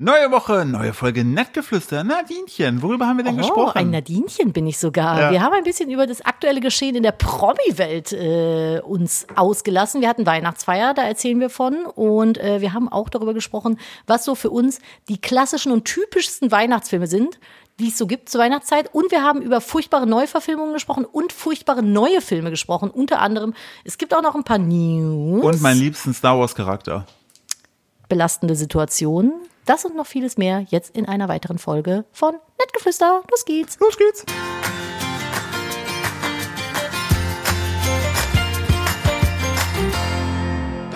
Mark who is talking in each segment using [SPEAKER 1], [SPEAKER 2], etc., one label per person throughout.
[SPEAKER 1] Neue Woche, neue Folge Nettgeflüster. Nadinchen, worüber haben wir denn
[SPEAKER 2] oh,
[SPEAKER 1] gesprochen?
[SPEAKER 2] ein Nadinchen bin ich sogar.
[SPEAKER 1] Ja.
[SPEAKER 2] Wir haben ein bisschen über das aktuelle Geschehen in der Promi-Welt äh, uns ausgelassen. Wir hatten Weihnachtsfeier, da erzählen wir von. Und äh, wir haben auch darüber gesprochen, was so für uns die klassischen und typischsten Weihnachtsfilme sind, die es so gibt zur Weihnachtszeit. Und wir haben über furchtbare Neuverfilmungen gesprochen und furchtbare neue Filme gesprochen. Unter anderem, es gibt auch noch ein paar News,
[SPEAKER 1] Und meinen liebsten Star Wars Charakter.
[SPEAKER 2] belastende Situationen. Das und noch vieles mehr jetzt in einer weiteren Folge von Nettgeflüster. Los geht's.
[SPEAKER 1] Los geht's.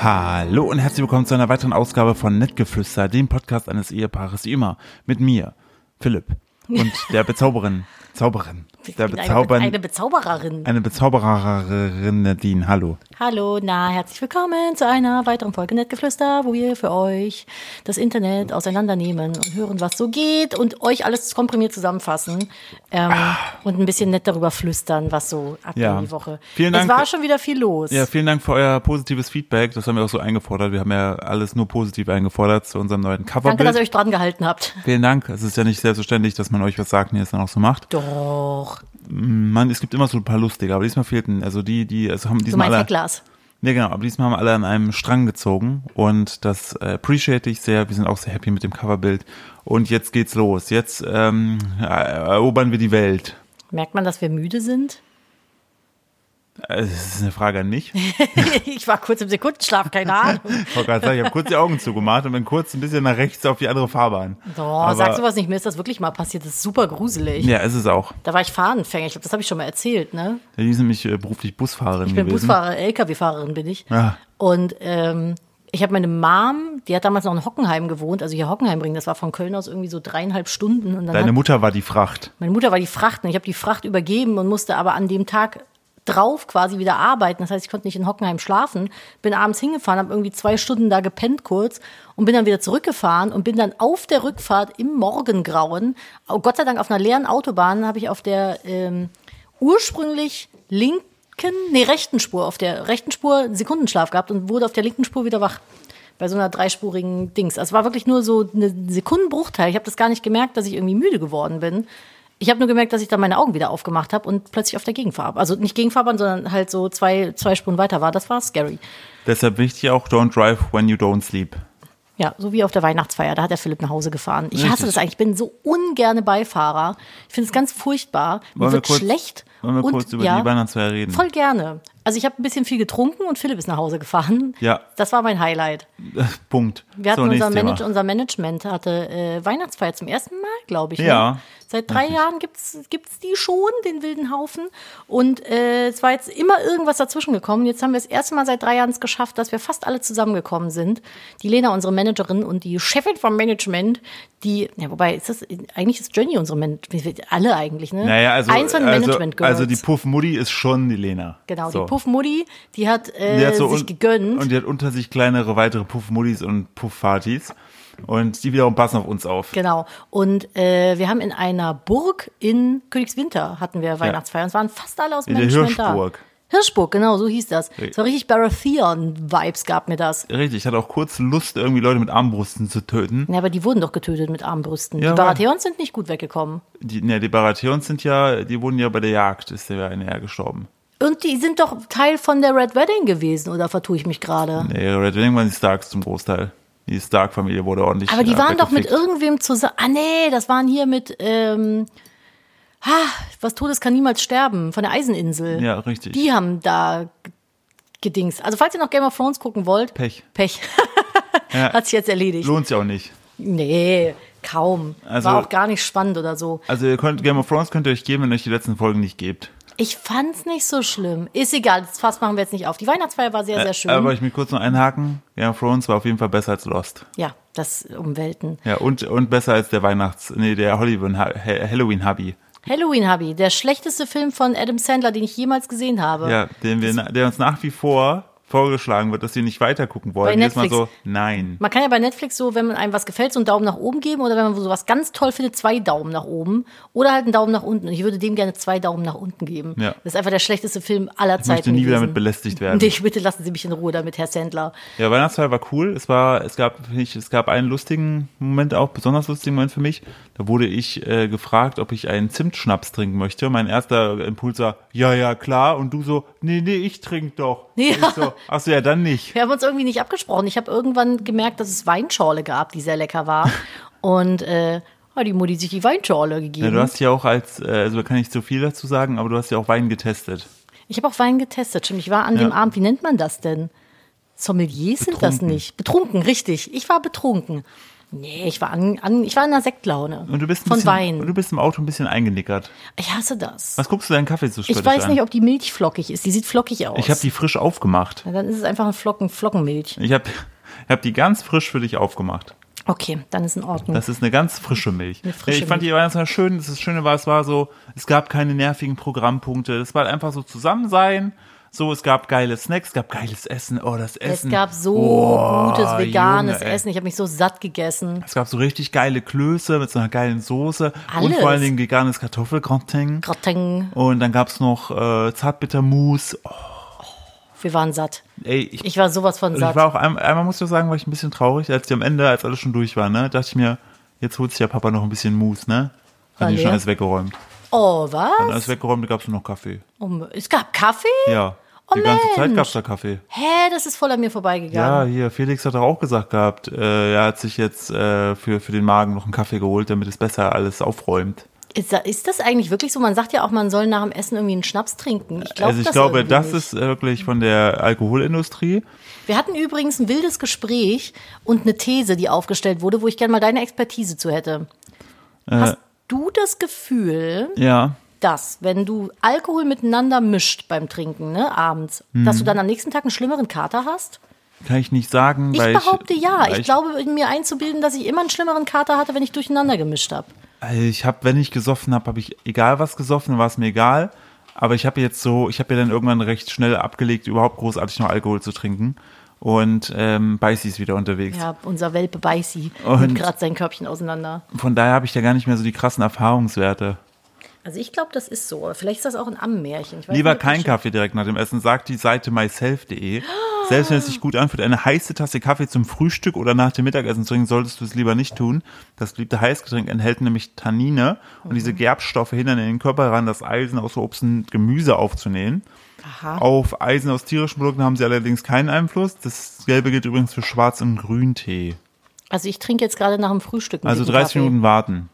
[SPEAKER 1] Hallo und herzlich willkommen zu einer weiteren Ausgabe von Nettgeflüster, dem Podcast eines Ehepaares, wie immer, mit mir, Philipp, und der Bezauberin, Zauberin, der
[SPEAKER 2] Ich bin eine,
[SPEAKER 1] Bezaubern,
[SPEAKER 2] eine Bezaubererin.
[SPEAKER 1] eine Bezaubererin Nadine, hallo.
[SPEAKER 2] Hallo, na, herzlich willkommen zu einer weiteren Folge Nettgeflüster, wo wir für euch das Internet auseinandernehmen und hören, was so geht und euch alles komprimiert zusammenfassen ähm, und ein bisschen nett darüber flüstern, was so aktuell
[SPEAKER 1] Ah. Ja.
[SPEAKER 2] die Woche.
[SPEAKER 1] Vielen Dank.
[SPEAKER 2] Es war schon wieder viel los.
[SPEAKER 1] Ja, vielen Dank für euer positives Feedback, das haben wir auch so eingefordert, wir haben ja alles nur positiv eingefordert zu unserem neuen Coverbild.
[SPEAKER 2] Danke, dass ihr euch dran gehalten habt.
[SPEAKER 1] Vielen Dank. Es ist ja nicht selbstverständlich, dass man euch was sagt und ihr es dann auch so macht.
[SPEAKER 2] Doch,
[SPEAKER 1] Man, es gibt immer so ein paar lustige, aber diesmal fehlten, also die, die, also haben
[SPEAKER 2] du
[SPEAKER 1] diesmal
[SPEAKER 2] meinst
[SPEAKER 1] alle,
[SPEAKER 2] Heckglas.
[SPEAKER 1] nee, genau, aber diesmal haben alle an einem Strang gezogen und das äh, appreciate ich sehr. Wir sind auch sehr happy mit dem Coverbild und jetzt geht's los. Jetzt ähm, erobern wir die Welt.
[SPEAKER 2] Merkt man, dass wir müde sind?
[SPEAKER 1] Äh, Das ist eine Frage an mich. Ich
[SPEAKER 2] ich war kurz im Sekundenschlaf, keine Ahnung.
[SPEAKER 1] wollte gerade sagen, ich habe kurz die Augen zugemacht und bin kurz ein bisschen nach rechts auf die andere Fahrbahn.
[SPEAKER 2] Doch, sagst du was nicht, mir ist das wirklich mal passiert, das ist super gruselig.
[SPEAKER 1] Ja, ist es auch.
[SPEAKER 2] Da war ich Fahnenfänger, ich glaube, das habe ich schon mal erzählt, ne?
[SPEAKER 1] Die ist nämlich äh, beruflich Busfahrerin
[SPEAKER 2] Ich bin
[SPEAKER 1] gewesen. Ah.
[SPEAKER 2] Busfahrer, LKW-Fahrerin bin ich.
[SPEAKER 1] Ja.
[SPEAKER 2] Und ähm, ich habe meine Mom, die hat damals noch in Hockenheim gewohnt, also hier Hockenheimring, das war von Köln aus irgendwie so dreieinhalb Stunden. Und dann
[SPEAKER 1] Deine
[SPEAKER 2] hat,
[SPEAKER 1] Mutter war die Fracht.
[SPEAKER 2] meine Mutter war die Fracht und ich habe die Fracht übergeben und musste aber an dem Tag drauf quasi wieder arbeiten. Das heißt, ich konnte nicht in Hockenheim schlafen, bin abends hingefahren, habe irgendwie zwei Stunden da gepennt kurz und bin dann wieder zurückgefahren und bin dann auf der Rückfahrt im Morgengrauen, oh Gott sei Dank auf einer leeren Autobahn, habe ich auf der ähm, ursprünglich linken, nee, rechten Spur, auf der rechten Spur einen Sekundenschlaf gehabt und wurde auf der linken Spur wieder wach. Bei so einer dreispurigen Dings. Also es war wirklich nur so ein Sekundenbruchteil. Ich habe das gar nicht gemerkt, dass ich irgendwie müde geworden bin. Ich habe nur gemerkt, dass ich dann meine Augen wieder aufgemacht habe und plötzlich auf der Gegenfahrbahn, also nicht Gegenfahrbahn, sondern halt so zwei, zwei Spuren weiter war. Das war scary.
[SPEAKER 1] Deshalb wichtig auch, don't drive when you don't sleep.
[SPEAKER 2] Ja, so wie auf der Weihnachtsfeier, da hat der Philipp nach Hause gefahren. Ich hasse
[SPEAKER 1] Richtig.
[SPEAKER 2] das eigentlich, ich bin so ungerne Beifahrer. Ich finde es ganz furchtbar. Mir
[SPEAKER 1] Wollen wir
[SPEAKER 2] wird
[SPEAKER 1] kurz-
[SPEAKER 2] schlecht.
[SPEAKER 1] wollen wir
[SPEAKER 2] und,
[SPEAKER 1] kurz über
[SPEAKER 2] ja,
[SPEAKER 1] die Weihnachtsfeier reden?
[SPEAKER 2] Voll gerne. Also ich habe ein bisschen viel getrunken und Philipp ist nach Hause gefahren.
[SPEAKER 1] Ja.
[SPEAKER 2] Das war mein Highlight.
[SPEAKER 1] Punkt.
[SPEAKER 2] Wir hatten
[SPEAKER 1] so,
[SPEAKER 2] unser,
[SPEAKER 1] nächstes Thema.
[SPEAKER 2] Manage, unser Management hatte äh, Weihnachtsfeier zum ersten Mal, glaube ich.
[SPEAKER 1] Ja.
[SPEAKER 2] Ne? Seit drei Jahren gibt's gibt's die schon, den wilden Haufen. Und äh, es war jetzt immer irgendwas dazwischen gekommen. Jetzt haben wir das erste Mal seit drei Jahren es geschafft, dass wir fast alle zusammengekommen sind. Die Lena, unsere Managerin und die Chefin vom Management, die, ja, wobei, ist das, eigentlich ist Jenny unsere Managerin, alle eigentlich, ne?
[SPEAKER 1] Naja, also,
[SPEAKER 2] Eins von den
[SPEAKER 1] also,
[SPEAKER 2] Management Girls.
[SPEAKER 1] also die Puff-Mutti ist schon die Lena.
[SPEAKER 2] Genau,
[SPEAKER 1] So.
[SPEAKER 2] die Puffmutti, die hat, äh,
[SPEAKER 1] Die hat so
[SPEAKER 2] sich
[SPEAKER 1] un-
[SPEAKER 2] gegönnt.
[SPEAKER 1] Und die hat unter sich kleinere weitere Puff-Muttis und Puff-Fatis. Und die wiederum passen auf uns auf.
[SPEAKER 2] Genau. Und äh, wir haben in einer Burg in Königswinter hatten wir Weihnachtsfeiern. Es waren fast alle aus
[SPEAKER 1] der
[SPEAKER 2] Management
[SPEAKER 1] Hirschburg.
[SPEAKER 2] da. Hirschburg, genau, so hieß das. Es war richtig Baratheon-Vibes, gab mir das.
[SPEAKER 1] Richtig, ich hatte auch kurz Lust, irgendwie Leute mit Armbrusten zu töten.
[SPEAKER 2] Ja, aber die wurden doch getötet mit Armbrüsten.
[SPEAKER 1] Ja,
[SPEAKER 2] die
[SPEAKER 1] war-
[SPEAKER 2] Baratheons sind nicht gut weggekommen.
[SPEAKER 1] Die, ne, die Baratheons sind ja, die wurden ja bei der Jagd, ist der eine ja gestorben.
[SPEAKER 2] Und die sind doch Teil von der Red Wedding gewesen, oder vertue ich mich gerade?
[SPEAKER 1] Der Red Wedding waren die Starks zum Großteil. Die Stark-Familie wurde ordentlich
[SPEAKER 2] Aber die
[SPEAKER 1] äh,
[SPEAKER 2] waren doch mit
[SPEAKER 1] weggefickt.
[SPEAKER 2] irgendwem zusammen. Ah, nee, das waren hier mit, ähm, ha, was Todes kann niemals sterben, von der Eiseninsel.
[SPEAKER 1] Ja, richtig.
[SPEAKER 2] Die haben da g- gedings. Also falls ihr noch Game of Thrones gucken wollt,
[SPEAKER 1] Pech.
[SPEAKER 2] Pech.
[SPEAKER 1] Ja.
[SPEAKER 2] Hat sich jetzt erledigt.
[SPEAKER 1] Lohnt sich auch nicht.
[SPEAKER 2] Nee, kaum.
[SPEAKER 1] Also-
[SPEAKER 2] War auch gar nicht spannend oder so.
[SPEAKER 1] Also ihr könnt Game of Thrones könnt ihr euch geben, wenn ihr euch die letzten Folgen nicht gebt.
[SPEAKER 2] Ich fand's nicht so schlimm. Ist egal, das Fass machen wir jetzt nicht auf. Die Weihnachtsfeier war sehr, sehr schön.
[SPEAKER 1] Aber ich mich kurz noch einhaken. Game of Thrones war auf jeden Fall besser als Lost.
[SPEAKER 2] ja, das um Welten.
[SPEAKER 1] Ja, und, und besser als der Weihnachts, nee, der Halloween, Halloween Hubby.
[SPEAKER 2] Halloween Hubby, der schlechteste Film von Adam Sandler, den ich jemals gesehen habe.
[SPEAKER 1] Ja, den wir, na- der uns nach wie vor vorgeschlagen wird, dass sie nicht weiter gucken wollen.
[SPEAKER 2] Bei
[SPEAKER 1] Jedes Mal so,
[SPEAKER 2] Netflix.
[SPEAKER 1] nein.
[SPEAKER 2] Man kann ja bei Netflix so, wenn man einem was gefällt, so einen Daumen nach oben geben oder wenn man sowas ganz toll findet, zwei Daumen nach oben oder halt einen Daumen nach unten. Und ich würde dem gerne zwei Daumen nach unten geben.
[SPEAKER 1] Ja.
[SPEAKER 2] Das ist einfach der schlechteste Film aller
[SPEAKER 1] Ich möchte
[SPEAKER 2] Zeiten.
[SPEAKER 1] nie wieder
[SPEAKER 2] gewesen.
[SPEAKER 1] damit belästigt werden.
[SPEAKER 2] Nee, bitte lassen Sie mich in Ruhe damit, Herr Sandler.
[SPEAKER 1] Ja, Weihnachtsfeier war cool. Es war, es gab, finde ich, es gab einen lustigen Moment auch, besonders lustigen Moment für mich. Da wurde ich äh, gefragt, ob ich einen Zimtschnaps trinken möchte. Mein erster Impuls war, ja, ja, klar. Und du so, nee, nee, ich trinke doch. Und
[SPEAKER 2] Ja.
[SPEAKER 1] Ich so, ach so, ja, dann nicht.
[SPEAKER 2] Wir haben uns irgendwie nicht abgesprochen. Ich habe irgendwann gemerkt, dass es Weinschorle gab, die sehr lecker war. Und äh, hat die Mutti sich die Weinschorle
[SPEAKER 1] Ja,
[SPEAKER 2] gegeben.
[SPEAKER 1] du hast ja auch als, äh, also da kann ich nicht so viel dazu sagen, aber du hast ja auch Wein getestet.
[SPEAKER 2] ich habe auch Wein getestet. Stimmt, ich war an dem Abend, wie nennt man das denn? Sommeliers sind das
[SPEAKER 1] Betrunken.
[SPEAKER 2] nicht. Betrunken, richtig. Ich war betrunken. Nee, ich war, an, an, ich war in einer Sektlaune.
[SPEAKER 1] Und du bist ein
[SPEAKER 2] Von
[SPEAKER 1] bisschen, Und
[SPEAKER 2] Wein.
[SPEAKER 1] du bist im Auto ein bisschen eingenickert.
[SPEAKER 2] Ich hasse das.
[SPEAKER 1] Was guckst du deinen Kaffee so spät
[SPEAKER 2] Ich weiß
[SPEAKER 1] an?
[SPEAKER 2] nicht, ob die Milch flockig ist. Die sieht flockig aus.
[SPEAKER 1] ich habe die frisch aufgemacht.
[SPEAKER 2] Na, dann ist es einfach ein Flocken, Flockenmilch.
[SPEAKER 1] Ich habe hab die ganz frisch für dich aufgemacht.
[SPEAKER 2] Okay, dann ist in Ordnung.
[SPEAKER 1] Das ist eine ganz frische Milch.
[SPEAKER 2] Eine frische
[SPEAKER 1] ich fand die Weihnachtsfeier schön. Das Schöne war, es war so, es gab keine nervigen Programmpunkte. Es war einfach so Zusammensein. So, es gab geile Snacks, es gab geiles Essen. Oh, das
[SPEAKER 2] es
[SPEAKER 1] Essen.
[SPEAKER 2] gab so
[SPEAKER 1] Oh,
[SPEAKER 2] gutes veganes
[SPEAKER 1] Junge, ey.
[SPEAKER 2] Essen. Ich habe mich so satt gegessen.
[SPEAKER 1] Es gab so richtig geile Klöße mit so einer geilen Soße. Und
[SPEAKER 2] Alles.
[SPEAKER 1] vor allen Dingen veganes Kartoffelgratin.
[SPEAKER 2] Gratin.
[SPEAKER 1] Und dann gab's noch äh, Zartbittermus. Oh,
[SPEAKER 2] Wir waren satt.
[SPEAKER 1] ey, ich,
[SPEAKER 2] Ich war sowas von
[SPEAKER 1] ich
[SPEAKER 2] satt.
[SPEAKER 1] war auch ein, einmal, muss ich sagen, war ich ein bisschen traurig, als die am Ende, als alles schon durch war, ne? Dachte ich mir, jetzt holt sich ja Papa noch ein bisschen Mousse, ne? Hat die
[SPEAKER 2] Weil
[SPEAKER 1] schon
[SPEAKER 2] Ah, ja.
[SPEAKER 1] alles weggeräumt.
[SPEAKER 2] oh, was?
[SPEAKER 1] Alles weggeräumt, da gab's nur noch Kaffee.
[SPEAKER 2] Oh, es gab Kaffee?
[SPEAKER 1] Ja.
[SPEAKER 2] Oh,
[SPEAKER 1] die ganze
[SPEAKER 2] Mensch.
[SPEAKER 1] Zeit gab's da Kaffee.
[SPEAKER 2] Hä, das ist voll an mir
[SPEAKER 1] Ja,
[SPEAKER 2] vorbeigegangen.
[SPEAKER 1] hier, Felix hat doch auch gesagt gehabt, äh, er hat sich jetzt äh, für, für den Magen noch einen Kaffee geholt, damit es besser alles aufräumt.
[SPEAKER 2] Ist, da- ist das eigentlich wirklich so? Man sagt ja auch, man soll nach dem Essen irgendwie einen Schnaps trinken. Ich glaub,
[SPEAKER 1] also ich
[SPEAKER 2] das
[SPEAKER 1] glaube,
[SPEAKER 2] irgendwie
[SPEAKER 1] das ist
[SPEAKER 2] nicht.
[SPEAKER 1] wirklich von der Alkoholindustrie.
[SPEAKER 2] Wir hatten übrigens ein wildes Gespräch und eine These, die aufgestellt wurde, wo ich gerne mal deine Expertise zu hätte.
[SPEAKER 1] Äh.
[SPEAKER 2] Hast du das Gefühl,
[SPEAKER 1] Ja.
[SPEAKER 2] dass, wenn du Alkohol miteinander mischt beim Trinken, ne, abends, dass
[SPEAKER 1] Mhm.
[SPEAKER 2] du dann am nächsten Tag einen schlimmeren Kater hast?
[SPEAKER 1] Kann ich nicht sagen,
[SPEAKER 2] Ich
[SPEAKER 1] weil
[SPEAKER 2] behaupte ja.
[SPEAKER 1] weil
[SPEAKER 2] Ich glaube, in mir einzubilden, dass ich immer einen schlimmeren Kater hatte, wenn ich durcheinander gemischt habe.
[SPEAKER 1] Also ich habe, wenn ich gesoffen habe, habe ich egal was gesoffen, war es mir egal. Aber ich habe jetzt so, ich habe ja dann irgendwann recht schnell abgelegt, überhaupt großartig noch Alkohol zu trinken. Und ähm, Beißi ist wieder unterwegs.
[SPEAKER 2] Ja, unser Welpe Beißi
[SPEAKER 1] Und-
[SPEAKER 2] nimmt gerade sein Körbchen auseinander.
[SPEAKER 1] Von daher habe ich da gar nicht mehr so die krassen Erfahrungswerte.
[SPEAKER 2] Also ich glaube, das ist so. Aber Vielleicht ist das auch ein Ammenmärchen. Ich weiß
[SPEAKER 1] Lieber
[SPEAKER 2] nicht, ob
[SPEAKER 1] kein
[SPEAKER 2] ich-
[SPEAKER 1] Kaffee direkt nach dem Essen, sagt die Seite myself.de.
[SPEAKER 2] Oh.
[SPEAKER 1] Selbst wenn es sich gut anfühlt, eine heiße Tasse Kaffee zum Frühstück oder nach dem Mittagessen zu trinken, solltest du es lieber nicht tun. Das geliebte Heißgetränk enthält nämlich Tannine und
[SPEAKER 2] Mhm.
[SPEAKER 1] diese Gerbstoffe hindern den Körper daran, das Eisen aus Obst und Gemüse aufzunehmen. Auf Eisen aus tierischen Produkten haben sie allerdings keinen Einfluss. Das Gelbe gilt übrigens für Schwarz- und Grüntee.
[SPEAKER 2] Also ich trinke jetzt gerade nach dem Frühstück. einen
[SPEAKER 1] Also
[SPEAKER 2] dicken
[SPEAKER 1] 30
[SPEAKER 2] Kaffee.
[SPEAKER 1] Minuten warten.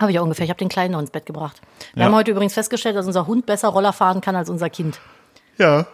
[SPEAKER 2] Habe ich auch ungefähr. Ich habe den Kleinen noch ins Bett gebracht. Wir
[SPEAKER 1] Ja.
[SPEAKER 2] haben heute übrigens festgestellt, dass unser Hund besser Roller fahren kann als unser Kind.
[SPEAKER 1] Ja.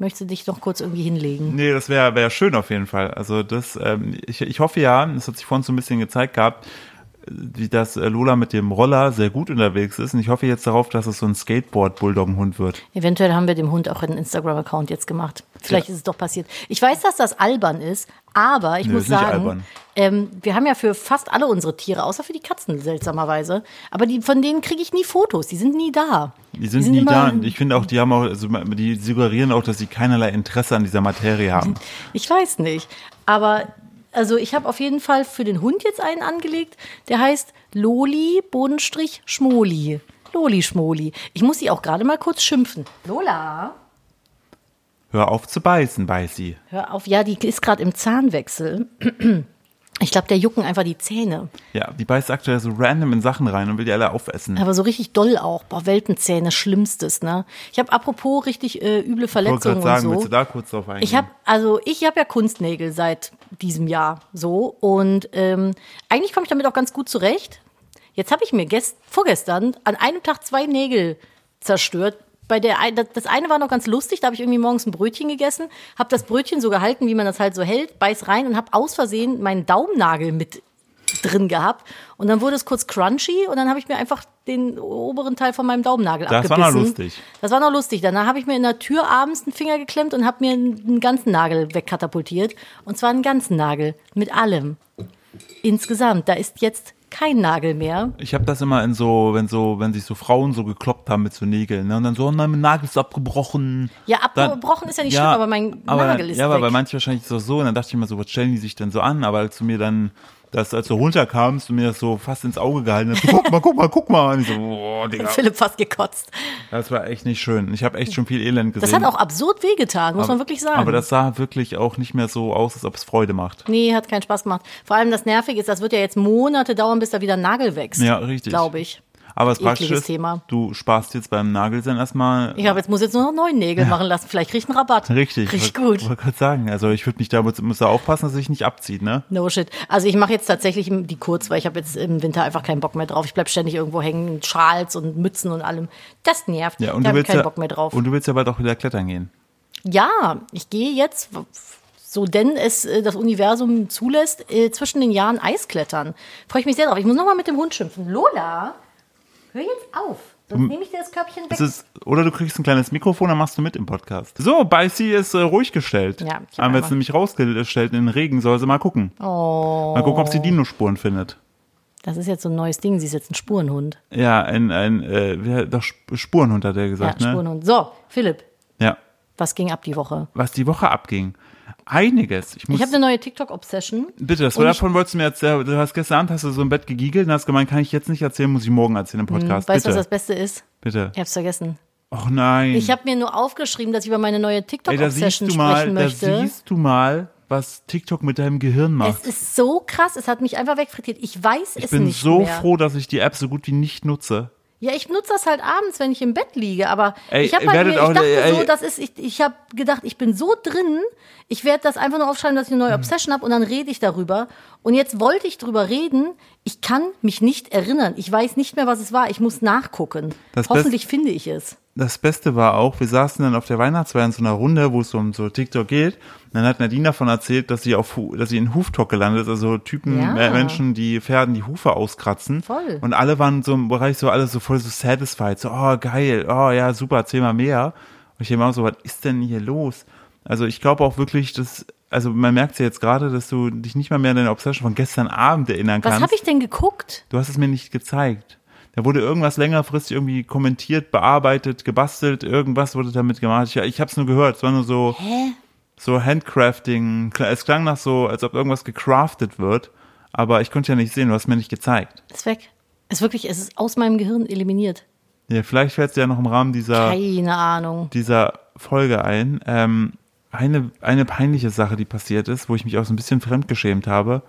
[SPEAKER 2] Möchtest du dich noch kurz irgendwie hinlegen?
[SPEAKER 1] Nee, das wäre wär schön auf jeden Fall. Also das, ähm, ich, ich hoffe ja, das hat sich vorhin so ein bisschen gezeigt gehabt, äh, wie das äh, Lola mit dem Roller sehr gut unterwegs ist. Und ich hoffe jetzt darauf, dass es so ein Skateboard-Bulldoggenhund wird.
[SPEAKER 2] Eventuell haben wir dem Hund auch einen Instagram-Account jetzt gemacht. Vielleicht ist es doch passiert. Ich weiß, dass das albern ist, aber ich
[SPEAKER 1] Nö,
[SPEAKER 2] muss
[SPEAKER 1] ist nicht
[SPEAKER 2] sagen,
[SPEAKER 1] albern.
[SPEAKER 2] ähm, wir haben ja für fast alle unsere Tiere, außer für die Katzen seltsamerweise, aber die, von denen kriege ich nie Fotos. Die sind nie da.
[SPEAKER 1] Die sind, nie da. Und ich finde auch, die haben auch, also die suggerieren auch, dass sie keinerlei Interesse an dieser Materie haben.
[SPEAKER 2] Ich weiß nicht. Aber also ich habe auf jeden Fall für den Hund jetzt einen angelegt, der heißt Loli Bodenstrich Schmoli. Loli Schmoli. Ich muss sie auch gerade mal kurz schimpfen. Lola.
[SPEAKER 1] Hör auf zu beißen, Beißi.
[SPEAKER 2] Hör auf, ja, die ist gerade im Zahnwechsel. Ich glaube, der jucken einfach die Zähne.
[SPEAKER 1] Ja, die beißt aktuell so random in Sachen rein und will die alle aufessen.
[SPEAKER 2] Aber so richtig doll auch. Boah, Welpenzähne, schlimmstes, ne? Ich habe apropos richtig äh, üble
[SPEAKER 1] Ich wollte
[SPEAKER 2] Verletzungen
[SPEAKER 1] gerade sagen,
[SPEAKER 2] und so.
[SPEAKER 1] willst du da kurz drauf eingehen?
[SPEAKER 2] Ich habe also ich habe ja Kunstnägel seit diesem Jahr so und ähm, eigentlich komme ich damit auch ganz gut zurecht. Jetzt habe ich mir gest vorgestern an einem Tag zwei Nägel zerstört. Bei der ein- das- das eine war noch ganz lustig, da habe ich irgendwie morgens ein Brötchen gegessen, habe das Brötchen so gehalten, wie man das halt so hält, beiß rein und habe aus Versehen meinen Daumennagel mit drin gehabt und dann wurde es kurz crunchy und dann habe ich mir einfach den oberen Teil von meinem Daumennagel
[SPEAKER 1] Das war
[SPEAKER 2] abgebissen.
[SPEAKER 1] noch lustig.
[SPEAKER 2] Das war noch lustig. Danach habe ich mir in der Tür abends einen Finger geklemmt und habe mir einen ganzen Nagel wegkatapultiert. Und zwar einen ganzen Nagel. Mit allem. Insgesamt. Da ist jetzt kein Nagel mehr.
[SPEAKER 1] Ich habe das immer in so, wenn so, wenn sich so Frauen so gekloppt haben mit so Nägeln, ne? Und dann so, oh nein, mein Nagel ist abgebrochen.
[SPEAKER 2] Ja, abgebrochen ist ja nicht schlimm, aber mein Nagel ist
[SPEAKER 1] Ja, aber
[SPEAKER 2] weg.
[SPEAKER 1] bei manchen wahrscheinlich so so. Und dann dachte ich immer so, was stellen die sich denn so an? Aber als du mir dann, das, als du runterkamst und mir das so fast ins Auge gehalten hast, so, guck mal, guck mal, guck mal. Und ich so, boah, Digga.
[SPEAKER 2] Philipp fast gekotzt.
[SPEAKER 1] Das war echt nicht schön. Ich habe echt schon viel Elend gesehen.
[SPEAKER 2] Das hat auch absurd wehgetan, muss man wirklich sagen.
[SPEAKER 1] Aber das sah wirklich auch nicht mehr so aus, als ob es Freude macht.
[SPEAKER 2] nee, hat keinen Spaß gemacht. Vor allem das Nervige ist, das wird ja jetzt Monate dauern, bis da wieder ein Nagel wächst.
[SPEAKER 1] Ja, richtig.
[SPEAKER 2] Glaube ich.
[SPEAKER 1] Aber das
[SPEAKER 2] Ekliges
[SPEAKER 1] Praktische ist,
[SPEAKER 2] Thema.
[SPEAKER 1] du sparst jetzt beim Nagelsein erstmal
[SPEAKER 2] Ich habe jetzt muss jetzt nur noch neun Nägel machen lassen. Vielleicht krieg ich einen Rabatt.
[SPEAKER 1] Richtig.
[SPEAKER 2] Richtig
[SPEAKER 1] wollt-
[SPEAKER 2] gut.
[SPEAKER 1] wollte gerade sagen, also ich würde mich da muss, muss da aufpassen, dass ich nicht abzieht, ne?
[SPEAKER 2] No shit. Also ich mache jetzt tatsächlich die kurz, weil ich habe jetzt im Winter einfach keinen Bock mehr drauf. Ich bleib ständig irgendwo hängen, mit Schals und Mützen und allem. Das nervt.
[SPEAKER 1] Ja, und du
[SPEAKER 2] da habe ich
[SPEAKER 1] willst
[SPEAKER 2] keinen
[SPEAKER 1] ja,
[SPEAKER 2] Bock mehr drauf.
[SPEAKER 1] Und du willst ja bald auch wieder klettern gehen.
[SPEAKER 2] Ja, ich gehe jetzt, so denn es äh, das Universum zulässt, äh, zwischen den Jahren Eisklettern. Freue ich mich sehr drauf. Ich muss nochmal mit dem Hund schimpfen. Lola, hör jetzt auf. Sonst nehme ich dir das Köpfchen weg.
[SPEAKER 1] Es Hm. ist, oder du kriegst ein kleines Mikrofon, dann machst du mit im Podcast. So, Bicey ist äh, ruhig gestellt.
[SPEAKER 2] Ja, ich hab
[SPEAKER 1] Haben wir jetzt
[SPEAKER 2] einmal-
[SPEAKER 1] nämlich rausgestellt in den Regen, soll sie mal gucken.
[SPEAKER 2] Oh,
[SPEAKER 1] Mal gucken, ob sie Dinospuren findet.
[SPEAKER 2] das ist jetzt so ein neues Ding. Sie ist jetzt ein Spurenhund.
[SPEAKER 1] Ja, ein, ein äh, wie, doch Sp- Spurenhund hat er
[SPEAKER 2] Ja,
[SPEAKER 1] gesagt, ne?
[SPEAKER 2] Spurenhund. So, Philipp,
[SPEAKER 1] Ja.
[SPEAKER 2] was ging ab die Woche?
[SPEAKER 1] Was die Woche abging. Einiges. Ich muss
[SPEAKER 2] Ich habe eine neue TikTok-Obsession.
[SPEAKER 1] Bitte, das war davon wolltest du mir erzählen. Du hast gestern Abend hast du so im Bett gegiegelt und hast gemeint, kann ich jetzt nicht erzählen, muss ich morgen erzählen im Podcast.
[SPEAKER 2] Hm, Weißt du, was
[SPEAKER 1] Bitte.
[SPEAKER 2] das Beste ist?
[SPEAKER 1] Bitte.
[SPEAKER 2] Ich hab's vergessen.
[SPEAKER 1] Och nein.
[SPEAKER 2] Ich habe mir nur aufgeschrieben, dass ich über meine neue
[SPEAKER 1] Ey, da siehst
[SPEAKER 2] TikTok-Obsession
[SPEAKER 1] du
[SPEAKER 2] sprechen
[SPEAKER 1] mal, da
[SPEAKER 2] möchte.
[SPEAKER 1] siehst du mal, was TikTok mit deinem Gehirn macht.
[SPEAKER 2] Es ist so krass, es hat mich einfach wegfrittiert. Ich weiß es
[SPEAKER 1] ich bin
[SPEAKER 2] nicht
[SPEAKER 1] so
[SPEAKER 2] mehr.
[SPEAKER 1] froh, dass ich die App so gut wie nicht nutze.
[SPEAKER 2] Ja, ich nutze das halt abends, wenn ich im Bett liege, aber
[SPEAKER 1] Ey,
[SPEAKER 2] ich habe
[SPEAKER 1] ihr
[SPEAKER 2] halt
[SPEAKER 1] werdet
[SPEAKER 2] mir, ich
[SPEAKER 1] auch-
[SPEAKER 2] dachte
[SPEAKER 1] ey,
[SPEAKER 2] so,
[SPEAKER 1] ey.
[SPEAKER 2] das ist ich ich habe gedacht, ich bin so drin, ich werde das einfach nur aufschreiben, dass ich
[SPEAKER 1] Hm.
[SPEAKER 2] eine neue Obsession habe und dann rede ich darüber und jetzt wollte ich drüber reden, ich kann mich nicht erinnern. Ich weiß nicht mehr, was es war. Ich muss nachgucken.
[SPEAKER 1] Das
[SPEAKER 2] Hoffentlich finde ich es.
[SPEAKER 1] Das Beste war auch, wir saßen dann auf der Weihnachtsfeier in so einer Runde, wo es um so TikTok geht. Und dann hat Nadine davon erzählt, dass sie auf, Hu- dass sie in Huftalk gelandet ist, also Typen,
[SPEAKER 2] Ja.
[SPEAKER 1] äh, Menschen, die Pferden die Hufe auskratzen.
[SPEAKER 2] Voll.
[SPEAKER 1] Und alle waren so im Bereich so, alle so voll so satisfied, so, oh, geil, oh, ja, super, erzähl mal mehr. Und ich immer so, was ist denn hier los? Also ich glaube auch wirklich, dass, also man merkt ja jetzt gerade, dass du dich nicht mal mehr an deine Obsession von gestern Abend erinnern
[SPEAKER 2] Was
[SPEAKER 1] kannst.
[SPEAKER 2] habe ich denn geguckt?
[SPEAKER 1] Du hast es mir nicht gezeigt. Da wurde irgendwas längerfristig irgendwie kommentiert, bearbeitet, gebastelt, irgendwas wurde damit gemacht. Ich, ich habe es nur gehört, es war nur so,
[SPEAKER 2] Hä?
[SPEAKER 1] so Handcrafting. Kla- Es klang nach so, als ob irgendwas gecraftet wird, aber ich konnte ja nicht sehen, du hast mir nicht gezeigt.
[SPEAKER 2] Ist weg. Ist wirklich, es ist aus meinem Gehirn eliminiert.
[SPEAKER 1] Ja, vielleicht fällt es ja noch im Rahmen dieser,
[SPEAKER 2] Keine Ahnung.
[SPEAKER 1] dieser Folge ein. Ähm, eine, eine peinliche Sache, die passiert ist, wo ich mich auch so ein bisschen fremdgeschämt habe.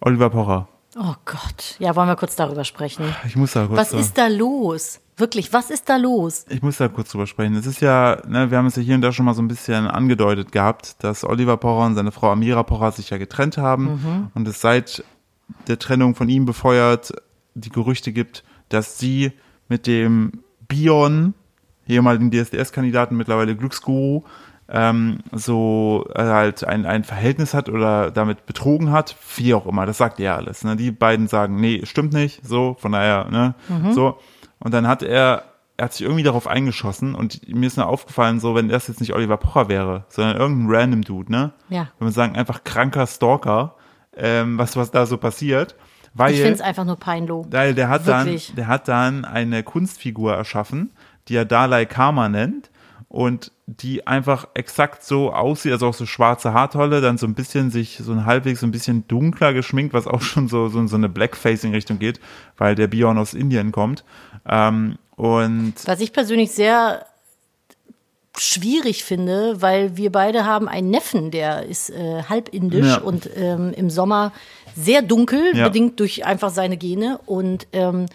[SPEAKER 1] Oliver Pocher.
[SPEAKER 2] Oh Gott. Ja, wollen wir kurz darüber sprechen.
[SPEAKER 1] Ich muss da kurz
[SPEAKER 2] Was
[SPEAKER 1] so-
[SPEAKER 2] ist da los? Wirklich, was ist da los?
[SPEAKER 1] Ich muss da kurz drüber sprechen. Es ist ja, ne, wir haben es ja hier und da schon mal so ein bisschen angedeutet gehabt, dass Oliver Pocher und seine Frau Amira Pocher sich ja getrennt haben und es seit der Trennung von ihm befeuert die Gerüchte gibt, dass sie mit dem Bion, ehemaligen DSDS-Kandidaten, mittlerweile Glücksguru, ähm, so äh, halt ein, ein Verhältnis hat oder damit betrogen hat, wie auch immer, das sagt er alles. Ne? Die beiden sagen, nee, stimmt nicht, so, von daher, ne, so. Und dann hat er, er hat sich irgendwie darauf eingeschossen und mir ist nur aufgefallen, so, wenn das jetzt nicht Oliver Pocher wäre, sondern irgendein random Dude, ne?
[SPEAKER 2] Ja.
[SPEAKER 1] Wenn man sagen, einfach kranker Stalker, ähm, was, was da so passiert. Weil
[SPEAKER 2] Ich finde es einfach nur peinlich.
[SPEAKER 1] weil der hat dann,
[SPEAKER 2] Wirklich.
[SPEAKER 1] der hat dann eine Kunstfigur erschaffen, die er Dalai Karma nennt und die einfach exakt so aussieht, also auch so schwarze Haartolle, dann so ein bisschen sich so ein halbwegs so ein bisschen dunkler geschminkt, was auch schon so so, in so eine Blackfacing Richtung geht, weil der Bion aus Indien kommt. Ähm, und
[SPEAKER 2] Was ich persönlich sehr schwierig finde, weil wir beide haben einen Neffen, der ist äh, halb indisch
[SPEAKER 1] Ja.
[SPEAKER 2] und ähm, im Sommer sehr dunkel,
[SPEAKER 1] Ja.
[SPEAKER 2] bedingt durch einfach seine Gene. Und ähm,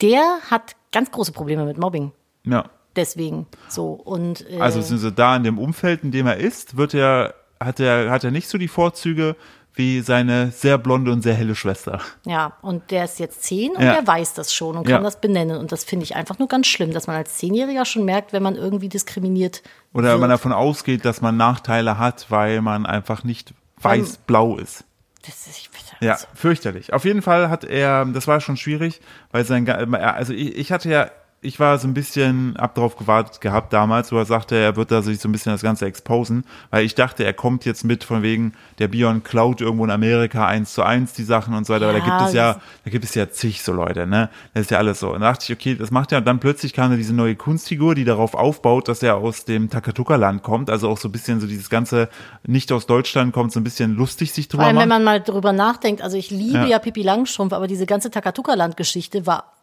[SPEAKER 2] der hat ganz große Probleme mit Mobbing.
[SPEAKER 1] ja,
[SPEAKER 2] Deswegen so. Und äh,
[SPEAKER 1] Also sind sie da in dem Umfeld, in dem er ist, wird er hat er hat er nicht so die Vorzüge wie seine sehr blonde und sehr helle Schwester.
[SPEAKER 2] Ja, und der ist jetzt zehn und
[SPEAKER 1] Ja.
[SPEAKER 2] der weiß das schon und
[SPEAKER 1] Ja.
[SPEAKER 2] kann das benennen. Und das finde ich einfach nur ganz schlimm, dass man als Zehnjähriger schon merkt, wenn man irgendwie diskriminiert
[SPEAKER 1] Oder
[SPEAKER 2] wird.
[SPEAKER 1] wenn man davon ausgeht, dass man Nachteile hat, weil man einfach nicht weiß-blau ist.
[SPEAKER 2] das ist, ich,
[SPEAKER 1] Ja, fürchterlich. Auf jeden Fall hat er, das war schon schwierig, weil sein, ga- also ich, ich hatte ja ich war so ein bisschen ab drauf gewartet gehabt damals, wo er sagte, er wird da sich so ein bisschen das Ganze exposen, weil ich dachte, er kommt jetzt mit von wegen, der Bion klaut irgendwo in Amerika eins zu eins die Sachen und so weiter, weil da
[SPEAKER 2] Ja,
[SPEAKER 1] gibt es ja,
[SPEAKER 2] das-
[SPEAKER 1] da gibt es ja zig so Leute, ne? Das ist ja alles so. Und da dachte ich, okay, das macht er. Und dann plötzlich kam da diese neue Kunstfigur, die darauf aufbaut, dass er aus dem Takatuka-Land kommt, also auch so ein bisschen so dieses ganze nicht aus Deutschland kommt, so ein bisschen lustig sich
[SPEAKER 2] Vor
[SPEAKER 1] drüber
[SPEAKER 2] allem, wenn
[SPEAKER 1] macht.
[SPEAKER 2] man mal drüber nachdenkt, also ich liebe
[SPEAKER 1] Ja.
[SPEAKER 2] ja, Pippi Langstrumpf, aber diese ganze Takatuka-Land-Geschichte war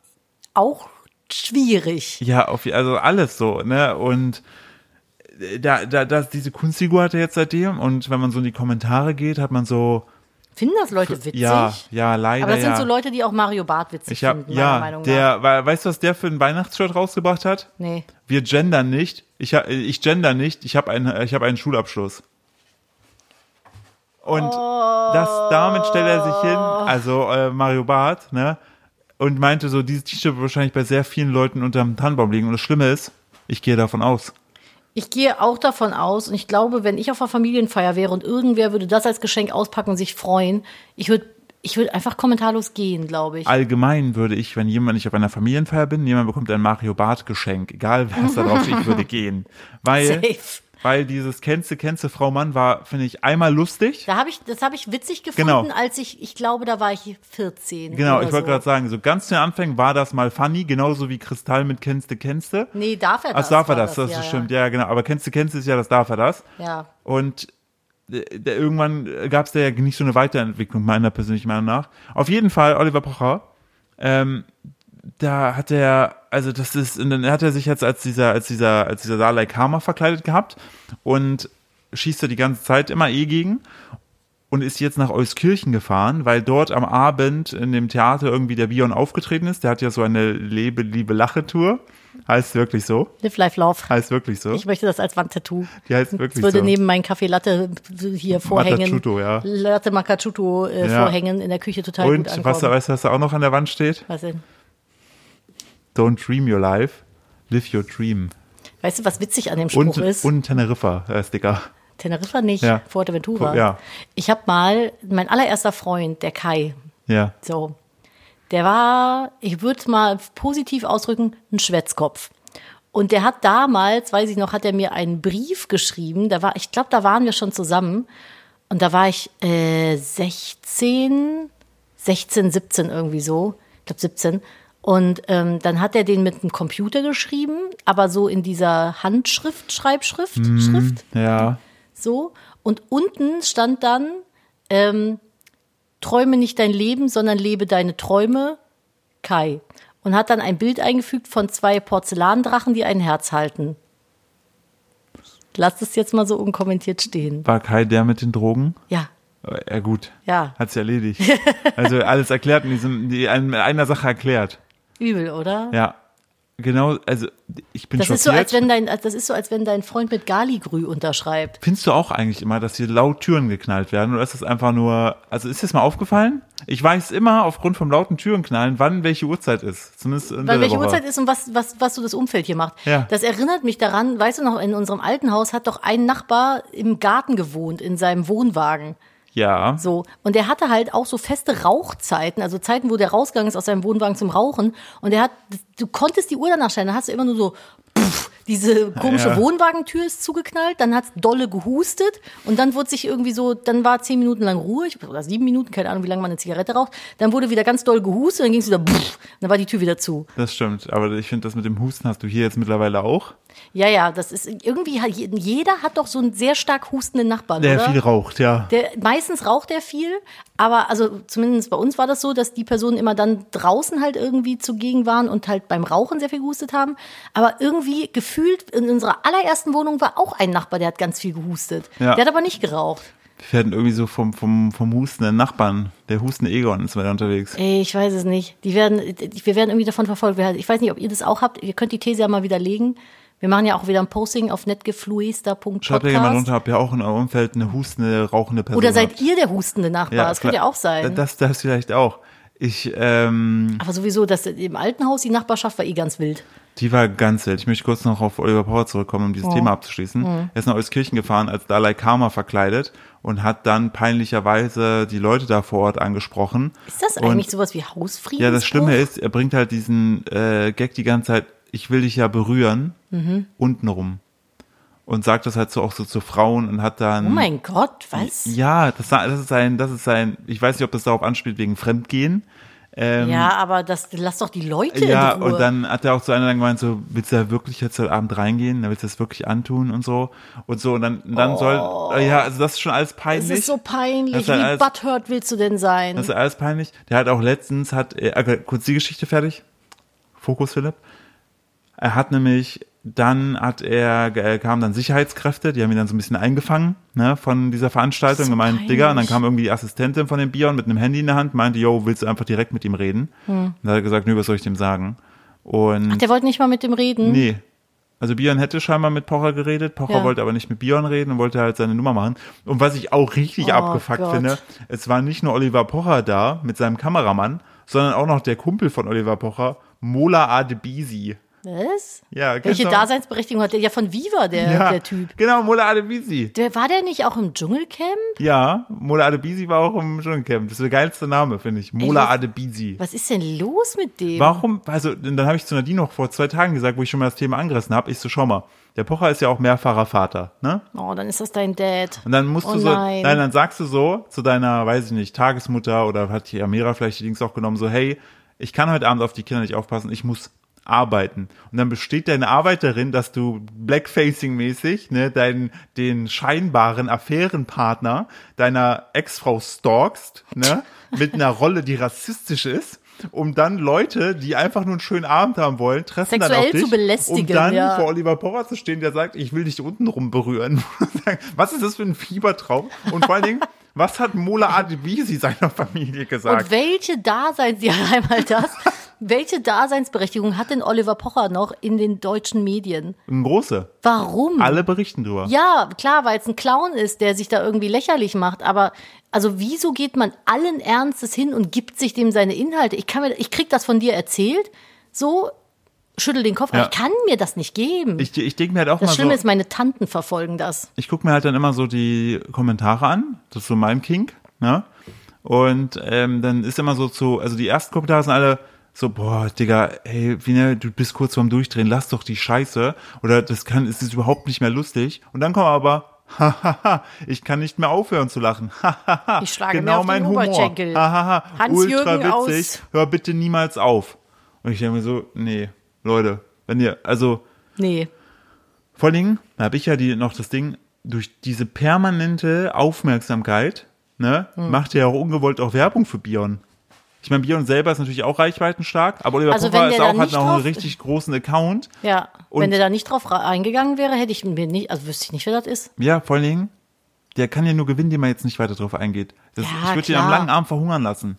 [SPEAKER 2] auch schwierig.
[SPEAKER 1] Ja, auf, also alles so, ne? Und äh, da, da, das, diese Kunstfigur hat er jetzt seitdem und wenn man so in die Kommentare geht, hat man so,
[SPEAKER 2] Finden das Leute witzig?
[SPEAKER 1] ja, ja, leider.
[SPEAKER 2] aber das
[SPEAKER 1] ja.
[SPEAKER 2] sind so Leute, die auch Mario Barth witzig
[SPEAKER 1] Ich hab,
[SPEAKER 2] finden, meiner
[SPEAKER 1] ja,
[SPEAKER 2] Meinung nach.
[SPEAKER 1] der, weil, weißt du, was der für ein Weihnachtsshirt rausgebracht hat?
[SPEAKER 2] Nee.
[SPEAKER 1] Wir gendern nicht. Ich, ha- ich gender nicht. Ich habe einen, ich habe einen Schulabschluss. Und das, damit stellt er sich hin,
[SPEAKER 2] Oh.
[SPEAKER 1] also äh, Mario Barth, ne? Und meinte so, dieses T-Shirt wird wahrscheinlich bei sehr vielen Leuten unterm Tannenbaum liegen. Und das Schlimme ist, ich gehe davon aus.
[SPEAKER 2] Ich gehe auch davon aus, und ich glaube, wenn ich auf einer Familienfeier wäre und irgendwer würde das als Geschenk auspacken und sich freuen, ich würde ich würd einfach kommentarlos gehen, glaube ich.
[SPEAKER 1] Allgemein würde ich, wenn jemand nicht auf einer Familienfeier bin, jemand bekommt ein Mario Barth Geschenk, egal wer es da drauf steht, ich würde gehen. Weil,
[SPEAKER 2] Safe.
[SPEAKER 1] weil dieses Kennste, Kennste, Frau Mann war, finde ich, einmal lustig.
[SPEAKER 2] Da habe ich, das habe ich witzig gefunden,
[SPEAKER 1] Genau.
[SPEAKER 2] als ich, ich glaube, da war ich 14.
[SPEAKER 1] Genau,
[SPEAKER 2] oder
[SPEAKER 1] ich wollte
[SPEAKER 2] so.
[SPEAKER 1] gerade sagen, so ganz zu Anfang war das mal funny, genauso wie Kristall mit Kennste, Kennste.
[SPEAKER 2] Nee, darf er das?
[SPEAKER 1] Also darf er
[SPEAKER 2] war
[SPEAKER 1] das, das,
[SPEAKER 2] ja,
[SPEAKER 1] ist
[SPEAKER 2] ja.
[SPEAKER 1] stimmt, ja, genau. Aber Kennste, Kennste ist ja das, darf er das.
[SPEAKER 2] Ja.
[SPEAKER 1] Und äh, der, irgendwann gab es da ja nicht so eine Weiterentwicklung, meiner persönlichen Meinung nach. Auf jeden Fall, Oliver Pocher, ähm, da hat er, also das ist, und dann hat er sich jetzt als dieser, als dieser, als dieser Dalai Karma verkleidet gehabt und schießt da die ganze Zeit immer eh gegen und ist jetzt nach Euskirchen gefahren, weil dort am Abend in dem Theater irgendwie der Bion aufgetreten ist. Der hat ja so eine Lebe, Liebe, Lache-Tour. Heißt wirklich so.
[SPEAKER 2] Live, life, love.
[SPEAKER 1] Heißt wirklich so.
[SPEAKER 2] Ich möchte das als Wandtattoo.
[SPEAKER 1] Also- Die heißt
[SPEAKER 2] Ich
[SPEAKER 1] wirklich
[SPEAKER 2] würde
[SPEAKER 1] so.
[SPEAKER 2] neben meinen Kaffee Latte hier vorhängen.
[SPEAKER 1] Macachuto, ja.
[SPEAKER 2] Latte Macachuto äh,
[SPEAKER 1] Ja.
[SPEAKER 2] vorhängen in der Küche total
[SPEAKER 1] Und
[SPEAKER 2] gut ankommen.
[SPEAKER 1] was, weißt du, was da auch noch an der Wand steht?
[SPEAKER 2] was denn?
[SPEAKER 1] Don't dream your life, live your dream.
[SPEAKER 2] Weißt du, was witzig an dem Spruch
[SPEAKER 1] Und,
[SPEAKER 2] ist?
[SPEAKER 1] und Teneriffa, äh, Sticker.
[SPEAKER 2] Teneriffa nicht,
[SPEAKER 1] Ja.
[SPEAKER 2] Fuerteventura.
[SPEAKER 1] Ja.
[SPEAKER 2] Ich habe mal, mein allererster Freund, der Kai,
[SPEAKER 1] Ja.
[SPEAKER 2] so, der war, ich würde mal positiv ausdrücken, ein Schwätzkopf. Und der hat damals, weiß ich noch, hat er mir einen Brief geschrieben. Da war, ich glaube, da waren wir schon zusammen. Und da war ich äh, 16, 16, 17 irgendwie so. Ich glaube 17. Und ähm, dann hat er den mit einem Computer geschrieben, aber so in dieser Handschrift, Schreibschrift,
[SPEAKER 1] Mhm.
[SPEAKER 2] Schrift.
[SPEAKER 1] Ja.
[SPEAKER 2] So. Und unten stand dann, ähm, träume nicht dein Leben, sondern lebe deine Träume, Kai. Und hat dann ein Bild eingefügt von zwei Porzellandrachen, die ein Herz halten. Lass es jetzt mal so unkommentiert stehen.
[SPEAKER 1] War Kai der mit den Drogen?
[SPEAKER 2] Ja,
[SPEAKER 1] Äh, Ja, gut.
[SPEAKER 2] Ja.
[SPEAKER 1] Hat's erledigt. also alles erklärt in diesem, die, in einer Sache erklärt.
[SPEAKER 2] übel, oder?
[SPEAKER 1] Ja. Genau, also ich bin
[SPEAKER 2] das
[SPEAKER 1] schockiert.
[SPEAKER 2] ist so, als wenn dein, das ist so, als wenn dein Freund mit Galigrü unterschreibt.
[SPEAKER 1] Findest du auch eigentlich immer, dass hier laut Türen geknallt werden? Oder ist das einfach nur, also ist dir das mal aufgefallen? Ich weiß immer aufgrund vom lauten Türenknallen, wann welche Uhrzeit ist. Zumindest in
[SPEAKER 2] Weil
[SPEAKER 1] dieser
[SPEAKER 2] welche
[SPEAKER 1] Woche.
[SPEAKER 2] Uhrzeit ist und was, was, was so das Umfeld hier macht.
[SPEAKER 1] Ja.
[SPEAKER 2] Das erinnert mich daran, weißt du noch, in unserem alten Haus hat doch ein Nachbar im Garten gewohnt, in seinem Wohnwagen.
[SPEAKER 1] Ja.
[SPEAKER 2] So. Und er hatte halt auch so feste Rauchzeiten, also Zeiten, wo der rausgegangen ist aus seinem Wohnwagen zum Rauchen. Und er hat, du konntest die Uhr danach stellen, dann hast du immer nur so, pff, diese komische
[SPEAKER 1] Ja.
[SPEAKER 2] Wohnwagentür ist zugeknallt, dann hat's dolle gehustet und dann wurde sich irgendwie so, dann war zehn Minuten lang Ruhe, ich, oder sieben Minuten, keine Ahnung, wie lange man eine Zigarette raucht, dann wurde wieder ganz doll gehustet, dann ging's wieder, pff, und dann war die Tür wieder zu.
[SPEAKER 1] Das stimmt, aber ich finde, das mit dem Husten hast du hier jetzt mittlerweile auch.
[SPEAKER 2] Ja, ja, das ist irgendwie, hat- jeder hat doch so einen sehr stark hustenden Nachbarn,
[SPEAKER 1] Der
[SPEAKER 2] oder?
[SPEAKER 1] viel raucht, ja.
[SPEAKER 2] Der, meistens raucht er viel, aber also zumindest bei uns war das so, dass die Personen immer dann draußen halt irgendwie zugegen waren und halt beim Rauchen sehr viel gehustet haben. Aber irgendwie gefühlt in unserer allerersten Wohnung war auch ein Nachbar, der hat ganz viel gehustet.
[SPEAKER 1] Ja.
[SPEAKER 2] Der hat aber nicht geraucht.
[SPEAKER 1] Wir werden irgendwie so vom, vom, vom hustenden Nachbarn. Der hustende Egon ist wieder unterwegs.
[SPEAKER 2] Ey, ich weiß es nicht. Die werden, wir werden irgendwie davon verfolgt. werden. Ich weiß nicht, ob ihr das auch habt. Ihr könnt die These ja mal widerlegen. Wir machen ja auch wieder ein Posting auf
[SPEAKER 1] Schreibt ja jemand
[SPEAKER 2] netgefluester.podcast.
[SPEAKER 1] runter, habt ihr auch in eurem Umfeld eine hustende, rauchende Person.
[SPEAKER 2] Oder seid
[SPEAKER 1] habt.
[SPEAKER 2] ihr der hustende Nachbar? das könnte ja auch sein.
[SPEAKER 1] Das, das vielleicht auch. Ich, ähm,
[SPEAKER 2] aber sowieso, dass im alten Haus die Nachbarschaft war eh ganz wild.
[SPEAKER 1] Die war ganz wild. Ich möchte kurz noch auf Oliver Power zurückkommen, um dieses Thema abzuschließen.
[SPEAKER 2] Hm.
[SPEAKER 1] Er ist nach Euskirchen gefahren, als Dalai Karma verkleidet und hat dann peinlicherweise die Leute da vor Ort angesprochen.
[SPEAKER 2] Ist das
[SPEAKER 1] und
[SPEAKER 2] eigentlich sowas wie Hausfrieden?
[SPEAKER 1] Ja, das Schlimme ist, er bringt halt diesen äh, Gag die ganze Zeit ich will dich ja berühren,
[SPEAKER 2] Mhm.
[SPEAKER 1] untenrum. Und sagt das halt so auch so zu Frauen und hat dann.
[SPEAKER 2] Oh mein Gott, was?
[SPEAKER 1] Ja, das, sa- das ist sein, das ist sein, ich weiß nicht, ob das darauf anspielt wegen Fremdgehen. äh,
[SPEAKER 2] ja, aber das lass doch die Leute
[SPEAKER 1] Ähm, Ja,
[SPEAKER 2] in Ruhe.
[SPEAKER 1] und dann hat er auch zu einer dann gemeint, so, willst du da wirklich jetzt heute Abend reingehen? Dann willst du das wirklich antun und so. Und so, und dann, dann soll, ja, also das ist schon alles
[SPEAKER 2] es
[SPEAKER 1] peinlich.
[SPEAKER 2] Oh. ist so
[SPEAKER 1] Das
[SPEAKER 2] peinlich.
[SPEAKER 1] ist halt
[SPEAKER 2] Wie
[SPEAKER 1] alles-
[SPEAKER 2] butthurt willst du denn sein?
[SPEAKER 1] Das ist alles peinlich. Der hat auch letztens, hat, äh, okay, kurz die Geschichte fertig. Fokus, Philipp. Er hat nämlich, dann hat er, äh, kamen dann Sicherheitskräfte, die haben ihn dann so ein bisschen eingefangen, ne, von dieser Veranstaltung,
[SPEAKER 2] So
[SPEAKER 1] gemeint,
[SPEAKER 2] peinlich.
[SPEAKER 1] Digga, und dann kam irgendwie die Assistentin von dem Bion mit einem Handy in der Hand, meinte, yo, willst du einfach direkt mit ihm reden? Und dann hat er gesagt, nö, was soll ich dem sagen? Und,
[SPEAKER 2] Hm. Ach, der wollte nicht mal mit dem reden.
[SPEAKER 1] Nee. Also Bion hätte scheinbar mit Pocher geredet, Pocher
[SPEAKER 2] Ja.
[SPEAKER 1] wollte aber nicht mit Bion reden und wollte halt seine Nummer machen. Und was ich auch richtig
[SPEAKER 2] Oh
[SPEAKER 1] abgefuckt
[SPEAKER 2] Gott.
[SPEAKER 1] finde, es war nicht nur Oliver Pocher da mit seinem Kameramann, sondern auch noch der Kumpel von Oliver Pocher, Mola Adebisi.
[SPEAKER 2] Was?
[SPEAKER 1] Ja, kennst
[SPEAKER 2] Welche
[SPEAKER 1] du-
[SPEAKER 2] Daseinsberechtigung hat der? Ja, von Viva, der,
[SPEAKER 1] ja,
[SPEAKER 2] der Typ.
[SPEAKER 1] Genau, Mola Adebisi.
[SPEAKER 2] Der, war der nicht auch im Dschungelcamp?
[SPEAKER 1] Ja, Mola Adebisi war auch im Dschungelcamp. Das ist der geilste Name, finde ich. Mola
[SPEAKER 2] was-
[SPEAKER 1] Adebisi.
[SPEAKER 2] Was ist denn los mit dem?
[SPEAKER 1] Warum, also und dann habe ich zu Nadine noch vor zwei Tagen gesagt, wo ich schon mal das Thema angerissen habe, ich so, schau mal, der Pocher ist ja auch mehrfacher Vater, ne?
[SPEAKER 2] Oh, dann ist das dein Dad.
[SPEAKER 1] Und dann musst
[SPEAKER 2] oh,
[SPEAKER 1] du so,
[SPEAKER 2] nein.
[SPEAKER 1] nein. dann sagst du so zu deiner, weiß ich nicht, Tagesmutter oder hat die Amira vielleicht die Dings auch genommen, so, hey, ich kann heute Abend auf die Kinder nicht aufpassen, ich muss arbeiten. Und dann besteht deine Arbeit darin, dass du Blackfacing-mäßig, ne, deinen, den scheinbaren Affärenpartner deiner Ex-Frau stalkst, ne, mit einer Rolle, die rassistisch ist. Um dann Leute, die einfach nur einen schönen Abend haben wollen, treffen dann auf
[SPEAKER 2] Sexuell
[SPEAKER 1] dich,
[SPEAKER 2] zu belästigen,
[SPEAKER 1] um dann
[SPEAKER 2] ja.
[SPEAKER 1] vor Oliver Pocher zu stehen, der sagt, ich will dich untenrum berühren. was ist das für ein Fiebertraum? Und vor allen Dingen, was hat Mola Adebisi seiner Familie
[SPEAKER 2] Und
[SPEAKER 1] gesagt?
[SPEAKER 2] welche Daseins, ja, einmal das. welche Daseinsberechtigung hat denn Oliver Pocher noch in den deutschen Medien?
[SPEAKER 1] Ein große.
[SPEAKER 2] Warum?
[SPEAKER 1] Alle berichten drüber.
[SPEAKER 2] Ja, klar, weil es ein Clown ist, der sich da irgendwie lächerlich macht. Aber also wieso geht man allen Ernstes hin und gibt sich dem seine Inhalte? Ich kann mir, ich krieg das von dir erzählt, so schüttel den Kopf,
[SPEAKER 1] Ja.
[SPEAKER 2] aber ich kann mir das nicht geben.
[SPEAKER 1] Ich, ich denke mir halt auch
[SPEAKER 2] das
[SPEAKER 1] mal
[SPEAKER 2] Schlimme
[SPEAKER 1] so,
[SPEAKER 2] ist, meine Tanten verfolgen das.
[SPEAKER 1] ich gucke mir halt dann immer so die Kommentare an, das ist so mein Kink, ne? Und ähm, dann ist immer so zu, also die ersten Kommentare sind alle so, boah, Digga, ey, Wiener, du bist kurz vorm Durchdrehen, lass doch die Scheiße. Oder das kann, es ist überhaupt nicht mehr lustig. Und dann kommen aber, hahaha, ich kann nicht mehr aufhören zu lachen. Hahaha,
[SPEAKER 2] Ich schlage mir
[SPEAKER 1] genau
[SPEAKER 2] auf den
[SPEAKER 1] mein Humor.
[SPEAKER 2] Oberschenkel.
[SPEAKER 1] Hahaha,
[SPEAKER 2] Hans-Jürgen
[SPEAKER 1] ultra witzig,
[SPEAKER 2] aus-
[SPEAKER 1] hör bitte niemals auf. Und ich denke mir so, nee, Leute, wenn ihr, also
[SPEAKER 2] Nee.
[SPEAKER 1] vor allen Dingen, da habe ich ja die, noch das Ding, durch diese permanente Aufmerksamkeit, ne,
[SPEAKER 2] Hm.
[SPEAKER 1] macht er ja auch ungewollt auch Werbung für Bion. Ich meine, Bion selber ist natürlich auch reichweitenstark, aber Oliver
[SPEAKER 2] Also
[SPEAKER 1] Pocher
[SPEAKER 2] wenn der
[SPEAKER 1] ist
[SPEAKER 2] da
[SPEAKER 1] auch, hat
[SPEAKER 2] nicht
[SPEAKER 1] noch einen
[SPEAKER 2] drauf-
[SPEAKER 1] richtig großen Account.
[SPEAKER 2] Ja, wenn
[SPEAKER 1] Und-
[SPEAKER 2] der da nicht drauf ra- eingegangen wäre, hätte ich mir nicht, also wüsste ich nicht, wer das ist.
[SPEAKER 1] Ja, vor allen Dingen, der kann ja nur gewinnen, indem er jetzt nicht weiter drauf eingeht. Das,
[SPEAKER 2] Ja,
[SPEAKER 1] ich würde ihn am
[SPEAKER 2] klar.
[SPEAKER 1] langen Arm verhungern lassen.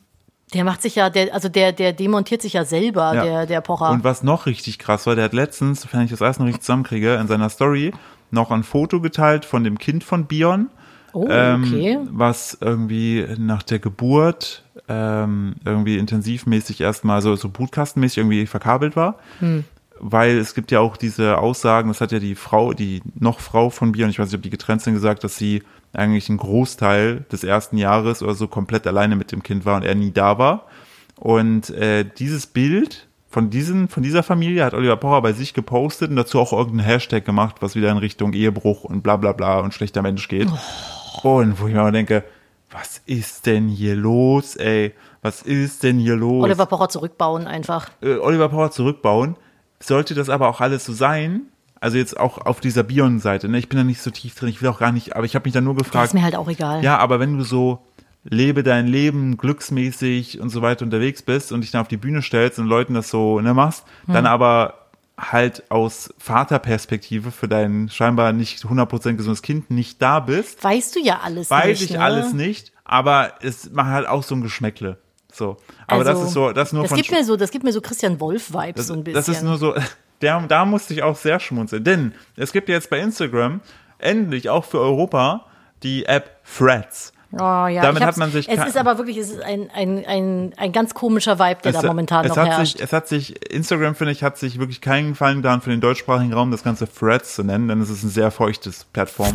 [SPEAKER 2] Der macht sich ja, der, also der, der demontiert sich ja selber,
[SPEAKER 1] Ja.
[SPEAKER 2] Oh, der, der Pocher.
[SPEAKER 1] Und was noch richtig krass war, der hat letztens, wenn ich das alles noch richtig zusammenkriege, in seiner Story noch ein Foto geteilt von dem Kind von Bion.
[SPEAKER 2] oh,
[SPEAKER 1] ähm,
[SPEAKER 2] okay.
[SPEAKER 1] was irgendwie nach der Geburt ähm, irgendwie intensivmäßig erstmal so, so brutkastenmäßig irgendwie verkabelt war.
[SPEAKER 2] Hm.
[SPEAKER 1] Weil es gibt ja auch diese Aussagen, das hat ja die Frau, die noch Frau von Bion, ich weiß nicht, ob die getrennt sind, gesagt, dass sie eigentlich einen Großteil des ersten Jahres oder so komplett alleine mit dem Kind war und er nie da war. Und äh, dieses Bild von, diesen, von dieser Familie hat Oliver Pocher bei sich gepostet und dazu auch irgendeinen Hashtag gemacht, was wieder in Richtung Ehebruch und bla bla bla und schlechter Mensch geht. Und wo ich mir aber denke, was ist denn hier los, ey? Was ist denn hier los?
[SPEAKER 2] Oliver Pocher zurückbauen einfach.
[SPEAKER 1] äh, Oliver Power zurückbauen. Sollte das aber auch alles so sein, also jetzt auch auf dieser Bion-Seite, ne? ich bin da nicht so tief drin, ich will auch gar nicht, aber ich habe mich da nur
[SPEAKER 2] Das ist
[SPEAKER 1] gefragt,
[SPEAKER 2] mir halt auch egal.
[SPEAKER 1] ja, aber wenn du so lebe dein Leben glücksmäßig und so weiter unterwegs bist und dich dann auf die Bühne stellst und Leuten das so ne, machst,
[SPEAKER 2] Hm.
[SPEAKER 1] dann aber halt aus Vaterperspektive für dein scheinbar nicht 100% gesundes Kind nicht da bist,
[SPEAKER 2] Weißt du ja alles
[SPEAKER 1] weiß
[SPEAKER 2] nicht.
[SPEAKER 1] ich
[SPEAKER 2] ne?
[SPEAKER 1] alles nicht, aber es macht halt auch so ein Geschmäckle. So. Aber das
[SPEAKER 2] Also,
[SPEAKER 1] ist so, das ist nur
[SPEAKER 2] das
[SPEAKER 1] von
[SPEAKER 2] gibt mir so, das gibt mir so Christian Wolf-Vibes so ein bisschen.
[SPEAKER 1] das ist nur so, der, da musste ich auch sehr schmunzeln. Denn es gibt jetzt bei Instagram endlich auch für Europa die App Threads.
[SPEAKER 2] oh, ja,
[SPEAKER 1] damit
[SPEAKER 2] ich hab's-
[SPEAKER 1] hat man sich
[SPEAKER 2] Es
[SPEAKER 1] kein-
[SPEAKER 2] ist aber wirklich, es ist ein, ein, ein, ein ganz komischer Vibe, der da momentan
[SPEAKER 1] es
[SPEAKER 2] noch
[SPEAKER 1] hat
[SPEAKER 2] herrscht.
[SPEAKER 1] sich, es hat sich, Instagram, finde ich, hat sich wirklich keinen Gefallen getan, für den deutschsprachigen Raum das Ganze Threads zu nennen, denn es ist ein sehr feuchtes Plattform.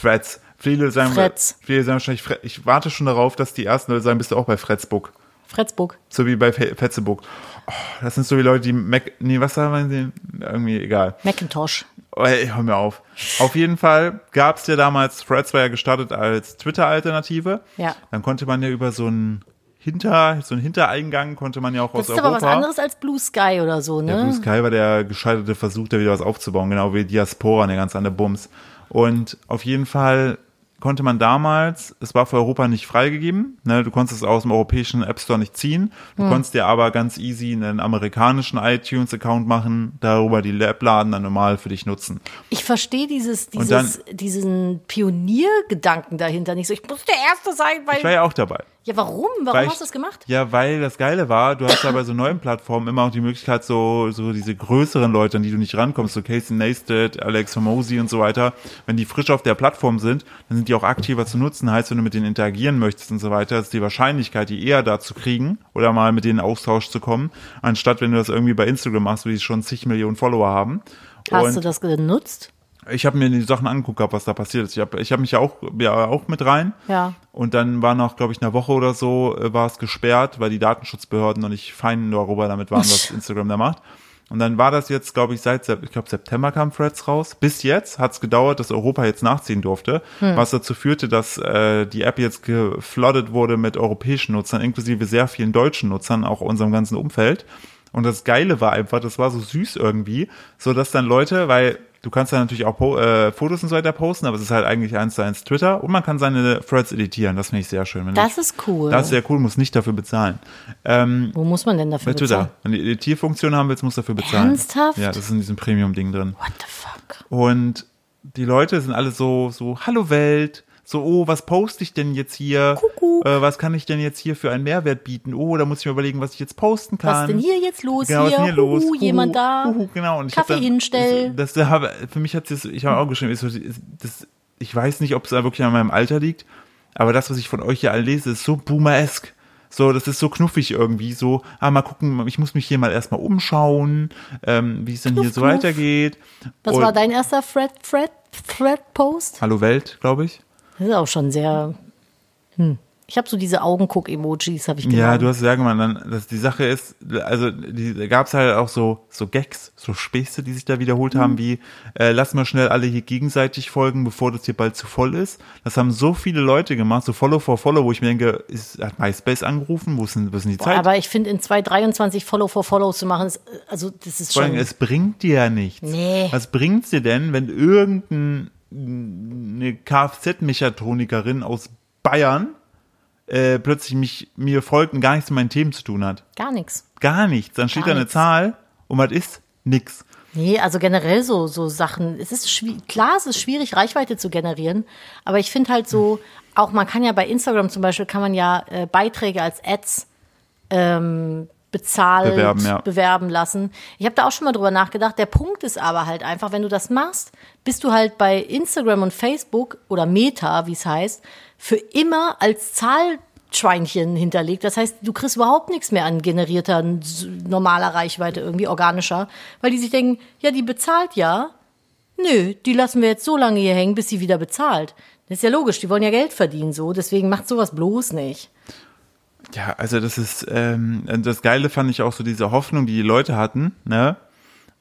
[SPEAKER 1] Threads. Viele sagen,
[SPEAKER 2] Threads.
[SPEAKER 1] Viele sagen wahrscheinlich, Fre- ich warte schon darauf, dass die ersten Leute sagen, bist du auch bei Fredsbook.
[SPEAKER 2] Fretzburg.
[SPEAKER 1] So wie bei Fe- Fetzeburg. Oh, das sind so wie Leute, die Mac. Nee, was sagen sie? Irgendwie egal.
[SPEAKER 2] Macintosh.
[SPEAKER 1] Oh, ey, hör mir auf. Auf jeden Fall gab es ja damals, Threads war ja gestartet als Twitter-Alternative.
[SPEAKER 2] Ja.
[SPEAKER 1] Dann konnte man ja über so einen Hinter, so einen Hintereingang konnte man ja auch
[SPEAKER 2] Das
[SPEAKER 1] aus
[SPEAKER 2] ist aber
[SPEAKER 1] Europa.
[SPEAKER 2] was anderes als Blue Sky oder so, ne?
[SPEAKER 1] Der Blue Sky war der gescheiterte Versuch, da wieder was aufzubauen, genau wie Diaspora, eine ganz andere Bums. Und auf jeden Fall konnte man damals, es war für Europa nicht freigegeben, ne, du konntest es aus dem europäischen App Store nicht ziehen,
[SPEAKER 2] Hm.
[SPEAKER 1] du konntest dir aber ganz easy einen amerikanischen iTunes-Account machen, darüber die App-Laden dann normal für dich nutzen.
[SPEAKER 2] Ich verstehe dieses, dieses,
[SPEAKER 1] Und dann-
[SPEAKER 2] diesen Pioniergedanken dahinter nicht so. Ich muss der Erste sein, weil.
[SPEAKER 1] Ich war ja auch dabei.
[SPEAKER 2] ja, warum? Warum
[SPEAKER 1] Weil
[SPEAKER 2] hast
[SPEAKER 1] ich-
[SPEAKER 2] du das gemacht?
[SPEAKER 1] Ja, weil das Geile war, du hast ja bei so neuen Plattformen immer auch die Möglichkeit, so, so diese größeren Leute, an die du nicht rankommst, so Casey Neistat, Alex Hormozy und so weiter, wenn die frisch auf der Plattform sind, dann sind die auch aktiver zu nutzen. Heißt, wenn du mit denen interagieren möchtest und so weiter, ist die Wahrscheinlichkeit, die eher da zu kriegen oder mal mit denen in Austausch zu kommen, anstatt wenn du das irgendwie bei Instagram machst, wo die schon zig Millionen Follower haben.
[SPEAKER 2] Hast
[SPEAKER 1] und
[SPEAKER 2] du das genutzt?
[SPEAKER 1] ich habe mir die Sachen angeguckt, gehabt, was da passiert ist. Ich habe ich hab mich ja auch, ja auch mit rein.
[SPEAKER 2] Ja.
[SPEAKER 1] Und dann war noch, glaube ich, eine Woche oder so, äh, war es gesperrt, weil die Datenschutzbehörden noch nicht fein darüber damit waren, was Instagram da macht. Und dann war das jetzt, glaube ich, seit Sep- ich glaube, September kam Threads raus. Bis jetzt hat es gedauert, dass Europa jetzt nachziehen durfte,
[SPEAKER 2] Hm.
[SPEAKER 1] was dazu führte, dass äh, die App jetzt gefloodet wurde mit europäischen Nutzern, inklusive sehr vielen deutschen Nutzern, auch unserem ganzen Umfeld. Und das Geile war einfach, das war so süß irgendwie, so dass dann Leute, weil du kannst da natürlich auch po- äh, Fotos und so weiter posten, aber es ist halt eigentlich eins zu eins Twitter und man kann seine Threads editieren. Das finde ich sehr schön. Wenn
[SPEAKER 2] Das
[SPEAKER 1] ich,
[SPEAKER 2] ist cool.
[SPEAKER 1] Das ist sehr cool, muss nicht dafür bezahlen.
[SPEAKER 2] Wo muss man denn dafür
[SPEAKER 1] Bei Twitter.
[SPEAKER 2] bezahlen?
[SPEAKER 1] Wenn Hm. du die Editierfunktion haben willst, musst du dafür bezahlen.
[SPEAKER 2] Ernsthaft?
[SPEAKER 1] Ja, das ist in diesem Premium-Ding drin.
[SPEAKER 2] What the fuck?
[SPEAKER 1] Und die Leute sind alle so, so, hallo Welt, so, oh, was poste ich denn jetzt hier?
[SPEAKER 2] Kuckuck.
[SPEAKER 1] Äh, was kann ich denn jetzt hier für einen Mehrwert bieten? Oh, da muss ich mir überlegen, was ich jetzt posten kann.
[SPEAKER 2] Was ist denn hier jetzt los?
[SPEAKER 1] Genau, was ist
[SPEAKER 2] hier,
[SPEAKER 1] denn hier los?
[SPEAKER 2] Huhu, jemand da.
[SPEAKER 1] Huhu, genau. Und ich hab
[SPEAKER 2] Kaffee
[SPEAKER 1] dann-
[SPEAKER 2] hinstellen.
[SPEAKER 1] Das, das, habe- für mich hat es, ich habe auch geschrieben, ich, so, das, ich weiß nicht, ob es da wirklich an meinem Alter liegt, aber das, was ich von euch hier alle lese, ist so boomeresk. So, das ist so knuffig irgendwie, so, ah, mal gucken, ich muss mich hier mal erstmal umschauen, ähm, wie es denn hier
[SPEAKER 2] Knuff,
[SPEAKER 1] so
[SPEAKER 2] knuff.
[SPEAKER 1] weitergeht.
[SPEAKER 2] Was
[SPEAKER 1] Und-
[SPEAKER 2] war dein erster Thread, Thread, Thread-Post?
[SPEAKER 1] Hallo Welt, glaube ich.
[SPEAKER 2] Das ist auch schon sehr. Hm. Ich habe so diese Augenguck-Emojis, habe ich genommen.
[SPEAKER 1] Ja, du hast ja gemeint, dann, dass die Sache ist, also die, da gab's halt auch so, so Gags, so Späße, die sich da wiederholt
[SPEAKER 2] Mhm.
[SPEAKER 1] haben, wie äh, lass mal schnell alle hier gegenseitig folgen, bevor das hier bald zu voll ist. Das haben so viele Leute gemacht, so Follow for Follow, wo ich mir denke, ist, hat MySpace angerufen, wo ist denn, wo ist denn die Zeit?
[SPEAKER 2] Aber ich finde, in 223 Follow for Follow zu machen, ist, also das ist
[SPEAKER 1] Vor allem,
[SPEAKER 2] schon.
[SPEAKER 1] es bringt dir ja nichts.
[SPEAKER 2] Nee.
[SPEAKER 1] Was bringt's dir denn, wenn irgendeine Kfz-Mechatronikerin aus Bayern äh, plötzlich mich, mir folgt und gar nichts mit meinen Themen zu tun hat?
[SPEAKER 2] gar nichts.
[SPEAKER 1] Gar nichts. Dann steht
[SPEAKER 2] Gar
[SPEAKER 1] da eine
[SPEAKER 2] nichts.
[SPEAKER 1] Zahl und was ist? Nix.
[SPEAKER 2] Nee, also generell so, so Sachen. Es ist schwi- klar, es ist schwierig, Reichweite zu generieren, aber ich finde halt so, auch man kann ja bei Instagram zum Beispiel, kann man ja äh, Beiträge als Ads ähm, bezahlt
[SPEAKER 1] Bewerben, ja.
[SPEAKER 2] bewerben lassen. Ich habe da auch schon mal drüber nachgedacht. Der Punkt ist aber halt einfach, wenn du das machst, bist du halt bei Instagram und Facebook oder Meta, wie es heißt, für immer als Zahlschweinchen hinterlegt. Das heißt, du kriegst überhaupt nichts mehr an generierter, n- s- normaler Reichweite, irgendwie organischer, weil die sich denken, ja, die bezahlt ja. Nö, die lassen wir jetzt so lange hier hängen, bis sie wieder bezahlt. Das ist ja logisch, die wollen ja Geld verdienen so, deswegen macht sowas bloß nicht.
[SPEAKER 1] Ja, also das ist, ähm, das Geile fand ich auch so diese Hoffnung, die die Leute hatten, ne?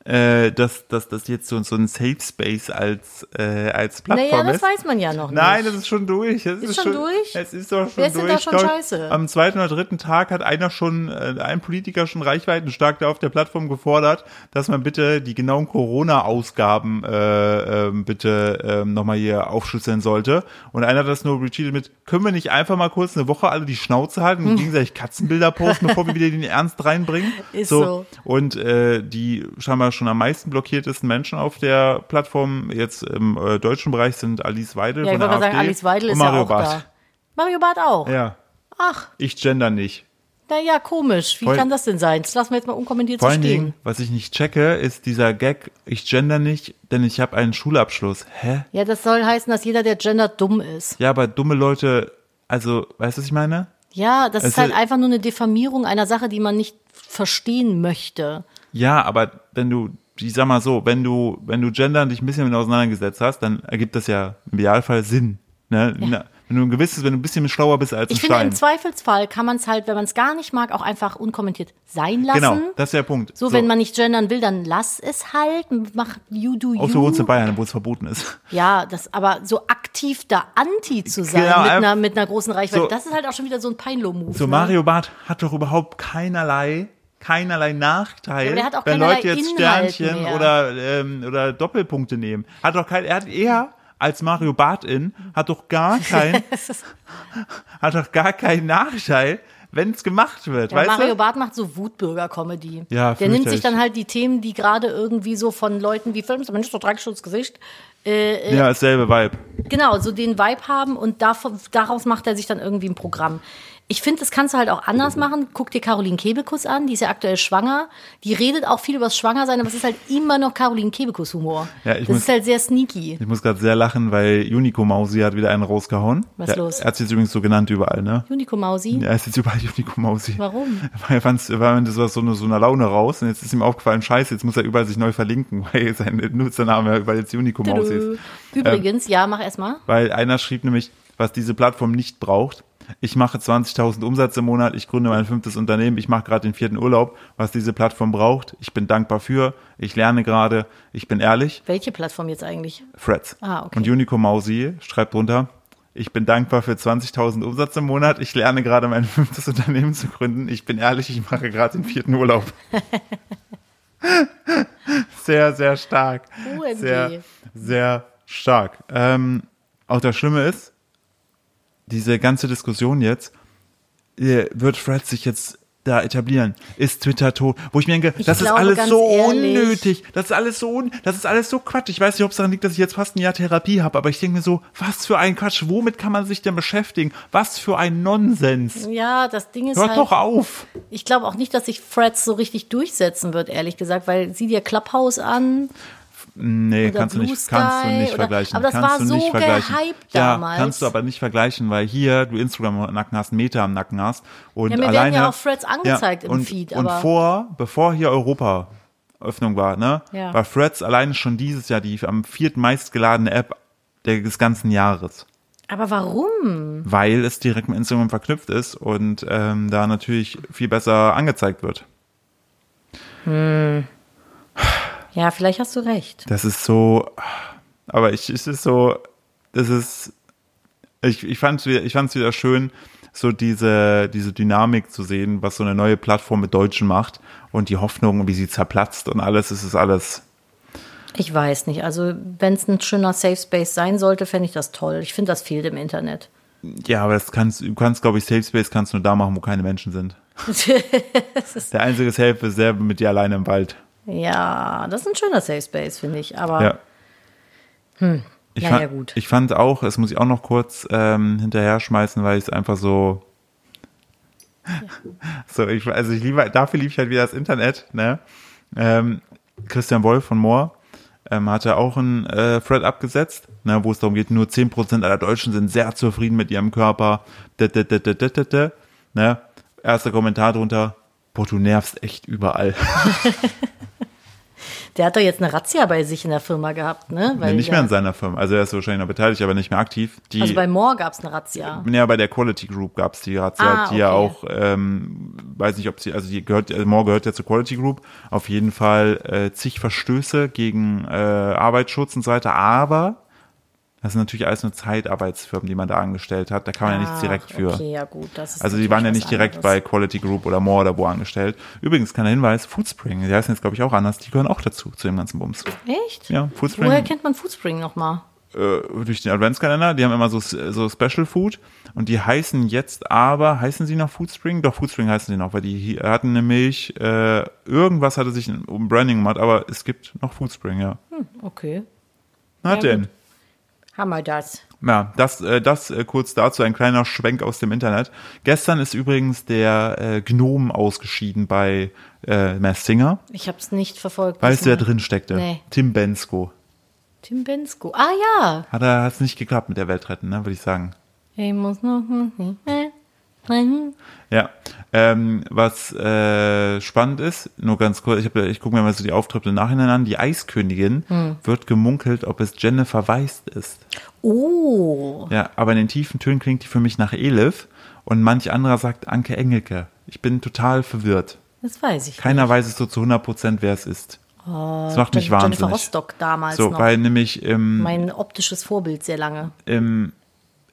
[SPEAKER 1] Äh, dass, dass das jetzt so, so ein Safe Space als, äh, als
[SPEAKER 2] Naja,
[SPEAKER 1] Plattform
[SPEAKER 2] das
[SPEAKER 1] ist.
[SPEAKER 2] weiß man ja noch nicht.
[SPEAKER 1] Nein, das ist schon durch. Das ist,
[SPEAKER 2] schon durch?
[SPEAKER 1] Es ist doch schon
[SPEAKER 2] Wer ist denn
[SPEAKER 1] durch.
[SPEAKER 2] da schon
[SPEAKER 1] Ich glaub,
[SPEAKER 2] scheiße?
[SPEAKER 1] Am zweiten oder dritten Tag hat einer schon, äh, ein Politiker schon reichweitenstark da auf der Plattform gefordert, dass man bitte die genauen Corona-Ausgaben äh, ähm, bitte ähm, nochmal hier aufschlüsseln sollte. Und einer hat das nur retweetet mit, können wir nicht einfach mal kurz eine Woche alle die Schnauze halten
[SPEAKER 2] Hm.
[SPEAKER 1] und gegenseitig Katzenbilder posten, bevor wir wieder den Ernst reinbringen?
[SPEAKER 2] Ist so.
[SPEAKER 1] Und äh, die scheinbar schon am meisten blockiertesten Menschen auf der Plattform jetzt im äh, deutschen Bereich sind Alice Weidel
[SPEAKER 2] Ja, ich
[SPEAKER 1] von der
[SPEAKER 2] wollte gerade sagen,
[SPEAKER 1] AfD
[SPEAKER 2] Alice Weidel
[SPEAKER 1] und
[SPEAKER 2] ist
[SPEAKER 1] Mario
[SPEAKER 2] ja auch
[SPEAKER 1] Barth.
[SPEAKER 2] da. Mario Barth auch.
[SPEAKER 1] Ja,
[SPEAKER 2] Ach,
[SPEAKER 1] ich gender nicht.
[SPEAKER 2] naja, komisch. Wie
[SPEAKER 1] Voll-
[SPEAKER 2] kann das denn sein? Das lassen wir jetzt mal unkommentiert
[SPEAKER 1] Vor
[SPEAKER 2] so
[SPEAKER 1] allen
[SPEAKER 2] stehen.
[SPEAKER 1] Dingen, was ich nicht checke, ist dieser Gag, ich gender nicht, denn ich habe einen Schulabschluss. Hä?
[SPEAKER 2] Ja, das soll heißen, dass jeder, der gendert, dumm ist.
[SPEAKER 1] Ja, aber dumme Leute, also, weißt du, was ich meine?
[SPEAKER 2] Ja, das ist
[SPEAKER 1] Also-
[SPEAKER 2] halt einfach nur eine Diffamierung einer Sache, die man nicht verstehen möchte.
[SPEAKER 1] Ja, aber wenn du, ich sag mal so, wenn du, wenn du Gender dich ein bisschen mit auseinandergesetzt hast, dann ergibt das ja im Idealfall Sinn. Ne? Na, Wenn du ein gewisses, wenn du ein bisschen schlauer bist als ein
[SPEAKER 2] Ich finde,
[SPEAKER 1] Stein.
[SPEAKER 2] im Zweifelsfall kann man es halt, wenn man es gar nicht mag, auch einfach unkommentiert sein lassen.
[SPEAKER 1] genau, das ist der Punkt.
[SPEAKER 2] so, wenn man nicht gendern will, dann lass es halt. Mach you do you.
[SPEAKER 1] Außer du wohnst in Bayern, wo es verboten ist.
[SPEAKER 2] Ja, das aber so aktiv da anti zu sein
[SPEAKER 1] Genau,
[SPEAKER 2] mit,
[SPEAKER 1] einfach-
[SPEAKER 2] einer, mit einer großen Reichweite,
[SPEAKER 1] So-
[SPEAKER 2] das ist halt auch schon wieder so ein Peinlo-Move.
[SPEAKER 1] So,
[SPEAKER 2] ne?
[SPEAKER 1] Mario Barth hat doch überhaupt keinerlei, keinerlei Nachteil,
[SPEAKER 2] Ja, aber er hat auch
[SPEAKER 1] wenn
[SPEAKER 2] keinerlei
[SPEAKER 1] Leute jetzt
[SPEAKER 2] Inhalt
[SPEAKER 1] Sternchen
[SPEAKER 2] mehr.
[SPEAKER 1] oder, ähm, oder Doppelpunkte nehmen. Hat doch kein, er hat eher als Mario Barth in, hat doch gar kein, hat doch gar keinen Nachteil, wenn es gemacht wird,
[SPEAKER 2] Ja,
[SPEAKER 1] weißt
[SPEAKER 2] Mario
[SPEAKER 1] du?
[SPEAKER 2] Barth macht so Wutbürger-Comedy.
[SPEAKER 1] Ja,
[SPEAKER 2] Der nimmt
[SPEAKER 1] fürchterlich.
[SPEAKER 2] sich dann halt die Themen, die gerade irgendwie so von Leuten wie Films, Mensch, so tragisch ins Gesicht, äh, äh,
[SPEAKER 1] ja, dasselbe Vibe.
[SPEAKER 2] genau, so den Vibe haben und davon, daraus macht er sich dann irgendwie ein Programm. Ich finde, das kannst du halt auch anders machen. Guck dir Caroline Kebekus an, die ist ja aktuell schwanger. Die redet auch viel über das Schwangersein, aber es ist halt immer noch Caroline Kebekus Humor.
[SPEAKER 1] Ja, ich
[SPEAKER 2] das
[SPEAKER 1] muss-
[SPEAKER 2] ist halt sehr sneaky.
[SPEAKER 1] Ich muss gerade sehr lachen, weil Unico Mausi hat wieder einen rausgehauen.
[SPEAKER 2] Was
[SPEAKER 1] Der-
[SPEAKER 2] los?
[SPEAKER 1] Er hat jetzt übrigens so genannt überall, ne?
[SPEAKER 2] Unico Mausi.
[SPEAKER 1] Er ist jetzt überall Unico Mausi.
[SPEAKER 2] Warum?
[SPEAKER 1] Weil er fand's, weil das war so eine, so eine Laune raus und jetzt ist ihm aufgefallen, scheiße, jetzt muss er überall sich neu verlinken, weil sein Nutzername ja überall jetzt Unico Mausi
[SPEAKER 2] Tudu.
[SPEAKER 1] ist.
[SPEAKER 2] Übrigens, ja, mach erstmal.
[SPEAKER 1] Weil einer schrieb nämlich, was diese Plattform nicht braucht. Ich mache 20.000 Umsatz im Monat, ich gründe mein fünftes Unternehmen, ich mache gerade den vierten Urlaub. Was diese Plattform braucht, ich bin dankbar für, ich lerne gerade, ich bin ehrlich.
[SPEAKER 2] Welche Plattform jetzt eigentlich?
[SPEAKER 1] Threads.
[SPEAKER 2] Ah, okay.
[SPEAKER 1] Und Unico Mausi schreibt drunter, ich bin dankbar für 20.000 Umsatz im Monat. Ich lerne gerade mein fünftes Unternehmen zu gründen. Ich bin ehrlich, ich mache gerade den vierten Urlaub. sehr, sehr stark.
[SPEAKER 2] OMG.
[SPEAKER 1] Sehr, sehr stark. Ähm, auch das Schlimme ist, diese ganze Diskussion jetzt, äh, wird Fred sich jetzt da etablieren? Ist Twitter tot? Wo ich mir denke,
[SPEAKER 2] Ich
[SPEAKER 1] das ist
[SPEAKER 2] glaube,
[SPEAKER 1] alles
[SPEAKER 2] ganz
[SPEAKER 1] so
[SPEAKER 2] ehrlich.
[SPEAKER 1] unnötig. Das ist alles so, un das ist alles so Quatsch. Ich weiß nicht, ob es daran liegt, dass ich jetzt fast ein Jahr Therapie habe, aber ich denke mir so, was für ein Quatsch. Womit kann man sich denn beschäftigen? Was für ein Nonsens.
[SPEAKER 2] Ja, das Ding ist
[SPEAKER 1] Hört
[SPEAKER 2] halt,
[SPEAKER 1] doch auf.
[SPEAKER 2] ich glaube auch nicht, dass sich Freds so richtig durchsetzen wird, ehrlich gesagt, weil sieh dir Clubhouse an,
[SPEAKER 1] Nee,
[SPEAKER 2] Oder
[SPEAKER 1] kannst du
[SPEAKER 2] Blue
[SPEAKER 1] nicht, kannst du
[SPEAKER 2] Sky
[SPEAKER 1] nicht
[SPEAKER 2] oder-
[SPEAKER 1] vergleichen.
[SPEAKER 2] aber das
[SPEAKER 1] kannst
[SPEAKER 2] war
[SPEAKER 1] du
[SPEAKER 2] so
[SPEAKER 1] nicht vergleichen.
[SPEAKER 2] gehypt
[SPEAKER 1] ja,
[SPEAKER 2] damals.
[SPEAKER 1] kannst du aber nicht vergleichen, weil hier du Instagram am Nacken hast, Meta am Nacken hast und
[SPEAKER 2] Ja, mir werden
[SPEAKER 1] alleine
[SPEAKER 2] ja auch Threads angezeigt im
[SPEAKER 1] und,
[SPEAKER 2] Feed,
[SPEAKER 1] Und
[SPEAKER 2] aber-
[SPEAKER 1] vor, bevor hier Europa Öffnung war, ne,
[SPEAKER 2] Ja.
[SPEAKER 1] war Threads alleine schon dieses Jahr die am viertmeistgeladene App der- des ganzen Jahres,
[SPEAKER 2] aber warum?
[SPEAKER 1] weil es direkt mit Instagram verknüpft ist und ähm, da natürlich viel besser angezeigt wird.
[SPEAKER 2] Ja, vielleicht hast du recht.
[SPEAKER 1] Das ist so, aber ich, es ist so, das ist, ich, ich fand es wieder, ich fand's wieder schön, so diese, diese Dynamik zu sehen, was so eine neue Plattform mit Deutschen macht und die Hoffnung, wie sie zerplatzt und alles, es ist alles.
[SPEAKER 2] Ich weiß nicht. Also, wenn es ein schöner Safe Space sein sollte, fände ich das toll. Ich finde, das fehlt im Internet.
[SPEAKER 1] Ja, aber das kannst, du kannst, glaube ich, Safe Space kannst du nur da machen, wo keine Menschen sind. Der einzige Safe ist selber mit dir alleine im Wald.
[SPEAKER 2] ja, das ist ein schöner Safe Space, finde ich. Aber
[SPEAKER 1] Ja. Ich,
[SPEAKER 2] naja,
[SPEAKER 1] fand,
[SPEAKER 2] Hm. gut.
[SPEAKER 1] ich fand auch, es muss ich auch noch kurz ähm, hinterher schmeißen, weil ich es einfach so. so, ich, also ich liebe, dafür liebe ich halt wieder das Internet, ne? Ähm, Christian Wolf von Moor ähm, hatte auch einen äh, Thread abgesetzt, ne, wo es darum geht, nur 10% aller Deutschen sind sehr zufrieden mit ihrem Körper. Da, da, da, da, da, da, da, ne? Erster Kommentar drunter, boah, du nervst echt überall.
[SPEAKER 2] der hat doch jetzt eine Razzia bei sich in der Firma gehabt, ne? Weil
[SPEAKER 1] Ja, nicht
[SPEAKER 2] der-
[SPEAKER 1] mehr an seiner Firma. Also er ist wahrscheinlich noch beteiligt, aber nicht mehr aktiv. Die,
[SPEAKER 2] also bei Moore gab es eine Razzia.
[SPEAKER 1] Ja, bei der Quality Group gab's die Razzia,
[SPEAKER 2] Ah,
[SPEAKER 1] die ja auch,
[SPEAKER 2] okay.
[SPEAKER 1] ähm, weiß nicht, ob sie, also die gehört, also Moore gehört ja zur Quality Group, auf jeden Fall äh, zig Verstöße gegen äh, Arbeitsschutz und so weiter, aber das sind natürlich alles nur Zeitarbeitsfirmen, die man da angestellt hat, da kann man ja nichts direkt
[SPEAKER 2] Ach,
[SPEAKER 1] für.
[SPEAKER 2] Ah, Okay, ja, gut. Das ist
[SPEAKER 1] Also die
[SPEAKER 2] natürlich
[SPEAKER 1] waren ja
[SPEAKER 2] was
[SPEAKER 1] nicht direkt
[SPEAKER 2] anderes.
[SPEAKER 1] bei Quality Group oder Moore oder wo angestellt. Übrigens, kleiner Hinweis, Foodspring, die heißen jetzt glaube ich auch anders, die gehören auch dazu, zu dem ganzen Bums.
[SPEAKER 2] Echt?
[SPEAKER 1] Ja, Foodspring.
[SPEAKER 2] Woher kennt man Foodspring nochmal?
[SPEAKER 1] äh, durch den Adventskalender, die haben immer so, so Special Food und die heißen jetzt aber, heißen sie noch Foodspring? Doch, Foodspring heißen sie noch, weil die hi- hatten eine Milch, äh, irgendwas hatte sich um Branding gemacht, aber es gibt noch Foodspring, ja.
[SPEAKER 2] Okay.
[SPEAKER 1] Na
[SPEAKER 2] Ja,
[SPEAKER 1] denn.
[SPEAKER 2] gut. Hammer das.
[SPEAKER 1] Ja, das, äh, das äh, kurz dazu, ein kleiner Schwenk aus dem Internet. Gestern ist übrigens der äh, Gnom ausgeschieden bei äh, Mass Singer.
[SPEAKER 2] Ich habe es nicht verfolgt.
[SPEAKER 1] Weißt du, wer
[SPEAKER 2] diesmal.
[SPEAKER 1] drin steckte?
[SPEAKER 2] Nee.
[SPEAKER 1] Tim Bensko.
[SPEAKER 2] Tim Bensko. Ah ja.
[SPEAKER 1] Hat es nicht geklappt mit der Welt retten, ne, würde ich sagen.
[SPEAKER 2] Ich muss noch. Mhm.
[SPEAKER 1] Ja, ähm, was äh, spannend ist, nur ganz kurz, ich, hab- ich gucke mir mal so die Auftritte im Nachhinein an. Die Eiskönigin
[SPEAKER 2] Hm.
[SPEAKER 1] wird gemunkelt, ob es Jennifer Weist ist.
[SPEAKER 2] Oh.
[SPEAKER 1] Ja, aber in den tiefen Tönen klingt die für mich nach Elif und manch anderer sagt Anke Engelke. Ich bin total verwirrt.
[SPEAKER 2] Das weiß ich.
[SPEAKER 1] Keiner weiß es so zu 100 Prozent, wer es ist. das macht mich
[SPEAKER 2] Oh, Jennifer
[SPEAKER 1] wahnsinnig.
[SPEAKER 2] Rostock damals
[SPEAKER 1] so,
[SPEAKER 2] noch. Hm.
[SPEAKER 1] weil nämlich im,
[SPEAKER 2] Mein optisches Vorbild sehr lange.
[SPEAKER 1] im,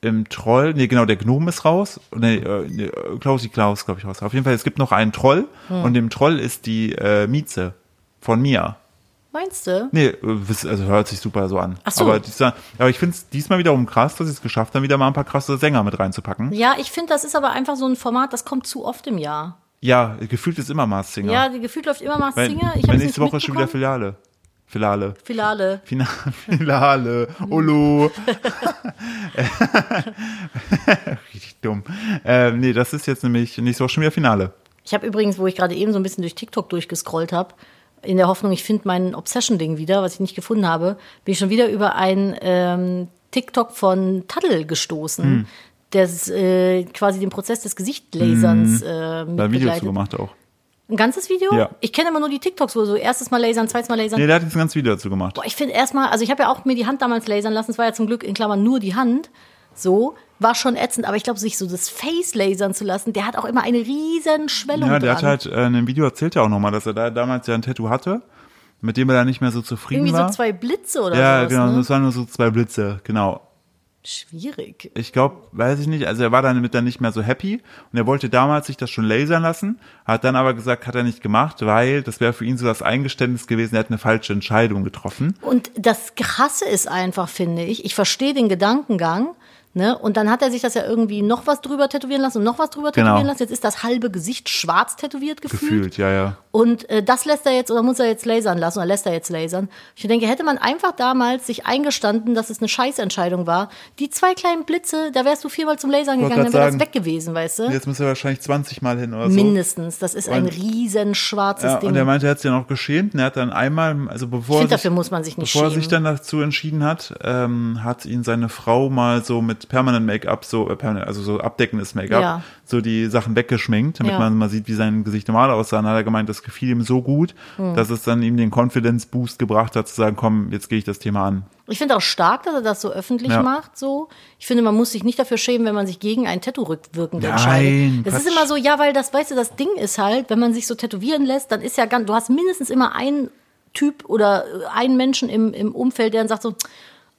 [SPEAKER 1] im Troll, nee, genau, der Gnome ist raus. Nee, äh, nee, Klausi Klaus, glaube ich, raus. Auf jeden Fall, es gibt noch einen Troll
[SPEAKER 2] Hm.
[SPEAKER 1] und im Troll ist die äh, Mieze von Mia.
[SPEAKER 2] Meinst du?
[SPEAKER 1] Nee, äh, wisst- also hört sich super so an.
[SPEAKER 2] Ach so.
[SPEAKER 1] Aber, dieser, aber ich finde es diesmal wiederum krass, dass sie es geschafft haben, wieder mal ein paar krasse Sänger mit reinzupacken.
[SPEAKER 2] Ja, ich finde, das ist aber einfach so ein Format, das kommt zu oft im Jahr.
[SPEAKER 1] Ja, gefühlt ist immer Mars Singer.
[SPEAKER 2] Ja, die gefühlt läuft immer mal
[SPEAKER 1] Weil,
[SPEAKER 2] Singer. Ich
[SPEAKER 1] weil
[SPEAKER 2] habe
[SPEAKER 1] nächste Woche ist schon wieder Filiale. Filiale.
[SPEAKER 2] Finale.
[SPEAKER 1] Fina- Finale. Olo. Richtig dumm. Ähm, nee, das ist jetzt nämlich nächste Woche schon wieder Finale.
[SPEAKER 2] Ich habe übrigens, wo ich gerade eben so ein bisschen durch TikTok durchgescrollt habe, in der Hoffnung, ich finde mein Obsession-Ding wieder, was ich nicht gefunden habe, bin ich schon wieder über ein ähm, TikTok von Taddle gestoßen,
[SPEAKER 1] Hm.
[SPEAKER 2] der s- äh, quasi den Prozess des Gesichtlaserns äh, mit
[SPEAKER 1] Hm. Da ein Video zu
[SPEAKER 2] begleitet.
[SPEAKER 1] gemacht auch.
[SPEAKER 2] Ein ganzes Video?
[SPEAKER 1] Ja.
[SPEAKER 2] Ich kenne immer nur die TikToks, wo so erstes Mal lasern, zweites Mal lasern.
[SPEAKER 1] Nee, der hat jetzt ein ganzes Video dazu gemacht.
[SPEAKER 2] Boah, ich finde erstmal, also ich habe ja auch mir die Hand damals lasern lassen, es war ja zum Glück in Klammern nur die Hand, so, war schon ätzend, aber ich glaube, sich so das Face lasern zu lassen, der hat auch immer eine riesen Schwellung
[SPEAKER 1] Ja, der
[SPEAKER 2] dran.
[SPEAKER 1] hat halt äh, in dem Video erzählt er auch nochmal, dass er da damals ja ein Tattoo hatte, mit dem er da nicht mehr so zufrieden
[SPEAKER 2] Irgendwie
[SPEAKER 1] war.
[SPEAKER 2] so zwei Blitze oder
[SPEAKER 1] ja,
[SPEAKER 2] sowas,
[SPEAKER 1] genau,
[SPEAKER 2] ne?
[SPEAKER 1] das waren nur so zwei Blitze, genau.
[SPEAKER 2] Schwierig.
[SPEAKER 1] ich glaube, weiß ich nicht, also er war damit dann nicht mehr so happy und er wollte damals sich das schon lasern lassen, hat dann aber gesagt, hat er nicht gemacht, weil das wäre für ihn so das Eingeständnis gewesen, er hat eine falsche Entscheidung getroffen.
[SPEAKER 2] Und das Krasse ist einfach, finde ich, ich verstehe den Gedankengang, ne? Und dann hat er sich das ja irgendwie noch was drüber tätowieren lassen und noch was drüber
[SPEAKER 1] Genau.
[SPEAKER 2] tätowieren lassen. Jetzt ist das halbe Gesicht schwarz tätowiert gefühlt.
[SPEAKER 1] Gefühlt, ja, ja.
[SPEAKER 2] Und äh, das lässt er jetzt oder muss er jetzt lasern lassen oder lässt er jetzt lasern. Ich denke, hätte man einfach damals sich eingestanden, dass es eine Scheißentscheidung war, die zwei kleinen Blitze, da wärst du viermal zum Lasern
[SPEAKER 1] Wollt
[SPEAKER 2] gegangen, dann
[SPEAKER 1] grad
[SPEAKER 2] wäre das
[SPEAKER 1] sagen.
[SPEAKER 2] weg gewesen, weißt du?
[SPEAKER 1] Jetzt muss er wahrscheinlich 20 Mal hin oder so.
[SPEAKER 2] Mindestens. Das ist ein
[SPEAKER 1] Und-
[SPEAKER 2] riesen schwarzes
[SPEAKER 1] Ja,
[SPEAKER 2] Ding.
[SPEAKER 1] und er meinte, er hat sich dann auch geschämt. Und er hat dann einmal, also
[SPEAKER 2] ich
[SPEAKER 1] bevor,
[SPEAKER 2] finde,
[SPEAKER 1] er sich,
[SPEAKER 2] dafür muss man sich nicht
[SPEAKER 1] bevor er
[SPEAKER 2] schämen.
[SPEAKER 1] sich dann dazu entschieden hat, ähm, hat ihn seine Frau mal so mit permanent Make-up, so, äh, permanent, also so abdeckendes Make-up,
[SPEAKER 2] Ja.
[SPEAKER 1] so die Sachen weggeschminkt, damit
[SPEAKER 2] Ja.
[SPEAKER 1] man mal sieht, wie sein Gesicht normal aussah. Und dann hat er gemeint, das gefiel ihm so gut,
[SPEAKER 2] Hm.
[SPEAKER 1] dass es dann ihm den Confidence-Boost gebracht hat, zu sagen, komm, jetzt gehe ich das Thema an.
[SPEAKER 2] Ich finde auch stark, dass er das so öffentlich
[SPEAKER 1] Ja.
[SPEAKER 2] macht. So, ich finde, man muss sich nicht dafür schämen, wenn man sich gegen ein Tattoo rückwirkend
[SPEAKER 1] Nein,
[SPEAKER 2] entscheidet. Das ist
[SPEAKER 1] Quatsch.
[SPEAKER 2] immer so, ja, weil das, weißt du, das Ding ist halt, wenn man sich so tätowieren lässt, dann ist ja ganz, du hast mindestens immer einen Typ oder äh, einen Menschen im, im Umfeld, der dann sagt so,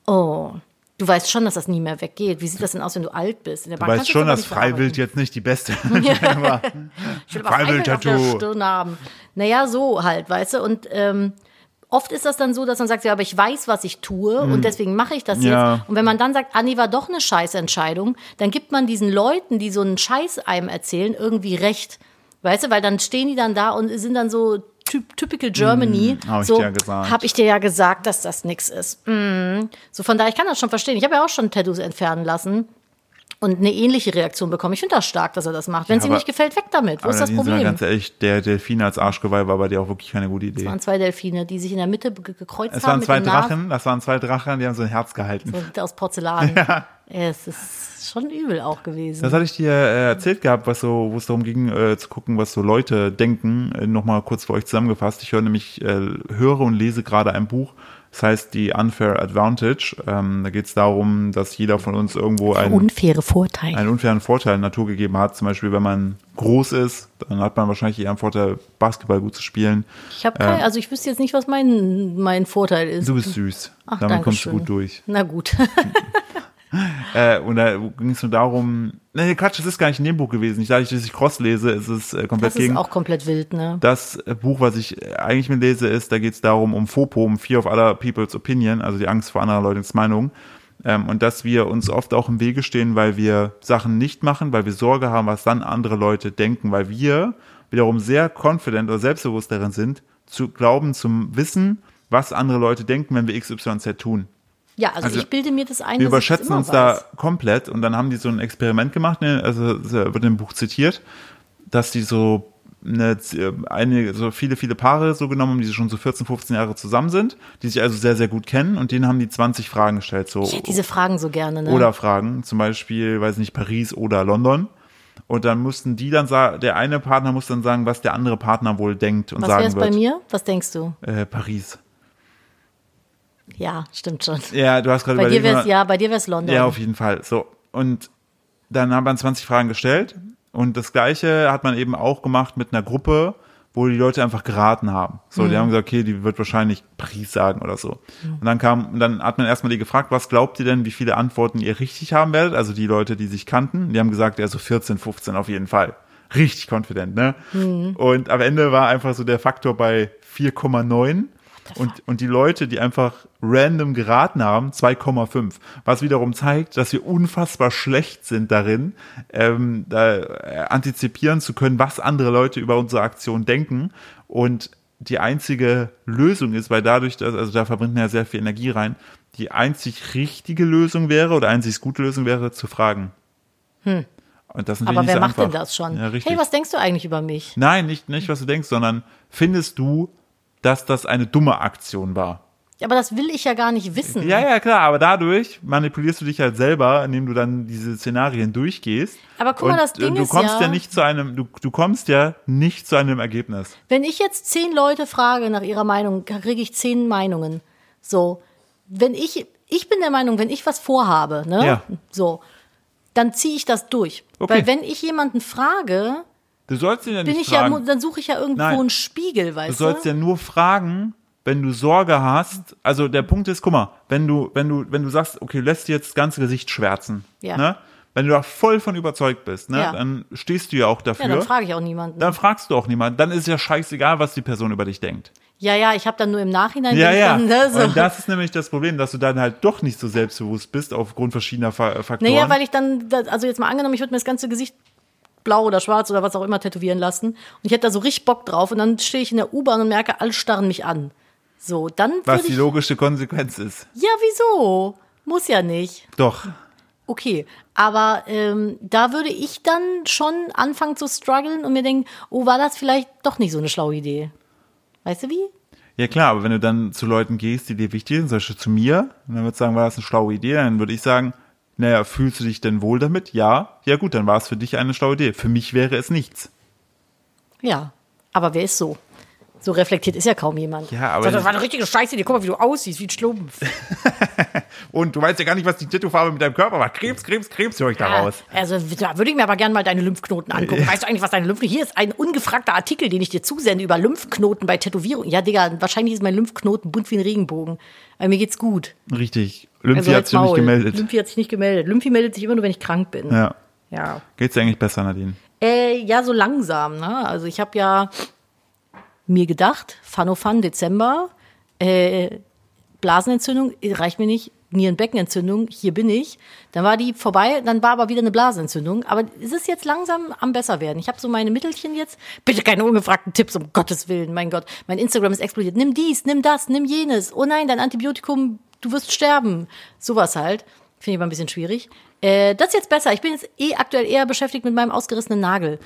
[SPEAKER 2] oh, du weißt schon, dass das nie mehr weggeht. Wie sieht das denn aus, wenn du alt bist? In der
[SPEAKER 1] Du
[SPEAKER 2] Bank
[SPEAKER 1] weißt
[SPEAKER 2] kannst
[SPEAKER 1] schon,
[SPEAKER 2] das
[SPEAKER 1] dass
[SPEAKER 2] aber nicht
[SPEAKER 1] Freiwild jetzt nicht die beste
[SPEAKER 2] verarbeiten.
[SPEAKER 1] war.
[SPEAKER 2] Ich will aber Freiwild auf der
[SPEAKER 1] Freiwild-Tattoo.
[SPEAKER 2] Stirn haben. Naja, so halt, weißt du. Und ähm, oft ist das dann so, dass man sagt, ja, aber ich weiß, was ich tue und deswegen mache ich das
[SPEAKER 1] Hm. Ja.
[SPEAKER 2] jetzt. Und wenn man dann sagt, Anni war doch eine Scheißentscheidung, dann gibt man diesen Leuten, die so einen Scheiß einem erzählen, irgendwie recht. Weißt du, weil dann stehen die dann da und sind dann so typ, typical Germany.
[SPEAKER 1] Hm, hab ich
[SPEAKER 2] so,
[SPEAKER 1] dir ja gesagt.
[SPEAKER 2] Hab ich dir ja gesagt, dass das nix ist. Mm. So von daher, ich kann das schon verstehen. Ich habe ja auch schon Tattoos entfernen lassen. Und eine ähnliche Reaktion bekommen. Ich finde das stark, dass er das macht. Wenn es ihm
[SPEAKER 1] aber-
[SPEAKER 2] nicht gefällt, weg damit. Wo
[SPEAKER 1] Aber
[SPEAKER 2] ist das
[SPEAKER 1] Nadine, sind wir
[SPEAKER 2] Problem?
[SPEAKER 1] Ganz ehrlich, der Delfin als Arschgeweih war bei dir auch wirklich keine gute Idee.
[SPEAKER 2] Es waren zwei Delfine, die sich in der Mitte ge- gekreuzt
[SPEAKER 1] Es
[SPEAKER 2] haben
[SPEAKER 1] waren zwei
[SPEAKER 2] mit dem Nasen
[SPEAKER 1] Drachen, das waren zwei Drachen, die haben so ein Herz gehalten.
[SPEAKER 2] und aus Porzellan. Es ist schon übel auch gewesen.
[SPEAKER 1] Das hatte ich dir äh, erzählt gehabt, was so, wo es darum ging, äh, zu gucken, was so Leute denken. Äh, Nochmal kurz für euch zusammengefasst. Ich höre nämlich, äh, höre und lese gerade ein Buch. Das heißt die Unfair Advantage. Ähm, da geht es darum, dass jeder von uns irgendwo einen,
[SPEAKER 2] Unfaire Vorteile.
[SPEAKER 1] einen unfairen Vorteil in Natur gegeben hat. Zum Beispiel, wenn man groß ist, dann hat man wahrscheinlich eher einen Vorteil, Basketball gut zu spielen.
[SPEAKER 2] Ich habe kein, also ich wüsste jetzt nicht, was mein, mein Vorteil ist.
[SPEAKER 1] äh, Du bist süß.
[SPEAKER 2] Ach,
[SPEAKER 1] Damit
[SPEAKER 2] danke
[SPEAKER 1] kommst du
[SPEAKER 2] schön.
[SPEAKER 1] gut durch.
[SPEAKER 2] Na gut.
[SPEAKER 1] Äh, und da ging es nur darum, nee, Quatsch, das ist gar nicht in dem Buch gewesen. Ich dachte, dass ich cross lese, ist es äh, komplett
[SPEAKER 2] Das ist
[SPEAKER 1] gegen.
[SPEAKER 2] auch komplett wild, ne?
[SPEAKER 1] das äh, Buch, was ich äh, eigentlich mit lese, ist, da geht es darum, um FOPO, um Fear of Other People's Opinion, also die Angst vor anderer Leute's Meinung. Ähm, und dass wir uns oft auch im Wege stehen, weil wir Sachen nicht machen, weil wir Sorge haben, was dann andere Leute denken, weil wir wiederum sehr confident oder selbstbewusst darin sind, zu glauben, zum Wissen, was andere Leute denken, wenn wir XYZ tun.
[SPEAKER 2] Ja, also,
[SPEAKER 1] also,
[SPEAKER 2] ich bilde mir das ein.
[SPEAKER 1] Wir
[SPEAKER 2] dass ich das
[SPEAKER 1] überschätzen
[SPEAKER 2] immer
[SPEAKER 1] uns
[SPEAKER 2] weiß.
[SPEAKER 1] da komplett und dann haben die so ein Experiment gemacht, ne, also es wird im Buch zitiert, dass die so eine, äh, eine, so viele, viele Paare so genommen haben, die schon so 14, 15 Jahre zusammen sind, die sich also sehr, sehr gut kennen und denen haben die 20 Fragen gestellt, so
[SPEAKER 2] Ich hätte diese Fragen so gerne, ne?
[SPEAKER 1] oder Fragen, zum Beispiel, weiß nicht, Paris oder London. Und dann mussten die dann sagen, der eine Partner muss dann sagen, was der andere Partner wohl denkt und
[SPEAKER 2] Was wäre
[SPEAKER 1] sagen
[SPEAKER 2] es bei
[SPEAKER 1] wird.
[SPEAKER 2] mir? Was denkst du?
[SPEAKER 1] Äh, Paris.
[SPEAKER 2] Ja, stimmt schon.
[SPEAKER 1] Ja, du hast gerade
[SPEAKER 2] Bei dir
[SPEAKER 1] überlegt.
[SPEAKER 2] wär's, ja, bei dir wär's London.
[SPEAKER 1] Ja, auf jeden Fall. So. Und dann haben wir 20 Fragen gestellt. Und das Gleiche hat man eben auch gemacht mit einer Gruppe, wo die Leute einfach geraten haben. So, die haben gesagt, okay, die wird wahrscheinlich Paris sagen oder so. Und dann kam, und dann hat man erstmal die gefragt, was glaubt ihr denn, wie viele Antworten ihr richtig haben werdet? Also die Leute, die sich kannten, die haben gesagt, ja, so 14, 15 auf jeden Fall. Richtig confident, ne? Und am Ende war einfach so der Faktor bei 4,9. Und, und die Leute, die einfach random geraten haben, 2,5. Was wiederum zeigt, dass wir unfassbar schlecht sind darin, ähm, da, äh, antizipieren zu können, was andere Leute über unsere Aktion denken. Und die einzige Lösung ist, weil dadurch, dass, also da verbringt man ja sehr viel Energie rein, die einzig richtige Lösung wäre oder einzig gute Lösung wäre, zu fragen. Und das ist natürlich
[SPEAKER 2] Hm. Aber
[SPEAKER 1] nicht
[SPEAKER 2] wer
[SPEAKER 1] so
[SPEAKER 2] macht denn
[SPEAKER 1] einfach.
[SPEAKER 2] das schon?
[SPEAKER 1] Ja, richtig.
[SPEAKER 2] hey, was denkst du eigentlich über mich?
[SPEAKER 1] Nein, nicht, nicht, was du denkst, sondern findest du, dass das eine dumme Aktion war?
[SPEAKER 2] Aber das will ich ja gar nicht wissen.
[SPEAKER 1] Ja, ja, klar, aber dadurch manipulierst du dich halt selber, indem du dann diese Szenarien durchgehst.
[SPEAKER 2] Aber guck mal, das
[SPEAKER 1] äh,
[SPEAKER 2] Ding
[SPEAKER 1] du
[SPEAKER 2] ist
[SPEAKER 1] kommst ja,
[SPEAKER 2] ja-
[SPEAKER 1] nicht zu einem, du, du kommst ja nicht zu einem Ergebnis.
[SPEAKER 2] Wenn ich jetzt zehn Leute frage nach ihrer Meinung, kriege ich zehn Meinungen. So, wenn ich, ich bin der Meinung, wenn ich was vorhabe, ne?
[SPEAKER 1] Ja.
[SPEAKER 2] So, dann ziehe ich das durch.
[SPEAKER 1] Okay.
[SPEAKER 2] Weil wenn ich jemanden frage,
[SPEAKER 1] Du sollst ihn ja
[SPEAKER 2] bin
[SPEAKER 1] nicht
[SPEAKER 2] ich ja, mu-
[SPEAKER 1] fragen.
[SPEAKER 2] dann suche ich ja irgendwo
[SPEAKER 1] Nein.
[SPEAKER 2] einen Spiegel, weißt
[SPEAKER 1] du sollst ja nur fragen, wenn du Sorge hast. Also der Punkt ist, guck mal, wenn du, wenn du, wenn du sagst, okay, du lässt dir jetzt das ganze Gesicht schwärzen,
[SPEAKER 2] Ja.
[SPEAKER 1] ne? Wenn du da voll von überzeugt bist, ne,
[SPEAKER 2] Ja.
[SPEAKER 1] dann stehst du ja auch dafür.
[SPEAKER 2] ja, dann frage ich auch niemanden.
[SPEAKER 1] dann fragst du auch niemanden. Dann ist ja scheißegal, was die Person über dich denkt.
[SPEAKER 2] Ja, ja, ich habe dann nur im Nachhinein
[SPEAKER 1] Ja, ja.
[SPEAKER 2] denkt man, ne, so.
[SPEAKER 1] Und das ist nämlich das Problem, dass du dann halt doch nicht so selbstbewusst bist aufgrund verschiedener Fa- äh, Faktoren.
[SPEAKER 2] Naja, weil ich dann, da- also jetzt mal angenommen, ich würde mir das ganze Gesicht blau oder schwarz oder was auch immer tätowieren lassen und ich hätte da so richtig Bock drauf und dann stehe ich in der U-Bahn und merke, alle starren mich an. So, dann
[SPEAKER 1] was
[SPEAKER 2] würde
[SPEAKER 1] die
[SPEAKER 2] ich,
[SPEAKER 1] logische Konsequenz ist.
[SPEAKER 2] ja, wieso? Muss ja nicht.
[SPEAKER 1] Doch.
[SPEAKER 2] Okay, aber ähm, da würde ich dann schon anfangen zu strugglen und mir denken, oh, war das vielleicht doch nicht so eine schlaue Idee. Weißt du wie?
[SPEAKER 1] Ja klar, aber wenn du dann zu Leuten gehst, die dir wichtig sind, zum Beispiel zu mir, und dann würdest du sagen, war das eine schlaue Idee, dann würde ich sagen, naja, fühlst du dich denn wohl damit? Ja. Ja gut, dann war es für dich eine schlaue Idee. Für mich wäre es nichts.
[SPEAKER 2] Ja, aber wer ist so? So reflektiert ist ja kaum jemand.
[SPEAKER 1] Ja, aber-
[SPEAKER 2] Sagt, das war eine richtige Scheiße, guck mal, wie du aussiehst, wie ein Schlumpf.
[SPEAKER 1] Und du weißt ja gar nicht, was die Tattoofarbe mit deinem Körper macht. Krebs, Krebs, Krebs höre ich
[SPEAKER 2] Ja,
[SPEAKER 1] daraus.
[SPEAKER 2] Also da würde ich mir aber gerne mal deine Lymphknoten angucken. Weißt du eigentlich, was deine Lymphknoten? Hier ist ein ungefragter Artikel, den ich dir zusende über Lymphknoten bei Tätowierung. Ja, Digga, wahrscheinlich ist mein Lymphknoten bunt wie ein Regenbogen. Aber mir geht's gut.
[SPEAKER 1] Richtig. Lymphi hat
[SPEAKER 2] halt's
[SPEAKER 1] sich nicht
[SPEAKER 2] Maul.
[SPEAKER 1] gemeldet.
[SPEAKER 2] Lymphi hat sich nicht gemeldet. Lymphi meldet sich immer nur, wenn ich krank bin.
[SPEAKER 1] Ja.
[SPEAKER 2] Ja,
[SPEAKER 1] Geht's dir eigentlich besser, Nadine?
[SPEAKER 2] äh, ja so langsam. Ne? Also ich habe ja mir gedacht, Fanofan Dezember, äh, Blasenentzündung äh, reicht mir nicht, Nierenbeckenentzündung, hier bin ich. Dann war die vorbei, dann war aber wieder eine Blasenentzündung. Aber es ist jetzt langsam am besser werden. Ich habe so meine Mittelchen jetzt. Bitte keine ungefragten Tipps, um Gottes Willen, mein Gott. Mein Instagram ist explodiert. Nimm dies, nimm das, nimm jenes. Oh nein, dein Antibiotikum, du wirst sterben. Sowas halt. Finde ich immer ein bisschen schwierig. Äh, das ist jetzt besser. Ich bin jetzt eh aktuell eher beschäftigt mit meinem ausgerissenen Nagel.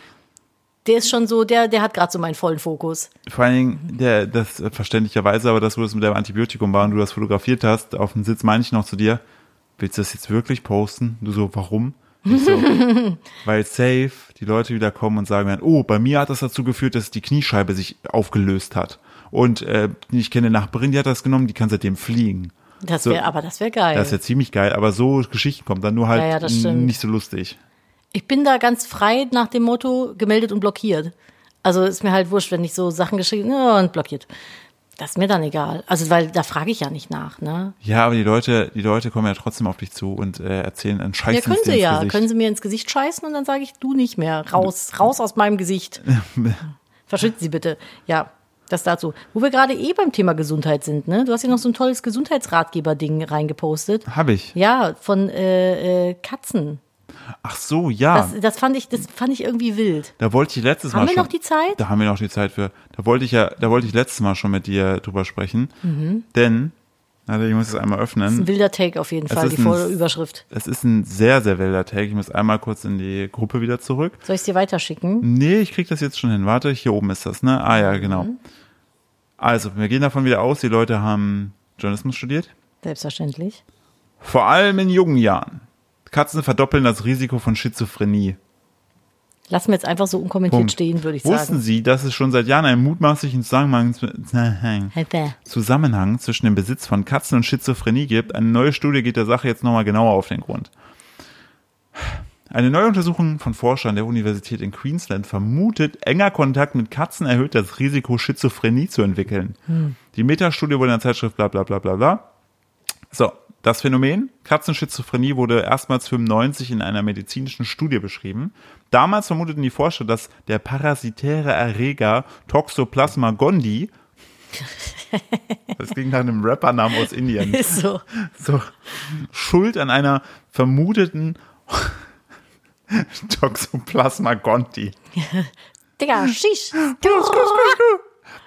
[SPEAKER 2] Der ist schon so, der, der hat gerade so meinen vollen Fokus.
[SPEAKER 1] Vor allen Dingen, der, das äh, verständlicherweise, aber das, wo das mit deinem Antibiotikum war und du das fotografiert hast, auf dem Sitz meine ich noch zu dir, willst du das jetzt wirklich posten? Du so, warum? Ich so, weil safe die Leute wieder kommen und sagen werden, oh, bei mir hat das dazu geführt, dass die Kniescheibe sich aufgelöst hat. Und äh, ich kenne eine Nachbarin, die hat das genommen, die kann seitdem fliegen.
[SPEAKER 2] Das
[SPEAKER 1] So.
[SPEAKER 2] wäre, aber das wäre geil.
[SPEAKER 1] Das ist ja ziemlich geil, aber so Geschichten kommen dann nur halt
[SPEAKER 2] Ja, ja, das stimmt.
[SPEAKER 1] nicht so lustig.
[SPEAKER 2] ich bin da ganz frei nach dem Motto gemeldet und blockiert. Also ist mir halt wurscht, wenn ich so Sachen geschrieben ja, und blockiert. Das ist mir dann egal. Also, weil da frage ich ja nicht nach, ne?
[SPEAKER 1] Ja, aber die Leute, die Leute kommen ja trotzdem auf dich zu und äh, erzählen einen Scheiß
[SPEAKER 2] Ja, können
[SPEAKER 1] ins
[SPEAKER 2] sie ja.
[SPEAKER 1] Gesicht.
[SPEAKER 2] Können sie mir ins Gesicht scheißen und dann sage ich, du nicht mehr. Raus, raus aus meinem Gesicht. Verschwinden Sie bitte. Ja, das dazu. Wo wir gerade eh beim Thema Gesundheit sind, ne? Du hast ja noch so ein tolles Gesundheitsratgeber-Ding reingepostet.
[SPEAKER 1] Hab ich.
[SPEAKER 2] Ja, von äh, äh, Katzen.
[SPEAKER 1] Ach so, ja.
[SPEAKER 2] Das, das fand ich, das fand ich irgendwie wild.
[SPEAKER 1] Da wollte ich letztes
[SPEAKER 2] Haben
[SPEAKER 1] Mal
[SPEAKER 2] wir
[SPEAKER 1] schon,
[SPEAKER 2] noch die Zeit?
[SPEAKER 1] Da haben wir noch die Zeit für. Da wollte ich ja, da wollte ich letztes Mal schon mit dir drüber sprechen.
[SPEAKER 2] Mhm.
[SPEAKER 1] Denn, also ich muss es einmal
[SPEAKER 2] Ein
[SPEAKER 1] öffnen.
[SPEAKER 2] wilder Take auf jeden Fall,
[SPEAKER 1] ist
[SPEAKER 2] die
[SPEAKER 1] ein-
[SPEAKER 2] volle Überschrift.
[SPEAKER 1] Es ist ein sehr, sehr wilder Tag. Ich muss einmal kurz in die Gruppe wieder zurück.
[SPEAKER 2] Soll ich es dir weiterschicken?
[SPEAKER 1] Nee, ich krieg das jetzt schon hin. Warte, hier oben ist das, ne? Ah
[SPEAKER 2] Mhm.
[SPEAKER 1] ja, genau. Also, wir gehen davon wieder aus, die Leute haben Journalismus studiert.
[SPEAKER 2] Selbstverständlich.
[SPEAKER 1] Vor allem in jungen Jahren. Katzen verdoppeln das Risiko von Schizophrenie.
[SPEAKER 2] Lassen wir jetzt einfach so unkommentiert
[SPEAKER 1] Punkt.
[SPEAKER 2] stehen, würde ich
[SPEAKER 1] Wussten
[SPEAKER 2] sagen.
[SPEAKER 1] Sie, dass es schon seit Jahren einen mutmaßlichen Zusammenhang,
[SPEAKER 2] Hätte.
[SPEAKER 1] Zusammenhang zwischen dem Besitz von Katzen und Schizophrenie gibt? Eine neue Studie geht der Sache jetzt nochmal genauer auf den Grund. Eine neue Untersuchung von Forschern der Universität in Queensland vermutet, enger Kontakt mit Katzen erhöht das Risiko, Schizophrenie zu entwickeln. Die Metastudie wurde in der Zeitschrift bla bla bla bla bla so, das Phänomen Katzenschizophrenie wurde erstmals 95 in einer medizinischen Studie beschrieben. Damals vermuteten die Forscher, dass der parasitäre Erreger Toxoplasma gondii, das klingt nach einem Rappernamen aus Indien,
[SPEAKER 2] Ist so.
[SPEAKER 1] so, schuld an einer vermuteten Toxoplasma gondii.
[SPEAKER 2] Digga, schisch.
[SPEAKER 1] Äh.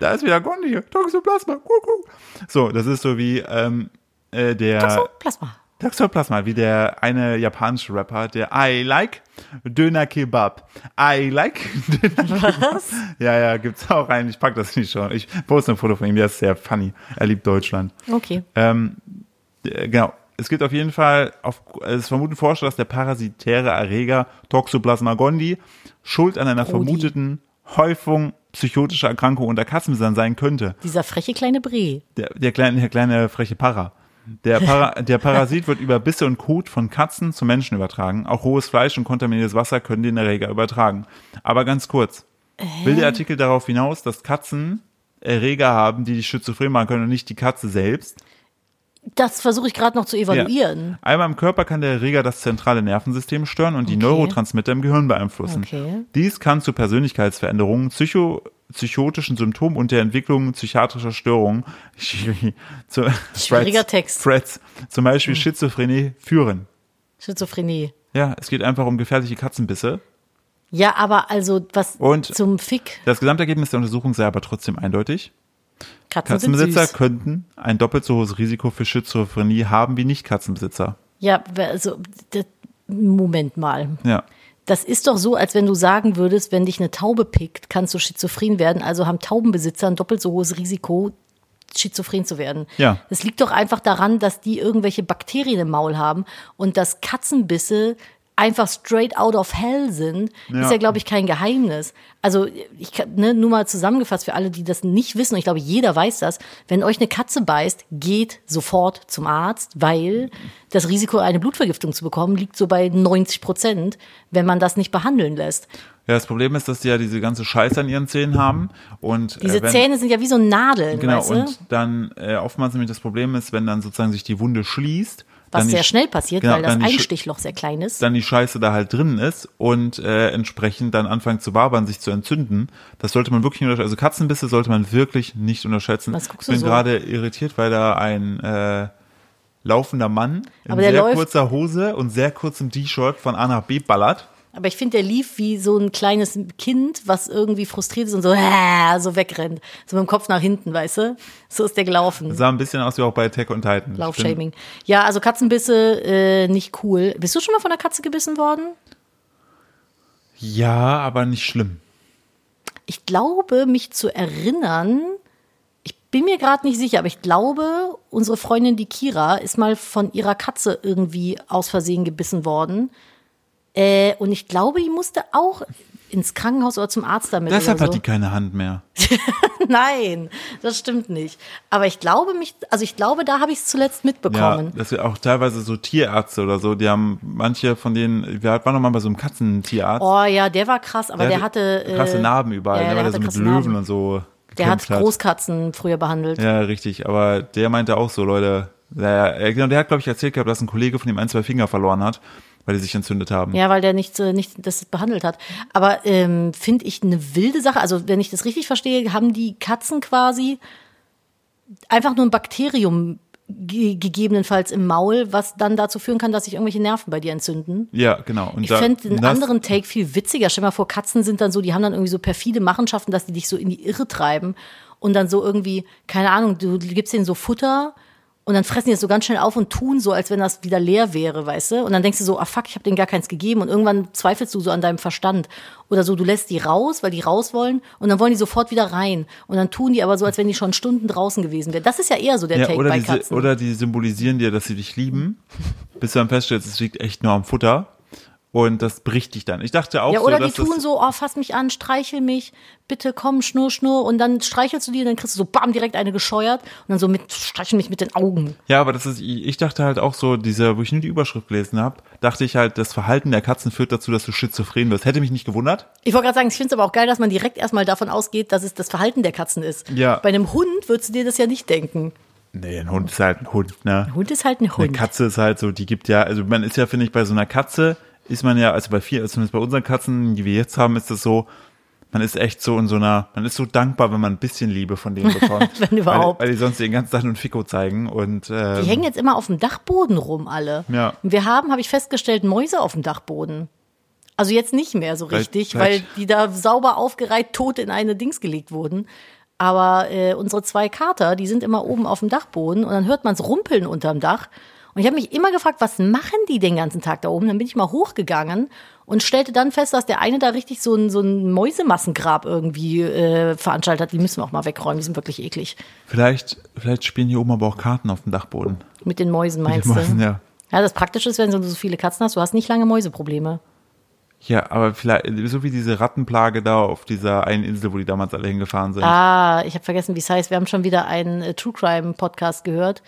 [SPEAKER 1] Da ist wieder Gondi, Toxoplasma. Kuckuck. So, das ist so wie ähm, äh, der
[SPEAKER 2] So, Plasma.
[SPEAKER 1] Toxoplasma, wie der eine japanische Rapper, der I like Döner Kebab. I like Döner
[SPEAKER 2] Was?
[SPEAKER 1] Ja, ja, gibt's auch einen. Ich pack das nicht schon. Ich poste ein Foto von ihm, der ist sehr funny. Er liebt Deutschland.
[SPEAKER 2] Okay.
[SPEAKER 1] Ähm, äh, genau. Es gibt auf jeden Fall, auf, es vermuten Forscher, dass der parasitäre Erreger Toxoplasma gondii schuld an einer vermuteten Häufung psychotischer Erkrankungen unter Katzenbesitzern sein könnte.
[SPEAKER 2] Dieser freche kleine Bree.
[SPEAKER 1] Der, der, kleine, der kleine freche Para. Der, Para, der Parasit wird über Bisse und Kot von Katzen zu Menschen übertragen. Auch rohes Fleisch und kontaminiertes Wasser können den Erreger übertragen. Aber ganz kurz. Will der Artikel darauf hinaus, dass Katzen Erreger haben, die die schizophren machen können und nicht die Katze selbst?
[SPEAKER 2] Das versuche ich gerade noch zu evaluieren.
[SPEAKER 1] Ja. Einmal im Körper kann der Erreger das zentrale Nervensystem stören und die Neurotransmitter im Gehirn beeinflussen.
[SPEAKER 2] Okay.
[SPEAKER 1] Dies kann zu Persönlichkeitsveränderungen, psycho psychotischen Symptomen und der Entwicklung psychiatrischer Störungen, zu
[SPEAKER 2] Schwieriger
[SPEAKER 1] Freds-
[SPEAKER 2] Text. Hm.
[SPEAKER 1] Freds, zum Beispiel Schizophrenie, führen.
[SPEAKER 2] Schizophrenie.
[SPEAKER 1] Ja, es geht einfach um gefährliche Katzenbisse.
[SPEAKER 2] Ja, aber also was
[SPEAKER 1] Und-
[SPEAKER 2] zum Fick.
[SPEAKER 1] Das Gesamtergebnis der Untersuchung sei aber trotzdem eindeutig.
[SPEAKER 2] Katzen
[SPEAKER 1] Katzenbesitzer
[SPEAKER 2] sind süß.
[SPEAKER 1] könnten ein doppelt so hohes Risiko für Schizophrenie haben wie Nicht-Katzenbesitzer.
[SPEAKER 2] Ja, wer- also das, Moment mal.
[SPEAKER 1] Ja.
[SPEAKER 2] Das ist doch so, als wenn du sagen würdest, wenn dich eine Taube pickt, kannst du schizophren werden. Also haben Taubenbesitzer ein doppelt so hohes Risiko, schizophren zu werden.
[SPEAKER 1] Ja.
[SPEAKER 2] Es liegt doch einfach daran, dass die irgendwelche Bakterien im Maul haben und dass Katzenbisse einfach straight out of hell sind,
[SPEAKER 1] Ja.
[SPEAKER 2] ist ja, glaube ich, kein Geheimnis. Also, ich kann, ne, nur mal zusammengefasst für alle, die das nicht wissen, und ich glaube, jeder weiß das, wenn euch eine Katze beißt, geht sofort zum Arzt, weil das Risiko, eine Blutvergiftung zu bekommen, liegt so bei 90 Prozent, wenn man das nicht behandeln lässt.
[SPEAKER 1] Ja, das Problem ist, dass die ja diese ganze Scheiße an ihren Zähnen haben und
[SPEAKER 2] Diese
[SPEAKER 1] äh, wenn,
[SPEAKER 2] Zähne sind ja wie so Nadeln,
[SPEAKER 1] genau
[SPEAKER 2] weißt du?
[SPEAKER 1] und dann äh, oftmals nämlich das Problem ist, wenn dann sozusagen sich die Wunde schließt,
[SPEAKER 2] Was
[SPEAKER 1] dann
[SPEAKER 2] sehr
[SPEAKER 1] die,
[SPEAKER 2] schnell passiert,
[SPEAKER 1] genau,
[SPEAKER 2] weil das
[SPEAKER 1] dann die Sch-
[SPEAKER 2] Einstichloch sehr klein ist.
[SPEAKER 1] dann die Scheiße da halt drin ist und äh, entsprechend dann anfangen zu wabern, sich zu entzünden. Das sollte man wirklich nicht unterschätzen. Also Katzenbisse sollte man wirklich nicht unterschätzen.
[SPEAKER 2] Was guckst
[SPEAKER 1] ich
[SPEAKER 2] du
[SPEAKER 1] bin
[SPEAKER 2] so?
[SPEAKER 1] gerade irritiert, weil da ein äh, laufender Mann in
[SPEAKER 2] Aber der
[SPEAKER 1] sehr
[SPEAKER 2] läuft-
[SPEAKER 1] kurzer Hose und sehr kurzem T-Shirt von A nach B ballert.
[SPEAKER 2] Aber ich finde, der lief wie so ein kleines Kind, was irgendwie frustriert ist und so, äh, so wegrennt. So mit dem Kopf nach hinten, weißt du? So ist der gelaufen.
[SPEAKER 1] Sah ein bisschen aus wie auch bei Attack on Titan. Ich bin-
[SPEAKER 2] Laufshaming. Ja, also Katzenbisse, äh, nicht cool. Bist du schon mal von einer Katze gebissen worden?
[SPEAKER 1] Ja, aber nicht schlimm.
[SPEAKER 2] Ich glaube, mich zu erinnern, ich bin mir gerade nicht sicher, aber ich glaube, unsere Freundin die Kira ist mal von ihrer Katze irgendwie aus Versehen gebissen worden. Äh, und ich glaube, die musste auch ins Krankenhaus oder zum Arzt damit.
[SPEAKER 1] Deshalb
[SPEAKER 2] oder so.
[SPEAKER 1] hat die keine Hand mehr.
[SPEAKER 2] Nein, das stimmt nicht. Aber ich glaube mich, also ich glaube, da habe ich es zuletzt
[SPEAKER 1] Ja,
[SPEAKER 2] mitbekommen.
[SPEAKER 1] das sind auch teilweise so Tierärzte oder so, die haben manche von denen, wir waren noch mal bei so einem Katzentierarzt,
[SPEAKER 2] Oh ja, der war krass, aber der, hatte äh,
[SPEAKER 1] krasse Narben überall,
[SPEAKER 2] ja,
[SPEAKER 1] ne,
[SPEAKER 2] der
[SPEAKER 1] weil der
[SPEAKER 2] hatte
[SPEAKER 1] so mit
[SPEAKER 2] krasse
[SPEAKER 1] Löwen
[SPEAKER 2] Narben.
[SPEAKER 1] und so gekämpft
[SPEAKER 2] Der hat
[SPEAKER 1] hat.
[SPEAKER 2] Großkatzen früher behandelt.
[SPEAKER 1] Ja, richtig, aber der meinte auch so, Leute, der, äh, genau, der hat glaube ich erzählt gehabt, dass ein Kollege von ihm ein, zwei Finger verloren hat, weil die sich entzündet haben.
[SPEAKER 2] Ja, weil der nicht, äh, nicht das behandelt hat. Aber ähm, finde ich eine wilde Sache. Also wenn ich das richtig verstehe, haben die Katzen quasi einfach nur ein Bakterium ge gegebenenfalls im Maul, was dann dazu führen kann, dass sich irgendwelche Nerven bei dir entzünden.
[SPEAKER 1] Ja, genau. Und
[SPEAKER 2] Ich
[SPEAKER 1] da-
[SPEAKER 2] fände den
[SPEAKER 1] das-
[SPEAKER 2] anderen Take viel witziger. Stell dir mal vor, Katzen sind dann so, die haben dann irgendwie so perfide Machenschaften, dass die dich so in die Irre treiben und dann so irgendwie, keine Ahnung, du gibst denen so Futter und dann fressen die das so ganz schnell auf und tun so, als wenn das wieder leer wäre, weißt du? Und dann denkst du so, ah fuck, ich habe denen gar keins gegeben und irgendwann zweifelst du so an deinem Verstand oder so, du lässt die raus, weil die raus wollen und dann wollen die sofort wieder rein und dann tun die aber so, als wenn die schon Stunden draußen gewesen wären. Das ist ja eher so der
[SPEAKER 1] Ja,
[SPEAKER 2] Take
[SPEAKER 1] oder
[SPEAKER 2] bei
[SPEAKER 1] die, sy-
[SPEAKER 2] Katzen.
[SPEAKER 1] oder die symbolisieren dir, dass sie dich lieben, bis du dann feststellst, es liegt echt nur am Futter. Und das bricht dich dann. Ich dachte auch
[SPEAKER 2] Ja,
[SPEAKER 1] so,
[SPEAKER 2] oder
[SPEAKER 1] dass
[SPEAKER 2] die tun
[SPEAKER 1] das,
[SPEAKER 2] so, oh, fass mich an, streichel mich, bitte komm, schnurr, schnurr. Und dann streichelst du die und dann kriegst du so, bam, direkt eine gescheuert. Und dann so mit, streichel mich mit den Augen.
[SPEAKER 1] Ja, aber das ist, ich ich dachte halt auch so, diese, wo ich nur die Überschrift gelesen habe, dachte ich halt, das Verhalten der Katzen führt dazu, dass du schizophren wirst. Hätte mich nicht gewundert.
[SPEAKER 2] Ich wollte gerade sagen, ich finde es aber auch geil, dass man direkt erstmal davon ausgeht, dass es das Verhalten der Katzen ist.
[SPEAKER 1] Ja.
[SPEAKER 2] Bei einem Hund würdest du dir das ja nicht denken.
[SPEAKER 1] Nee, ein Hund ist halt ein Hund, ne?
[SPEAKER 2] Hund ist halt ein
[SPEAKER 1] Eine
[SPEAKER 2] Hund.
[SPEAKER 1] Katze ist halt so, die gibt ja, also man ist ja, finde ich, bei so einer Katze ist man ja, also bei vier, zumindest bei unseren Katzen, die wir jetzt haben, ist das so, man ist echt so in so einer, man ist so dankbar, wenn man ein bisschen Liebe von denen bekommt.
[SPEAKER 2] Wenn überhaupt.
[SPEAKER 1] Weil, weil die sonst den ganzen Tag nur einen Ficko zeigen und ähm,
[SPEAKER 2] Die hängen jetzt immer auf dem Dachboden rum, alle.
[SPEAKER 1] Ja.
[SPEAKER 2] Und wir haben, habe ich festgestellt, Mäuse auf dem Dachboden. Also jetzt nicht mehr so
[SPEAKER 1] Vielleicht-
[SPEAKER 2] richtig,
[SPEAKER 1] vielleicht-
[SPEAKER 2] weil die da sauber aufgereiht tot in eine Dings gelegt wurden. Aber äh, unsere zwei Kater, die sind immer oben auf dem Dachboden und dann hört man's rumpeln unterm Dach. Und ich habe mich immer gefragt, was machen die den ganzen Tag da oben? Dann bin ich mal hochgegangen und stellte dann fest, dass der eine da richtig so ein, so ein Mäusemassengrab irgendwie äh, veranstaltet hat. Die müssen wir auch mal wegräumen, die sind wirklich eklig.
[SPEAKER 1] vielleicht, vielleicht spielen hier oben aber auch Karten auf dem Dachboden.
[SPEAKER 2] Mit den Mäusen meinst
[SPEAKER 1] Mäusen,
[SPEAKER 2] du?
[SPEAKER 1] ja.
[SPEAKER 2] Ja, das Praktische ist, wenn du so viele Katzen hast, du hast nicht lange Mäuseprobleme.
[SPEAKER 1] Ja, aber vielleicht, so wie diese Rattenplage da auf dieser einen Insel, wo die damals alle hingefahren sind.
[SPEAKER 2] Ah, ich habe vergessen, wie es heißt. Wir haben schon wieder einen äh, True Crime Podcast gehört.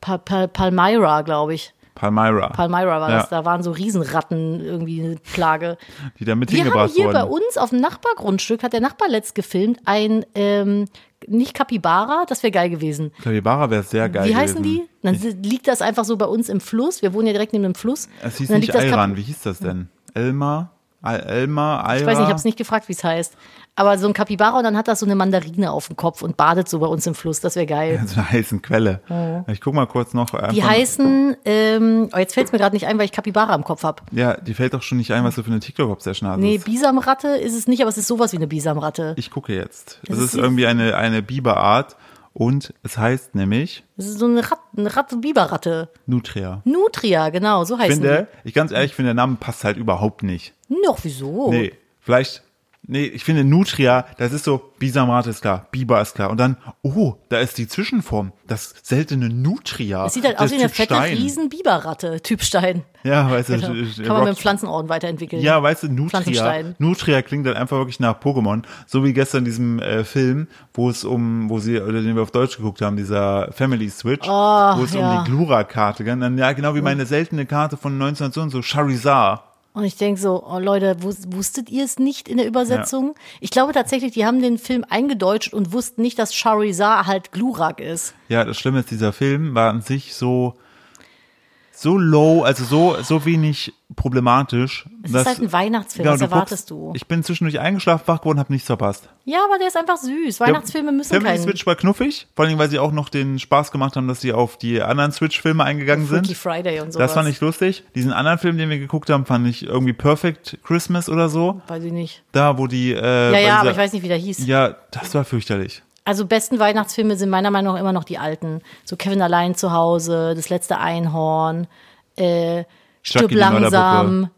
[SPEAKER 2] Pa pa Palmyra, glaube ich.
[SPEAKER 1] Palmyra.
[SPEAKER 2] Palmyra war
[SPEAKER 1] ja,
[SPEAKER 2] das. Da waren so Riesenratten irgendwie eine Plage.
[SPEAKER 1] Die da mit
[SPEAKER 2] Wir haben
[SPEAKER 1] hingebracht
[SPEAKER 2] hier bei
[SPEAKER 1] wurden.
[SPEAKER 2] uns auf dem Nachbargrundstück, hat der Nachbar letzt gefilmt, ein, ähm, nicht Capybara, das wäre geil gewesen.
[SPEAKER 1] Capybara wäre sehr geil.
[SPEAKER 2] wie heißen die?
[SPEAKER 1] gewesen.
[SPEAKER 2] Dann si- liegt das einfach so bei uns im Fluss. Wir wohnen ja direkt neben dem Fluss.
[SPEAKER 1] Es hieß
[SPEAKER 2] Und dann
[SPEAKER 1] nicht
[SPEAKER 2] liegt das Cap-
[SPEAKER 1] Ayran, wie hieß das denn? Elmar? Al Elmar, Ayra?
[SPEAKER 2] Ich weiß nicht, ich habe es nicht gefragt, wie es heißt. Aber so ein Kapibara und dann hat das so eine Mandarine auf dem Kopf und badet so bei uns im Fluss. Das wäre geil.
[SPEAKER 1] In so einer heißen Quelle. Ich guck mal kurz noch.
[SPEAKER 2] Oh.
[SPEAKER 1] äh,
[SPEAKER 2] Die heißen, ähm, oh, jetzt fällt es mir gerade nicht ein, weil ich Kapibara im Kopf habe.
[SPEAKER 1] Ja, die fällt doch schon nicht ein, was du für eine TikTok-Obsession hast.
[SPEAKER 2] Nee, Bisamratte ist es nicht, aber es ist sowas wie eine Bisamratte.
[SPEAKER 1] ich gucke jetzt.
[SPEAKER 2] Das
[SPEAKER 1] Das,
[SPEAKER 2] ist
[SPEAKER 1] ist,
[SPEAKER 2] die-
[SPEAKER 1] irgendwie eine, eine Biberart und es heißt nämlich
[SPEAKER 2] Es ist so eine Ratte, eine Ratte Biberratte.
[SPEAKER 1] Nutria.
[SPEAKER 2] Nutria, genau, so
[SPEAKER 1] Ich
[SPEAKER 2] heißen
[SPEAKER 1] finde, ich ganz ehrlich finde, der Name passt halt überhaupt nicht.
[SPEAKER 2] die. Noch wieso?
[SPEAKER 1] Nee, vielleicht. Nee, ich finde Nutria, das ist so, Bisamrat ist klar, Biber ist klar. Und dann, oh, da ist die Zwischenform, das seltene Nutria.
[SPEAKER 2] Es sieht halt
[SPEAKER 1] Das
[SPEAKER 2] aus wie eine
[SPEAKER 1] Typ
[SPEAKER 2] fette
[SPEAKER 1] Stein.
[SPEAKER 2] Riesen-Biberratte, Typ Stein.
[SPEAKER 1] Ja, weißt du, äh,
[SPEAKER 2] Genau. Kann man mit dem
[SPEAKER 1] Rock-
[SPEAKER 2] Pflanzenorden weiterentwickeln.
[SPEAKER 1] ja, weißt du, Nutria,
[SPEAKER 2] Pflanzenstein.
[SPEAKER 1] Nutria klingt dann einfach wirklich nach Pokémon. So wie gestern in diesem äh, Film, wo es um, wo sie, oder den wir auf Deutsch geguckt haben, dieser Family Switch, wo es
[SPEAKER 2] Ah, ja. Oh.
[SPEAKER 1] um die Glura-Karte ging. Dann, ja, genau wie meine seltene Karte von 1900 so und so, Charizard.
[SPEAKER 2] Und ich denke so, oh Leute, wus- wusstet ihr es nicht in der Übersetzung? Ich glaube tatsächlich, die haben den Film eingedeutscht und wussten nicht, dass Charizard halt Glurak ist.
[SPEAKER 1] Ja, das Schlimme ist, dieser Film war an sich so, so low, also so, so wenig problematisch. Genau,
[SPEAKER 2] Es ist halt ein Weihnachtsfilm, was erwartest du?
[SPEAKER 1] Ich bin zwischendurch eingeschlafen, wach geworden, hab nichts verpasst.
[SPEAKER 2] Ja, aber der ist einfach süß. Weihnachtsfilme müssen
[SPEAKER 1] Family
[SPEAKER 2] keinen
[SPEAKER 1] Switch war knuffig, vor allem, weil sie auch noch den Spaß gemacht haben, dass sie auf die anderen Switch-Filme eingegangen
[SPEAKER 2] Freaky
[SPEAKER 1] sind.
[SPEAKER 2] Friday und sowas.
[SPEAKER 1] Das fand ich lustig. Diesen anderen Film, den wir geguckt haben, fand ich irgendwie Perfect Christmas oder so.
[SPEAKER 2] Weiß ich nicht.
[SPEAKER 1] Da, wo die, äh,
[SPEAKER 2] Ja,
[SPEAKER 1] bei
[SPEAKER 2] ja, aber
[SPEAKER 1] dieser-
[SPEAKER 2] ich weiß nicht, wie der hieß.
[SPEAKER 1] Ja, das war fürchterlich.
[SPEAKER 2] Also besten Weihnachtsfilme sind meiner Meinung nach immer noch die alten. So Kevin allein zu Hause, Das letzte Einhorn, äh, Stirb
[SPEAKER 1] Jackie die
[SPEAKER 2] langsam.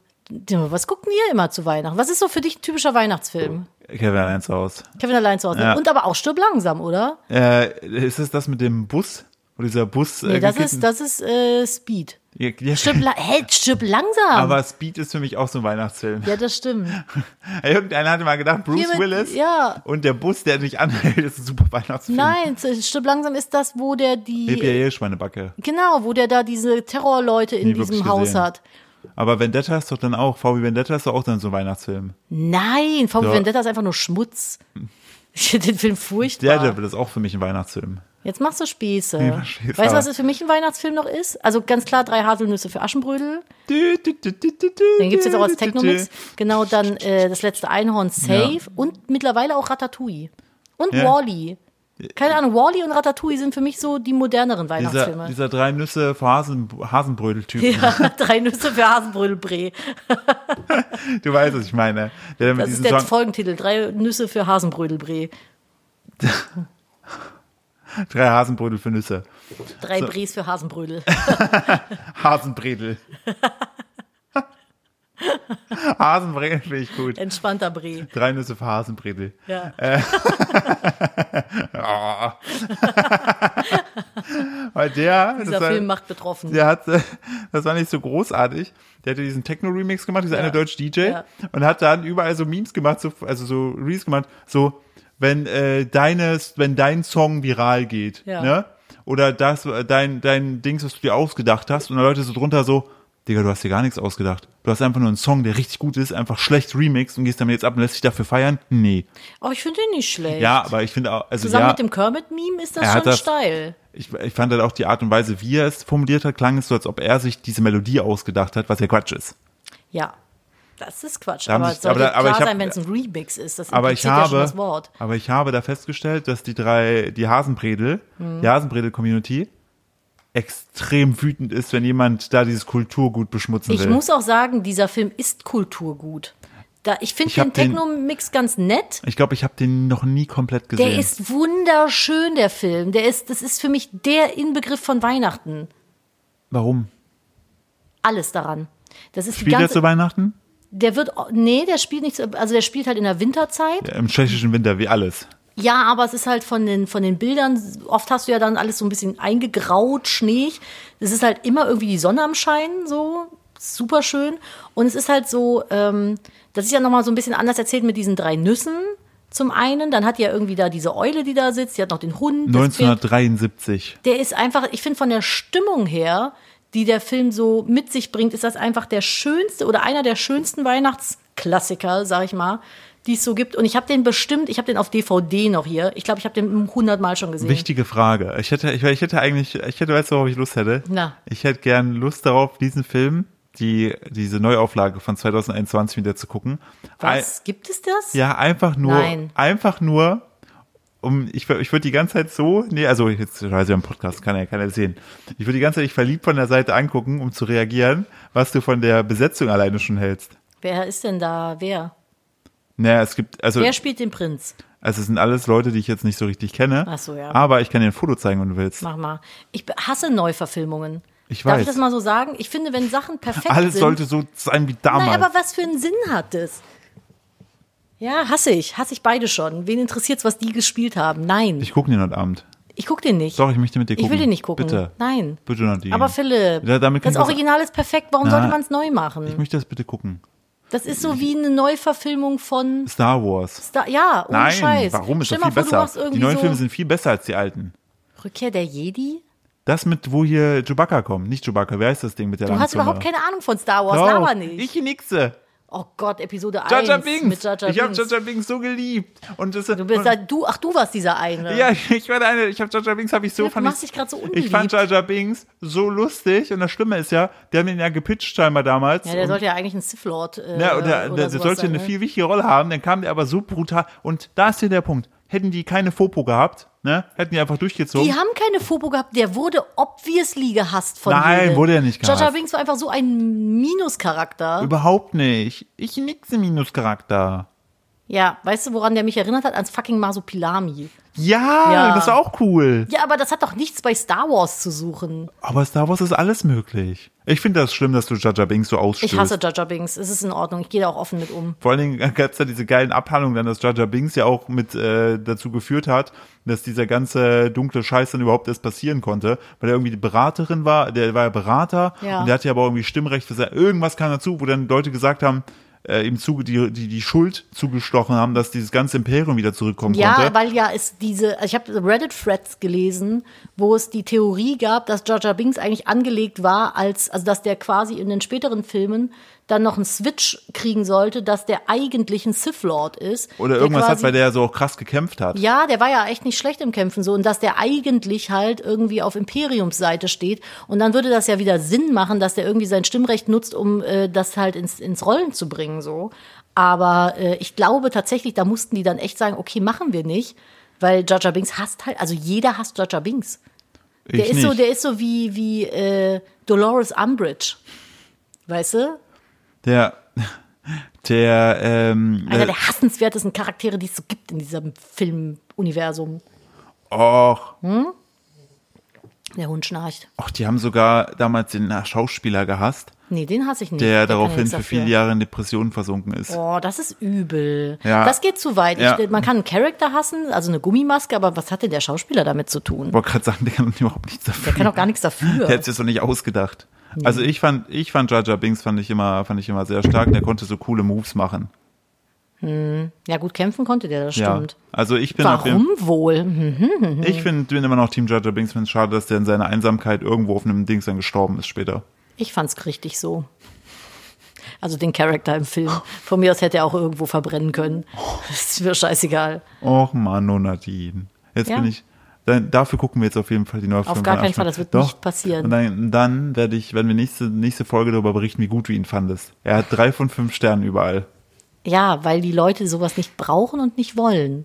[SPEAKER 2] Ja, Was gucken ihr immer zu Weihnachten? Was ist so für dich ein typischer Weihnachtsfilm?
[SPEAKER 1] Kevin eins aus.
[SPEAKER 2] Kevin allein zu Hause.
[SPEAKER 1] Ja.
[SPEAKER 2] Und aber auch Stirb langsam, oder?
[SPEAKER 1] Äh, ist es das mit dem Bus? Wo dieser Bus.
[SPEAKER 2] Nee,
[SPEAKER 1] äh,
[SPEAKER 2] das
[SPEAKER 1] gekitten-
[SPEAKER 2] ist, das ist äh, Speed.
[SPEAKER 1] Ja, ja,
[SPEAKER 2] Stirb, la hey, stirb langsam.
[SPEAKER 1] aber Speed ist für mich auch so ein Weihnachtsfilm.
[SPEAKER 2] ja, das stimmt.
[SPEAKER 1] Irgendeiner hatte mal gedacht, Bruce
[SPEAKER 2] Hier mit-
[SPEAKER 1] Willis
[SPEAKER 2] ja.
[SPEAKER 1] und der Bus, der nicht anhält, ist ein super Weihnachtsfilm.
[SPEAKER 2] Nein, stirb langsam ist das, wo der die.
[SPEAKER 1] Heb ja eh Schweinebacke.
[SPEAKER 2] Genau, wo der da diese Terrorleute in
[SPEAKER 1] Nie wirklich
[SPEAKER 2] diesem Haus
[SPEAKER 1] gesehen.
[SPEAKER 2] hat.
[SPEAKER 1] Aber Vendetta ist doch dann auch, VW Vendetta ist doch auch dann so ein Weihnachtsfilm.
[SPEAKER 2] Nein, VW
[SPEAKER 1] Ja.
[SPEAKER 2] Vendetta ist einfach nur Schmutz. Ich finde den Film furchtbar.
[SPEAKER 1] Daredevil ist auch für mich ein Weihnachtsfilm.
[SPEAKER 2] Jetzt machst du Späße.
[SPEAKER 1] Ja, Späße,
[SPEAKER 2] weißt du, was
[SPEAKER 1] aber-
[SPEAKER 2] es für mich ein Weihnachtsfilm noch ist? Also ganz klar drei Haselnüsse für Aschenbrödel. Den
[SPEAKER 1] Den
[SPEAKER 2] gibt es jetzt auch als Technomix. Genau, dann äh, das letzte Einhorn Safe und mittlerweile auch Ratatouille. Und
[SPEAKER 1] Ja.
[SPEAKER 2] Wally. Keine Ahnung, Wally und Ratatouille sind für mich so die moderneren
[SPEAKER 1] Dieser,
[SPEAKER 2] Weihnachtsfilme.
[SPEAKER 1] dieser drei Nüsse für Hasen, Hasenbrödel-Typ.
[SPEAKER 2] ja, drei Nüsse für Hasenbrödelbree.
[SPEAKER 1] Du weißt, was ich meine. Der mit
[SPEAKER 2] Das ist
[SPEAKER 1] diesem
[SPEAKER 2] der
[SPEAKER 1] Song,
[SPEAKER 2] Folgentitel. Drei Nüsse für Hasenbrödelbree.
[SPEAKER 1] drei Hasenbrödel für Nüsse.
[SPEAKER 2] Drei Brees für Hasenbrödel.
[SPEAKER 1] Hasenbredel. Hasenbredel finde ich gut.
[SPEAKER 2] Entspannter Bree.
[SPEAKER 1] Drei Nüsse für Hasenbredel.
[SPEAKER 2] Ja.
[SPEAKER 1] Heute der,
[SPEAKER 2] Dieser
[SPEAKER 1] das halt- war,
[SPEAKER 2] Film macht betroffen.
[SPEAKER 1] der hat, äh, das war nicht so großartig. Der hatte diesen Techno-Remix gemacht, dieser eine deutsche DJ,
[SPEAKER 2] ja.
[SPEAKER 1] und hat dann überall so Memes gemacht, so, also so Reels gemacht, so, wenn, äh, deines, wenn dein Song viral geht,
[SPEAKER 2] Ja.
[SPEAKER 1] ne? Oder das, äh, dein, dein Dings, was du dir ausgedacht hast, und dann Leute so drunter so, Digga, du hast dir gar nichts ausgedacht. Du hast einfach nur einen Song, der richtig gut ist, einfach schlecht remixed und gehst damit jetzt ab und lässt dich dafür feiern? Nee.
[SPEAKER 2] Oh, ich finde den nicht schlecht.
[SPEAKER 1] Ja, aber ich finde auch, also
[SPEAKER 2] Zusammen
[SPEAKER 1] ja,
[SPEAKER 2] mit dem Kermit-Meme ist das
[SPEAKER 1] Er hat
[SPEAKER 2] schon
[SPEAKER 1] das-
[SPEAKER 2] steil.
[SPEAKER 1] ich, ich fand halt auch die Art und Weise, wie er es formuliert hat, klang es so, als ob er sich diese Melodie ausgedacht hat, was ja Quatsch ist.
[SPEAKER 2] Ja. Das ist Quatsch.
[SPEAKER 1] Da haben
[SPEAKER 2] aber
[SPEAKER 1] sich-
[SPEAKER 2] es sollte
[SPEAKER 1] aber da- aber
[SPEAKER 2] klar
[SPEAKER 1] ich hab-
[SPEAKER 2] sein, wenn es ein Remix ist. Das
[SPEAKER 1] Aber ich
[SPEAKER 2] impliziert ja schon
[SPEAKER 1] habe,
[SPEAKER 2] das Wort.
[SPEAKER 1] aber ich habe da festgestellt, dass die drei, die Hasenbredel,
[SPEAKER 2] Mhm.
[SPEAKER 1] die Hasenbredel-Community extrem wütend ist, wenn jemand da dieses Kulturgut beschmutzen
[SPEAKER 2] Ich
[SPEAKER 1] will.
[SPEAKER 2] muss auch sagen, dieser Film ist Kulturgut. Da, ich finde
[SPEAKER 1] Ich hab
[SPEAKER 2] den
[SPEAKER 1] den-
[SPEAKER 2] Techno-Mix ganz nett.
[SPEAKER 1] ich glaube, ich habe den noch nie komplett gesehen.
[SPEAKER 2] Der ist wunderschön, der Film. Der ist, das ist für mich der Inbegriff von Weihnachten.
[SPEAKER 1] Warum?
[SPEAKER 2] Alles daran. Das ist die
[SPEAKER 1] Spielt er zu
[SPEAKER 2] ganze,
[SPEAKER 1] Weihnachten?
[SPEAKER 2] der wird, nee, der spielt nicht, zu- also der spielt halt in der Winterzeit.
[SPEAKER 1] Ja, Im tschechischen Winter, wie alles.
[SPEAKER 2] Ja, aber es ist halt von den, von den Bildern, oft hast du ja dann alles so ein bisschen eingegraut, schneeig. Es ist halt immer irgendwie die Sonne am Schein, so super schön. Und es ist halt so, ähm, das ist ja nochmal so ein bisschen anders erzählt mit diesen drei Nüssen zum einen. Dann hat die ja irgendwie da diese Eule, die da sitzt, die hat noch den Hund. das Bild.
[SPEAKER 1] 1973.
[SPEAKER 2] Der ist einfach, ich finde von der Stimmung her, die der Film so mit sich bringt, ist das einfach der schönste oder einer der schönsten Weihnachtsklassiker, sag ich mal, die es so gibt. Und ich habe den bestimmt, ich habe den auf DVD noch hier. Ich glaube, ich habe den hundertmal schon gesehen.
[SPEAKER 1] Wichtige Frage. Ich hätte, ich, ich hätte eigentlich, ich hätte, weißt du, worauf ich Lust hätte?
[SPEAKER 2] Na.
[SPEAKER 1] Ich hätte gern Lust darauf, diesen Film, die, diese Neuauflage von 2021 wieder zu gucken.
[SPEAKER 2] Was? Gibt es das?
[SPEAKER 1] Ein, ja, einfach nur,
[SPEAKER 2] Nein.
[SPEAKER 1] einfach nur, um, ich, wür- ich würde die ganze Zeit so, nee, also jetzt, ich weiß ja im Podcast, kann ja keiner sehen. Ich würde die ganze Zeit dich verliebt von der Seite angucken, um zu reagieren, was du von der Besetzung alleine schon hältst.
[SPEAKER 2] Wer ist denn da? Wer?
[SPEAKER 1] Naja, es gibt, also,
[SPEAKER 2] Wer spielt den Prinz?
[SPEAKER 1] also es sind alles Leute, die ich jetzt nicht so richtig kenne.
[SPEAKER 2] Ach so, ja.
[SPEAKER 1] Aber ich kann dir ein Foto zeigen, wenn du willst.
[SPEAKER 2] Mach mal. Ich be- hasse Neuverfilmungen.
[SPEAKER 1] Ich
[SPEAKER 2] Darf
[SPEAKER 1] weiß.
[SPEAKER 2] ich das mal so sagen? Ich finde, wenn Sachen perfekt
[SPEAKER 1] Alles
[SPEAKER 2] sind.
[SPEAKER 1] sollte so sein wie damals.
[SPEAKER 2] Nein, aber was für einen Sinn hat das? Ja, hasse ich. Hasse ich beide schon. Wen interessiert's, was die gespielt haben? Nein.
[SPEAKER 1] Ich gucke den heute Abend.
[SPEAKER 2] Ich guck den nicht.
[SPEAKER 1] Doch, ich möchte mit dir
[SPEAKER 2] Ich
[SPEAKER 1] gucken.
[SPEAKER 2] will den nicht gucken.
[SPEAKER 1] Bitte.
[SPEAKER 2] Nein.
[SPEAKER 1] Bitte, Nadine.
[SPEAKER 2] Aber Philipp,
[SPEAKER 1] Ja, damit kann
[SPEAKER 2] das
[SPEAKER 1] ich was-
[SPEAKER 2] Original ist perfekt. Warum
[SPEAKER 1] Na,
[SPEAKER 2] sollte man es neu
[SPEAKER 1] Ich
[SPEAKER 2] machen?
[SPEAKER 1] möchte das bitte gucken.
[SPEAKER 2] Das ist so wie eine Neuverfilmung von
[SPEAKER 1] Star Wars.
[SPEAKER 2] Star ja, ohne
[SPEAKER 1] Nein,
[SPEAKER 2] Scheiß.
[SPEAKER 1] warum? Ist
[SPEAKER 2] Stell
[SPEAKER 1] doch
[SPEAKER 2] mal
[SPEAKER 1] viel
[SPEAKER 2] vor, Du
[SPEAKER 1] besser.
[SPEAKER 2] machst
[SPEAKER 1] Die
[SPEAKER 2] irgendwie
[SPEAKER 1] neuen
[SPEAKER 2] so
[SPEAKER 1] Filme sind viel besser als die alten.
[SPEAKER 2] Rückkehr der Jedi?
[SPEAKER 1] Das mit, wo hier Chewbacca kommt. Nicht Chewbacca, wer ist das Ding mit der
[SPEAKER 2] Du hast überhaupt keine Ahnung von Star Wars, laber nicht.
[SPEAKER 1] genau. Ich nixe.
[SPEAKER 2] oh Gott, Episode
[SPEAKER 1] Jar
[SPEAKER 2] 1
[SPEAKER 1] Jar Binks.
[SPEAKER 2] mit Jaja
[SPEAKER 1] ich habe
[SPEAKER 2] Binks.
[SPEAKER 1] Jaja Binks so geliebt. Und das,
[SPEAKER 2] Du bist da, du, ach, du warst dieser eine.
[SPEAKER 1] Ja, ich war der eine, ich habe Jaja Binks habe ich so
[SPEAKER 2] Du
[SPEAKER 1] fand
[SPEAKER 2] machst
[SPEAKER 1] ich,
[SPEAKER 2] dich grad so
[SPEAKER 1] Ich fand
[SPEAKER 2] unbeliebt.
[SPEAKER 1] Jaja Binks so lustig und das Schlimme ist ja, die haben den ja gepitcht scheinbar damals.
[SPEAKER 2] Ja, der
[SPEAKER 1] und,
[SPEAKER 2] sollte ja eigentlich ein Sith Lord äh,
[SPEAKER 1] ja, und
[SPEAKER 2] oder,
[SPEAKER 1] der, der, der
[SPEAKER 2] sowas
[SPEAKER 1] sollte
[SPEAKER 2] sein,
[SPEAKER 1] eine
[SPEAKER 2] ne?
[SPEAKER 1] viel wichtige Rolle haben, dann kam der aber so brutal und da ist hier der Punkt. Hätten die keine Fopo gehabt, ne? Hätten die einfach durchgezogen.
[SPEAKER 2] Die haben keine Fobo gehabt, der wurde obviously gehasst von
[SPEAKER 1] Nein,
[SPEAKER 2] jedem.
[SPEAKER 1] wurde er nicht gehasst.
[SPEAKER 2] Jaja Binks war einfach so ein Minuscharakter.
[SPEAKER 1] Überhaupt nicht. Ich nixe Minuscharakter.
[SPEAKER 2] Ja, weißt du, woran der mich erinnert hat? Ans fucking Masopilami.
[SPEAKER 1] Ja,
[SPEAKER 2] Ja.
[SPEAKER 1] das ist auch cool.
[SPEAKER 2] Ja, aber das hat doch nichts bei Star Wars zu suchen.
[SPEAKER 1] Aber Star Wars ist alles möglich. Ich finde das schlimm, dass du Jaja Binks so ausstößt.
[SPEAKER 2] Ich hasse Jaja Binks. Es ist in Ordnung. Ich gehe da auch offen mit um.
[SPEAKER 1] Vor allen Dingen gab es da diese geilen Abhandlungen, dann, dass Jaja Binks ja auch mit äh, dazu geführt hat, dass dieser ganze dunkle Scheiß dann überhaupt erst passieren konnte, weil er irgendwie die Beraterin war, der war ja Berater
[SPEAKER 2] Ja.
[SPEAKER 1] und der hatte ja aber irgendwie Stimmrecht für sein, irgendwas kam dazu, wo dann Leute gesagt haben, äh, ihm zuge die, die die Schuld zugestochen haben, dass dieses ganze Imperium wieder zurückkommen
[SPEAKER 2] Ja,
[SPEAKER 1] konnte.
[SPEAKER 2] weil ja es diese, also ich habe Reddit-Threads gelesen, wo es die Theorie gab, dass Jaja Binks eigentlich angelegt war, als, also dass der quasi in den späteren Filmen dann noch einen Switch kriegen sollte, dass der eigentlich ein Sith Lord ist.
[SPEAKER 1] Oder
[SPEAKER 2] der
[SPEAKER 1] irgendwas hat,
[SPEAKER 2] quasi-
[SPEAKER 1] weil der ja so auch krass gekämpft hat.
[SPEAKER 2] Ja, der war ja echt nicht schlecht im Kämpfen so und dass der eigentlich halt irgendwie auf Imperiums Seite steht und dann würde das ja wieder Sinn machen, dass der irgendwie sein Stimmrecht nutzt, um äh, das halt ins, ins Rollen zu bringen so. Aber äh, ich glaube tatsächlich, da mussten die dann echt sagen, okay, machen wir nicht, weil Jaja Binks hasst halt, also jeder hasst Jaja Binks.
[SPEAKER 1] ich
[SPEAKER 2] Der ist
[SPEAKER 1] nicht.
[SPEAKER 2] so, der ist so wie wie äh, Dolores Umbridge, weißt du?
[SPEAKER 1] der der ähm,
[SPEAKER 2] Einer Also der hassenswertesten Charaktere, die es so gibt in diesem Filmuniversum.
[SPEAKER 1] Och.
[SPEAKER 2] Der Hund schnarcht.
[SPEAKER 1] Ach, die haben sogar damals den Schauspieler gehasst,
[SPEAKER 2] Nee, den hasse ich nicht.
[SPEAKER 1] der
[SPEAKER 2] kann ja
[SPEAKER 1] daraufhin
[SPEAKER 2] nichts
[SPEAKER 1] für
[SPEAKER 2] dafür.
[SPEAKER 1] viele Jahre in Depressionen versunken ist.
[SPEAKER 2] Oh, das ist übel.
[SPEAKER 1] Ja.
[SPEAKER 2] Das geht zu weit.
[SPEAKER 1] Ja.
[SPEAKER 2] Ich, man kann einen Charakter hassen, also eine Gummimaske, aber was hat denn der Schauspieler damit zu tun?
[SPEAKER 1] Ich wollte gerade sagen, der kann überhaupt nichts dafür.
[SPEAKER 2] Der kann doch gar nichts dafür.
[SPEAKER 1] Der hätte es doch nicht ausgedacht. Also ich fand, ich fand Jar Jar Binks fand ich immer, fand ich immer sehr stark. Der konnte so coole Moves machen.
[SPEAKER 2] Ja, gut, kämpfen konnte der, das stimmt.
[SPEAKER 1] Ja. Also ich bin auf
[SPEAKER 2] Warum wohl? Hm.
[SPEAKER 1] jeden, ich find, bin immer noch Team Jar Jar Binks. Find's schade, dass der in seiner Einsamkeit irgendwo auf einem Dings dann gestorben ist später.
[SPEAKER 2] Ich fand's richtig so. Also den Charakter im Film. Von mir aus hätte er auch irgendwo verbrennen können. ist mir scheißegal.
[SPEAKER 1] Och Mann, oh Nadine. Jetzt
[SPEAKER 2] Ja.
[SPEAKER 1] bin ich. Dann, dafür gucken wir jetzt auf jeden Fall die neue Auf
[SPEAKER 2] gar keinen Fall, das wird nicht passieren.
[SPEAKER 1] Und dann, dann werde ich, wenn wir nächste, nächste Folge darüber berichten, wie gut du ihn fandest. Er hat drei von fünf Sternen überall.
[SPEAKER 2] Ja, weil die Leute sowas nicht brauchen und nicht wollen.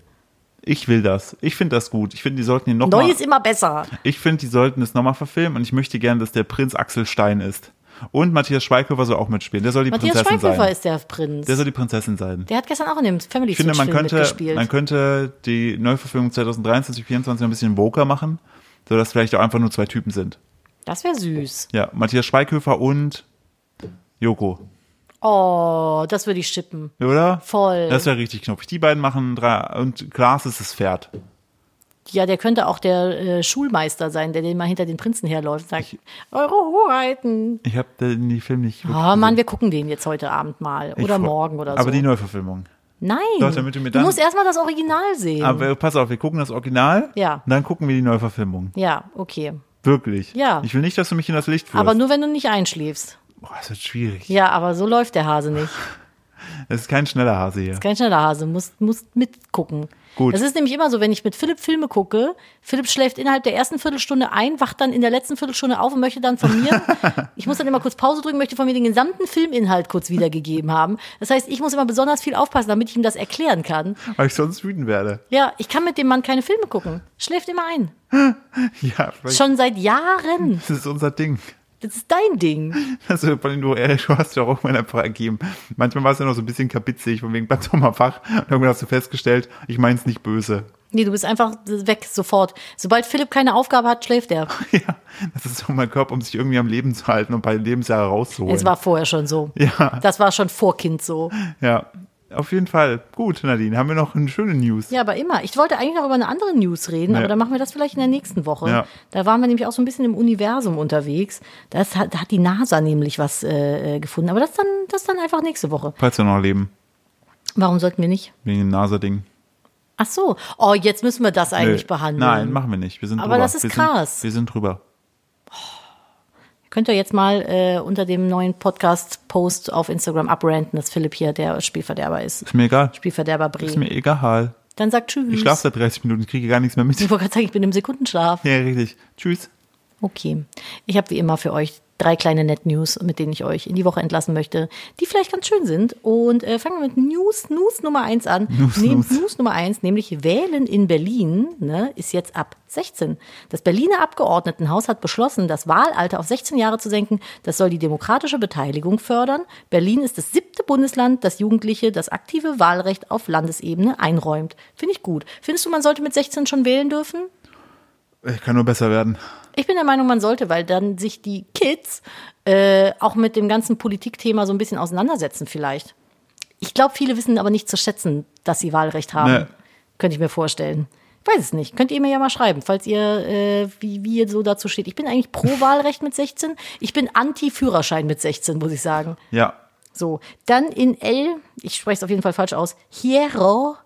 [SPEAKER 1] Ich will das. Ich finde das gut. Ich finde, die sollten ihn noch
[SPEAKER 2] Neu
[SPEAKER 1] mal-
[SPEAKER 2] ist immer besser.
[SPEAKER 1] Ich finde, die sollten es nochmal verfilmen und ich möchte gerne, dass der Prinz Axel Stein ist. Und Matthias Schweighöfer soll auch mitspielen. Der soll die
[SPEAKER 2] Matthias
[SPEAKER 1] Prinzessin
[SPEAKER 2] Schweighöfer
[SPEAKER 1] sein.
[SPEAKER 2] ist der Prinz.
[SPEAKER 1] Der soll die Prinzessin sein.
[SPEAKER 2] Der hat gestern auch in dem Family
[SPEAKER 1] Ich finde, man
[SPEAKER 2] Switch-Film
[SPEAKER 1] könnte,
[SPEAKER 2] mitgespielt.
[SPEAKER 1] man könnte die Neuverfilmung 2023, 2024 ein bisschen woker machen, sodass vielleicht auch einfach nur zwei Typen sind.
[SPEAKER 2] das wäre süß.
[SPEAKER 1] Ja, Matthias Schweighöfer und Joko,
[SPEAKER 2] Oh, das würde ich schippen.
[SPEAKER 1] oder?
[SPEAKER 2] Voll.
[SPEAKER 1] Das wäre richtig knuffig. Die beiden machen drei, und Glas ist das Pferd.
[SPEAKER 2] Ja, der könnte auch der äh, Schulmeister sein, der den mal hinter den Prinzen herläuft und sagt, Eure Hoheiten.
[SPEAKER 1] Ich habe den Film nicht wirklich
[SPEAKER 2] Oh Mann,
[SPEAKER 1] gesehen.
[SPEAKER 2] wir gucken den jetzt heute Abend mal
[SPEAKER 1] Ich
[SPEAKER 2] oder
[SPEAKER 1] freu-
[SPEAKER 2] morgen oder so.
[SPEAKER 1] Aber die Neuverfilmung.
[SPEAKER 2] Nein,
[SPEAKER 1] Doch, damit du mir
[SPEAKER 2] du,
[SPEAKER 1] dann-
[SPEAKER 2] musst erstmal das Original sehen.
[SPEAKER 1] Aber pass auf, wir gucken das Original.
[SPEAKER 2] Ja.
[SPEAKER 1] Und dann gucken wir die Neuverfilmung.
[SPEAKER 2] ja, okay.
[SPEAKER 1] Wirklich.
[SPEAKER 2] Ja.
[SPEAKER 1] Ich will nicht, dass du mich in das Licht führst.
[SPEAKER 2] Aber nur, wenn du nicht einschläfst.
[SPEAKER 1] Boah, das wird schwierig.
[SPEAKER 2] Ja, aber so läuft der Hase nicht.
[SPEAKER 1] Es ist kein schneller Hase hier.
[SPEAKER 2] Kein schneller Hase, musst, musst mitgucken.
[SPEAKER 1] Gut.
[SPEAKER 2] Das ist nämlich immer so, wenn ich mit Philipp Filme gucke, Philipp schläft innerhalb der ersten Viertelstunde ein, wacht dann in der letzten Viertelstunde auf und möchte dann von mir, ich muss dann immer kurz Pause drücken, möchte von mir den gesamten Filminhalt kurz wiedergegeben haben. Das heißt, ich muss immer besonders viel aufpassen, damit ich ihm das erklären kann.
[SPEAKER 1] Weil ich sonst wütend werde.
[SPEAKER 2] Ja, ich kann mit dem Mann keine Filme gucken. Schläft immer ein.
[SPEAKER 1] Ja, vielleicht
[SPEAKER 2] Schon seit Jahren.
[SPEAKER 1] das ist unser Ding.
[SPEAKER 2] Das ist dein Ding.
[SPEAKER 1] Also, vor allem, du, Erich, du hast ja auch mal einfach ergeben. Manchmal war es ja noch so ein bisschen kapitzig, von wegen, bleib doch mal wach. Und irgendwann hast du festgestellt, ich mein's nicht böse.
[SPEAKER 2] Nee, du bist einfach weg, sofort. Sobald Philipp keine Aufgabe hat, schläft er.
[SPEAKER 1] Ja, das ist so mein Körper, um sich irgendwie am Leben zu halten und ein paar Lebensjahre rauszuholen.
[SPEAKER 2] Es war vorher schon so.
[SPEAKER 1] Ja.
[SPEAKER 2] Das war schon vor Kind so.
[SPEAKER 1] ja, auf jeden Fall. Gut, Nadine, haben wir noch eine schöne News.
[SPEAKER 2] Ja, aber immer. Ich wollte eigentlich noch über eine andere News reden,
[SPEAKER 1] Ja.
[SPEAKER 2] aber dann machen wir das vielleicht in der nächsten Woche.
[SPEAKER 1] Ja.
[SPEAKER 2] Da waren wir nämlich auch so ein bisschen im Universum unterwegs. Das hat, da hat die NASA nämlich was äh, äh, gefunden. Aber das dann, das dann einfach nächste Woche.
[SPEAKER 1] Falls wir noch leben,
[SPEAKER 2] Warum sollten wir nicht?
[SPEAKER 1] wegen dem NASA-Ding.
[SPEAKER 2] Ach so. Oh, jetzt müssen wir das eigentlich
[SPEAKER 1] Nö.
[SPEAKER 2] behandeln.
[SPEAKER 1] Nein, machen wir nicht. Wir sind
[SPEAKER 2] Aber
[SPEAKER 1] drüber.
[SPEAKER 2] das ist
[SPEAKER 1] wir
[SPEAKER 2] krass.
[SPEAKER 1] Sind, wir sind drüber.
[SPEAKER 2] Könnt ihr jetzt mal äh, unter dem neuen Podcast-Post auf Instagram abranten, dass Philipp hier der Spielverderber ist.
[SPEAKER 1] Ist mir egal.
[SPEAKER 2] Spielverderber
[SPEAKER 1] Ist
[SPEAKER 2] Bre.
[SPEAKER 1] mir egal.
[SPEAKER 2] Dann sagt Tschüss.
[SPEAKER 1] Ich schlafe seit 30 Minuten, kriege gar nichts mehr mit.
[SPEAKER 2] Ich wollte gerade sagen, ich bin im Sekundenschlaf.
[SPEAKER 1] Ja, richtig. Tschüss.
[SPEAKER 2] Okay. Ich habe wie immer für euch drei kleine Net News, mit denen ich euch in die Woche entlassen möchte, die vielleicht ganz schön sind. Und äh, fangen wir mit News, News Nummer eins an.
[SPEAKER 1] News, News.
[SPEAKER 2] News Nummer eins, nämlich Wählen in Berlin ne, ist jetzt ab 16. Das Berliner Abgeordnetenhaus hat beschlossen, das Wahlalter auf 16 Jahre zu senken. Das soll die demokratische Beteiligung fördern. Berlin ist das siebte Bundesland, das Jugendliche das aktive Wahlrecht auf Landesebene einräumt. Finde ich gut. Findest du, man sollte mit 16 schon wählen dürfen?
[SPEAKER 1] Ich kann nur besser werden.
[SPEAKER 2] Ich bin der Meinung, man sollte, weil dann sich die Kids äh, auch mit dem ganzen Politikthema so ein bisschen auseinandersetzen vielleicht. Ich glaube, viele wissen aber nicht zu schätzen, dass sie Wahlrecht haben.
[SPEAKER 1] Nee.
[SPEAKER 2] Könnte ich mir vorstellen. Ich weiß es nicht. Könnt ihr mir ja mal schreiben, falls ihr, äh, wie, wie ihr so dazu steht. Ich bin eigentlich pro Wahlrecht mit 16. Ich bin anti-Führerschein mit 16, muss ich sagen.
[SPEAKER 1] Ja.
[SPEAKER 2] So, dann in El, ich spreche es auf jeden Fall falsch aus, Hierro,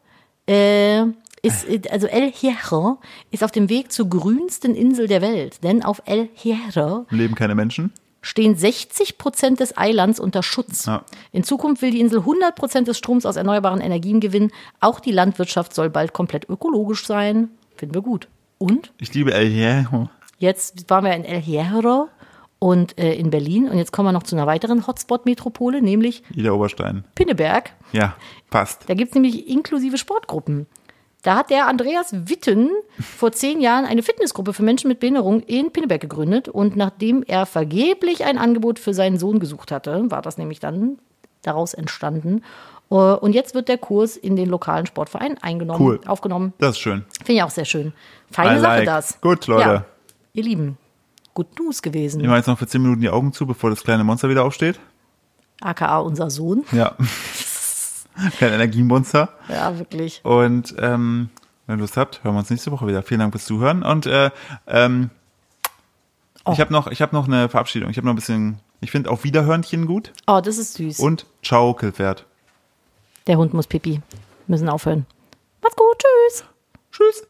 [SPEAKER 2] äh, ist, äh, also El Hierro ist auf dem Weg zur grünsten Insel der Welt, denn auf El Hierro
[SPEAKER 1] Im Leben keine Menschen.
[SPEAKER 2] stehen 60 Prozent des Eilands unter Schutz.
[SPEAKER 1] Ja.
[SPEAKER 2] In Zukunft will die Insel 100 Prozent des Stroms aus erneuerbaren Energien gewinnen. Auch die Landwirtschaft soll bald komplett ökologisch sein. Finden wir gut. Und?
[SPEAKER 1] Ich liebe El Hierro.
[SPEAKER 2] Jetzt waren wir in El Hierro und äh, in Berlin und jetzt kommen wir noch zu einer weiteren Hotspot-Metropole, nämlich
[SPEAKER 1] Ida Oberstein.
[SPEAKER 2] Pinneberg.
[SPEAKER 1] Ja, passt.
[SPEAKER 2] Da gibt es nämlich inklusive Sportgruppen. Da hat der Andreas Witten vor zehn Jahren eine Fitnessgruppe für Menschen mit Behinderung in Pinneberg gegründet. Und nachdem er vergeblich ein Angebot für seinen Sohn gesucht hatte, war das nämlich dann daraus entstanden. Äh, Und jetzt wird der Kurs in den lokalen Sportverein eingenommen,
[SPEAKER 1] Cool.
[SPEAKER 2] aufgenommen.
[SPEAKER 1] Das ist schön.
[SPEAKER 2] Finde ich auch sehr schön. Feine
[SPEAKER 1] I
[SPEAKER 2] Sache
[SPEAKER 1] like.
[SPEAKER 2] das.
[SPEAKER 1] Gut, Leute.
[SPEAKER 2] Ja, ihr Lieben, Good News gewesen.
[SPEAKER 1] Wir machen jetzt noch für 10 Minuten die Augen zu, bevor das kleine Monster wieder aufsteht.
[SPEAKER 2] AKA unser Sohn.
[SPEAKER 1] Ja. Kein Energiemonster.
[SPEAKER 2] Ja, wirklich.
[SPEAKER 1] Und ähm, wenn ihr Lust habt, hören wir uns nächste Woche wieder. Vielen Dank fürs Zuhören. Und äh, ähm, ich habe noch, ich hab noch eine Verabschiedung. Ich habe noch ein bisschen, ich finde auch Wiederhörnchen gut.
[SPEAKER 2] Oh, das ist süß.
[SPEAKER 1] Und Ciao, Killpferd.
[SPEAKER 2] Der Hund muss pipi. Müssen aufhören. Macht's gut. Tschüss.
[SPEAKER 1] Tschüss.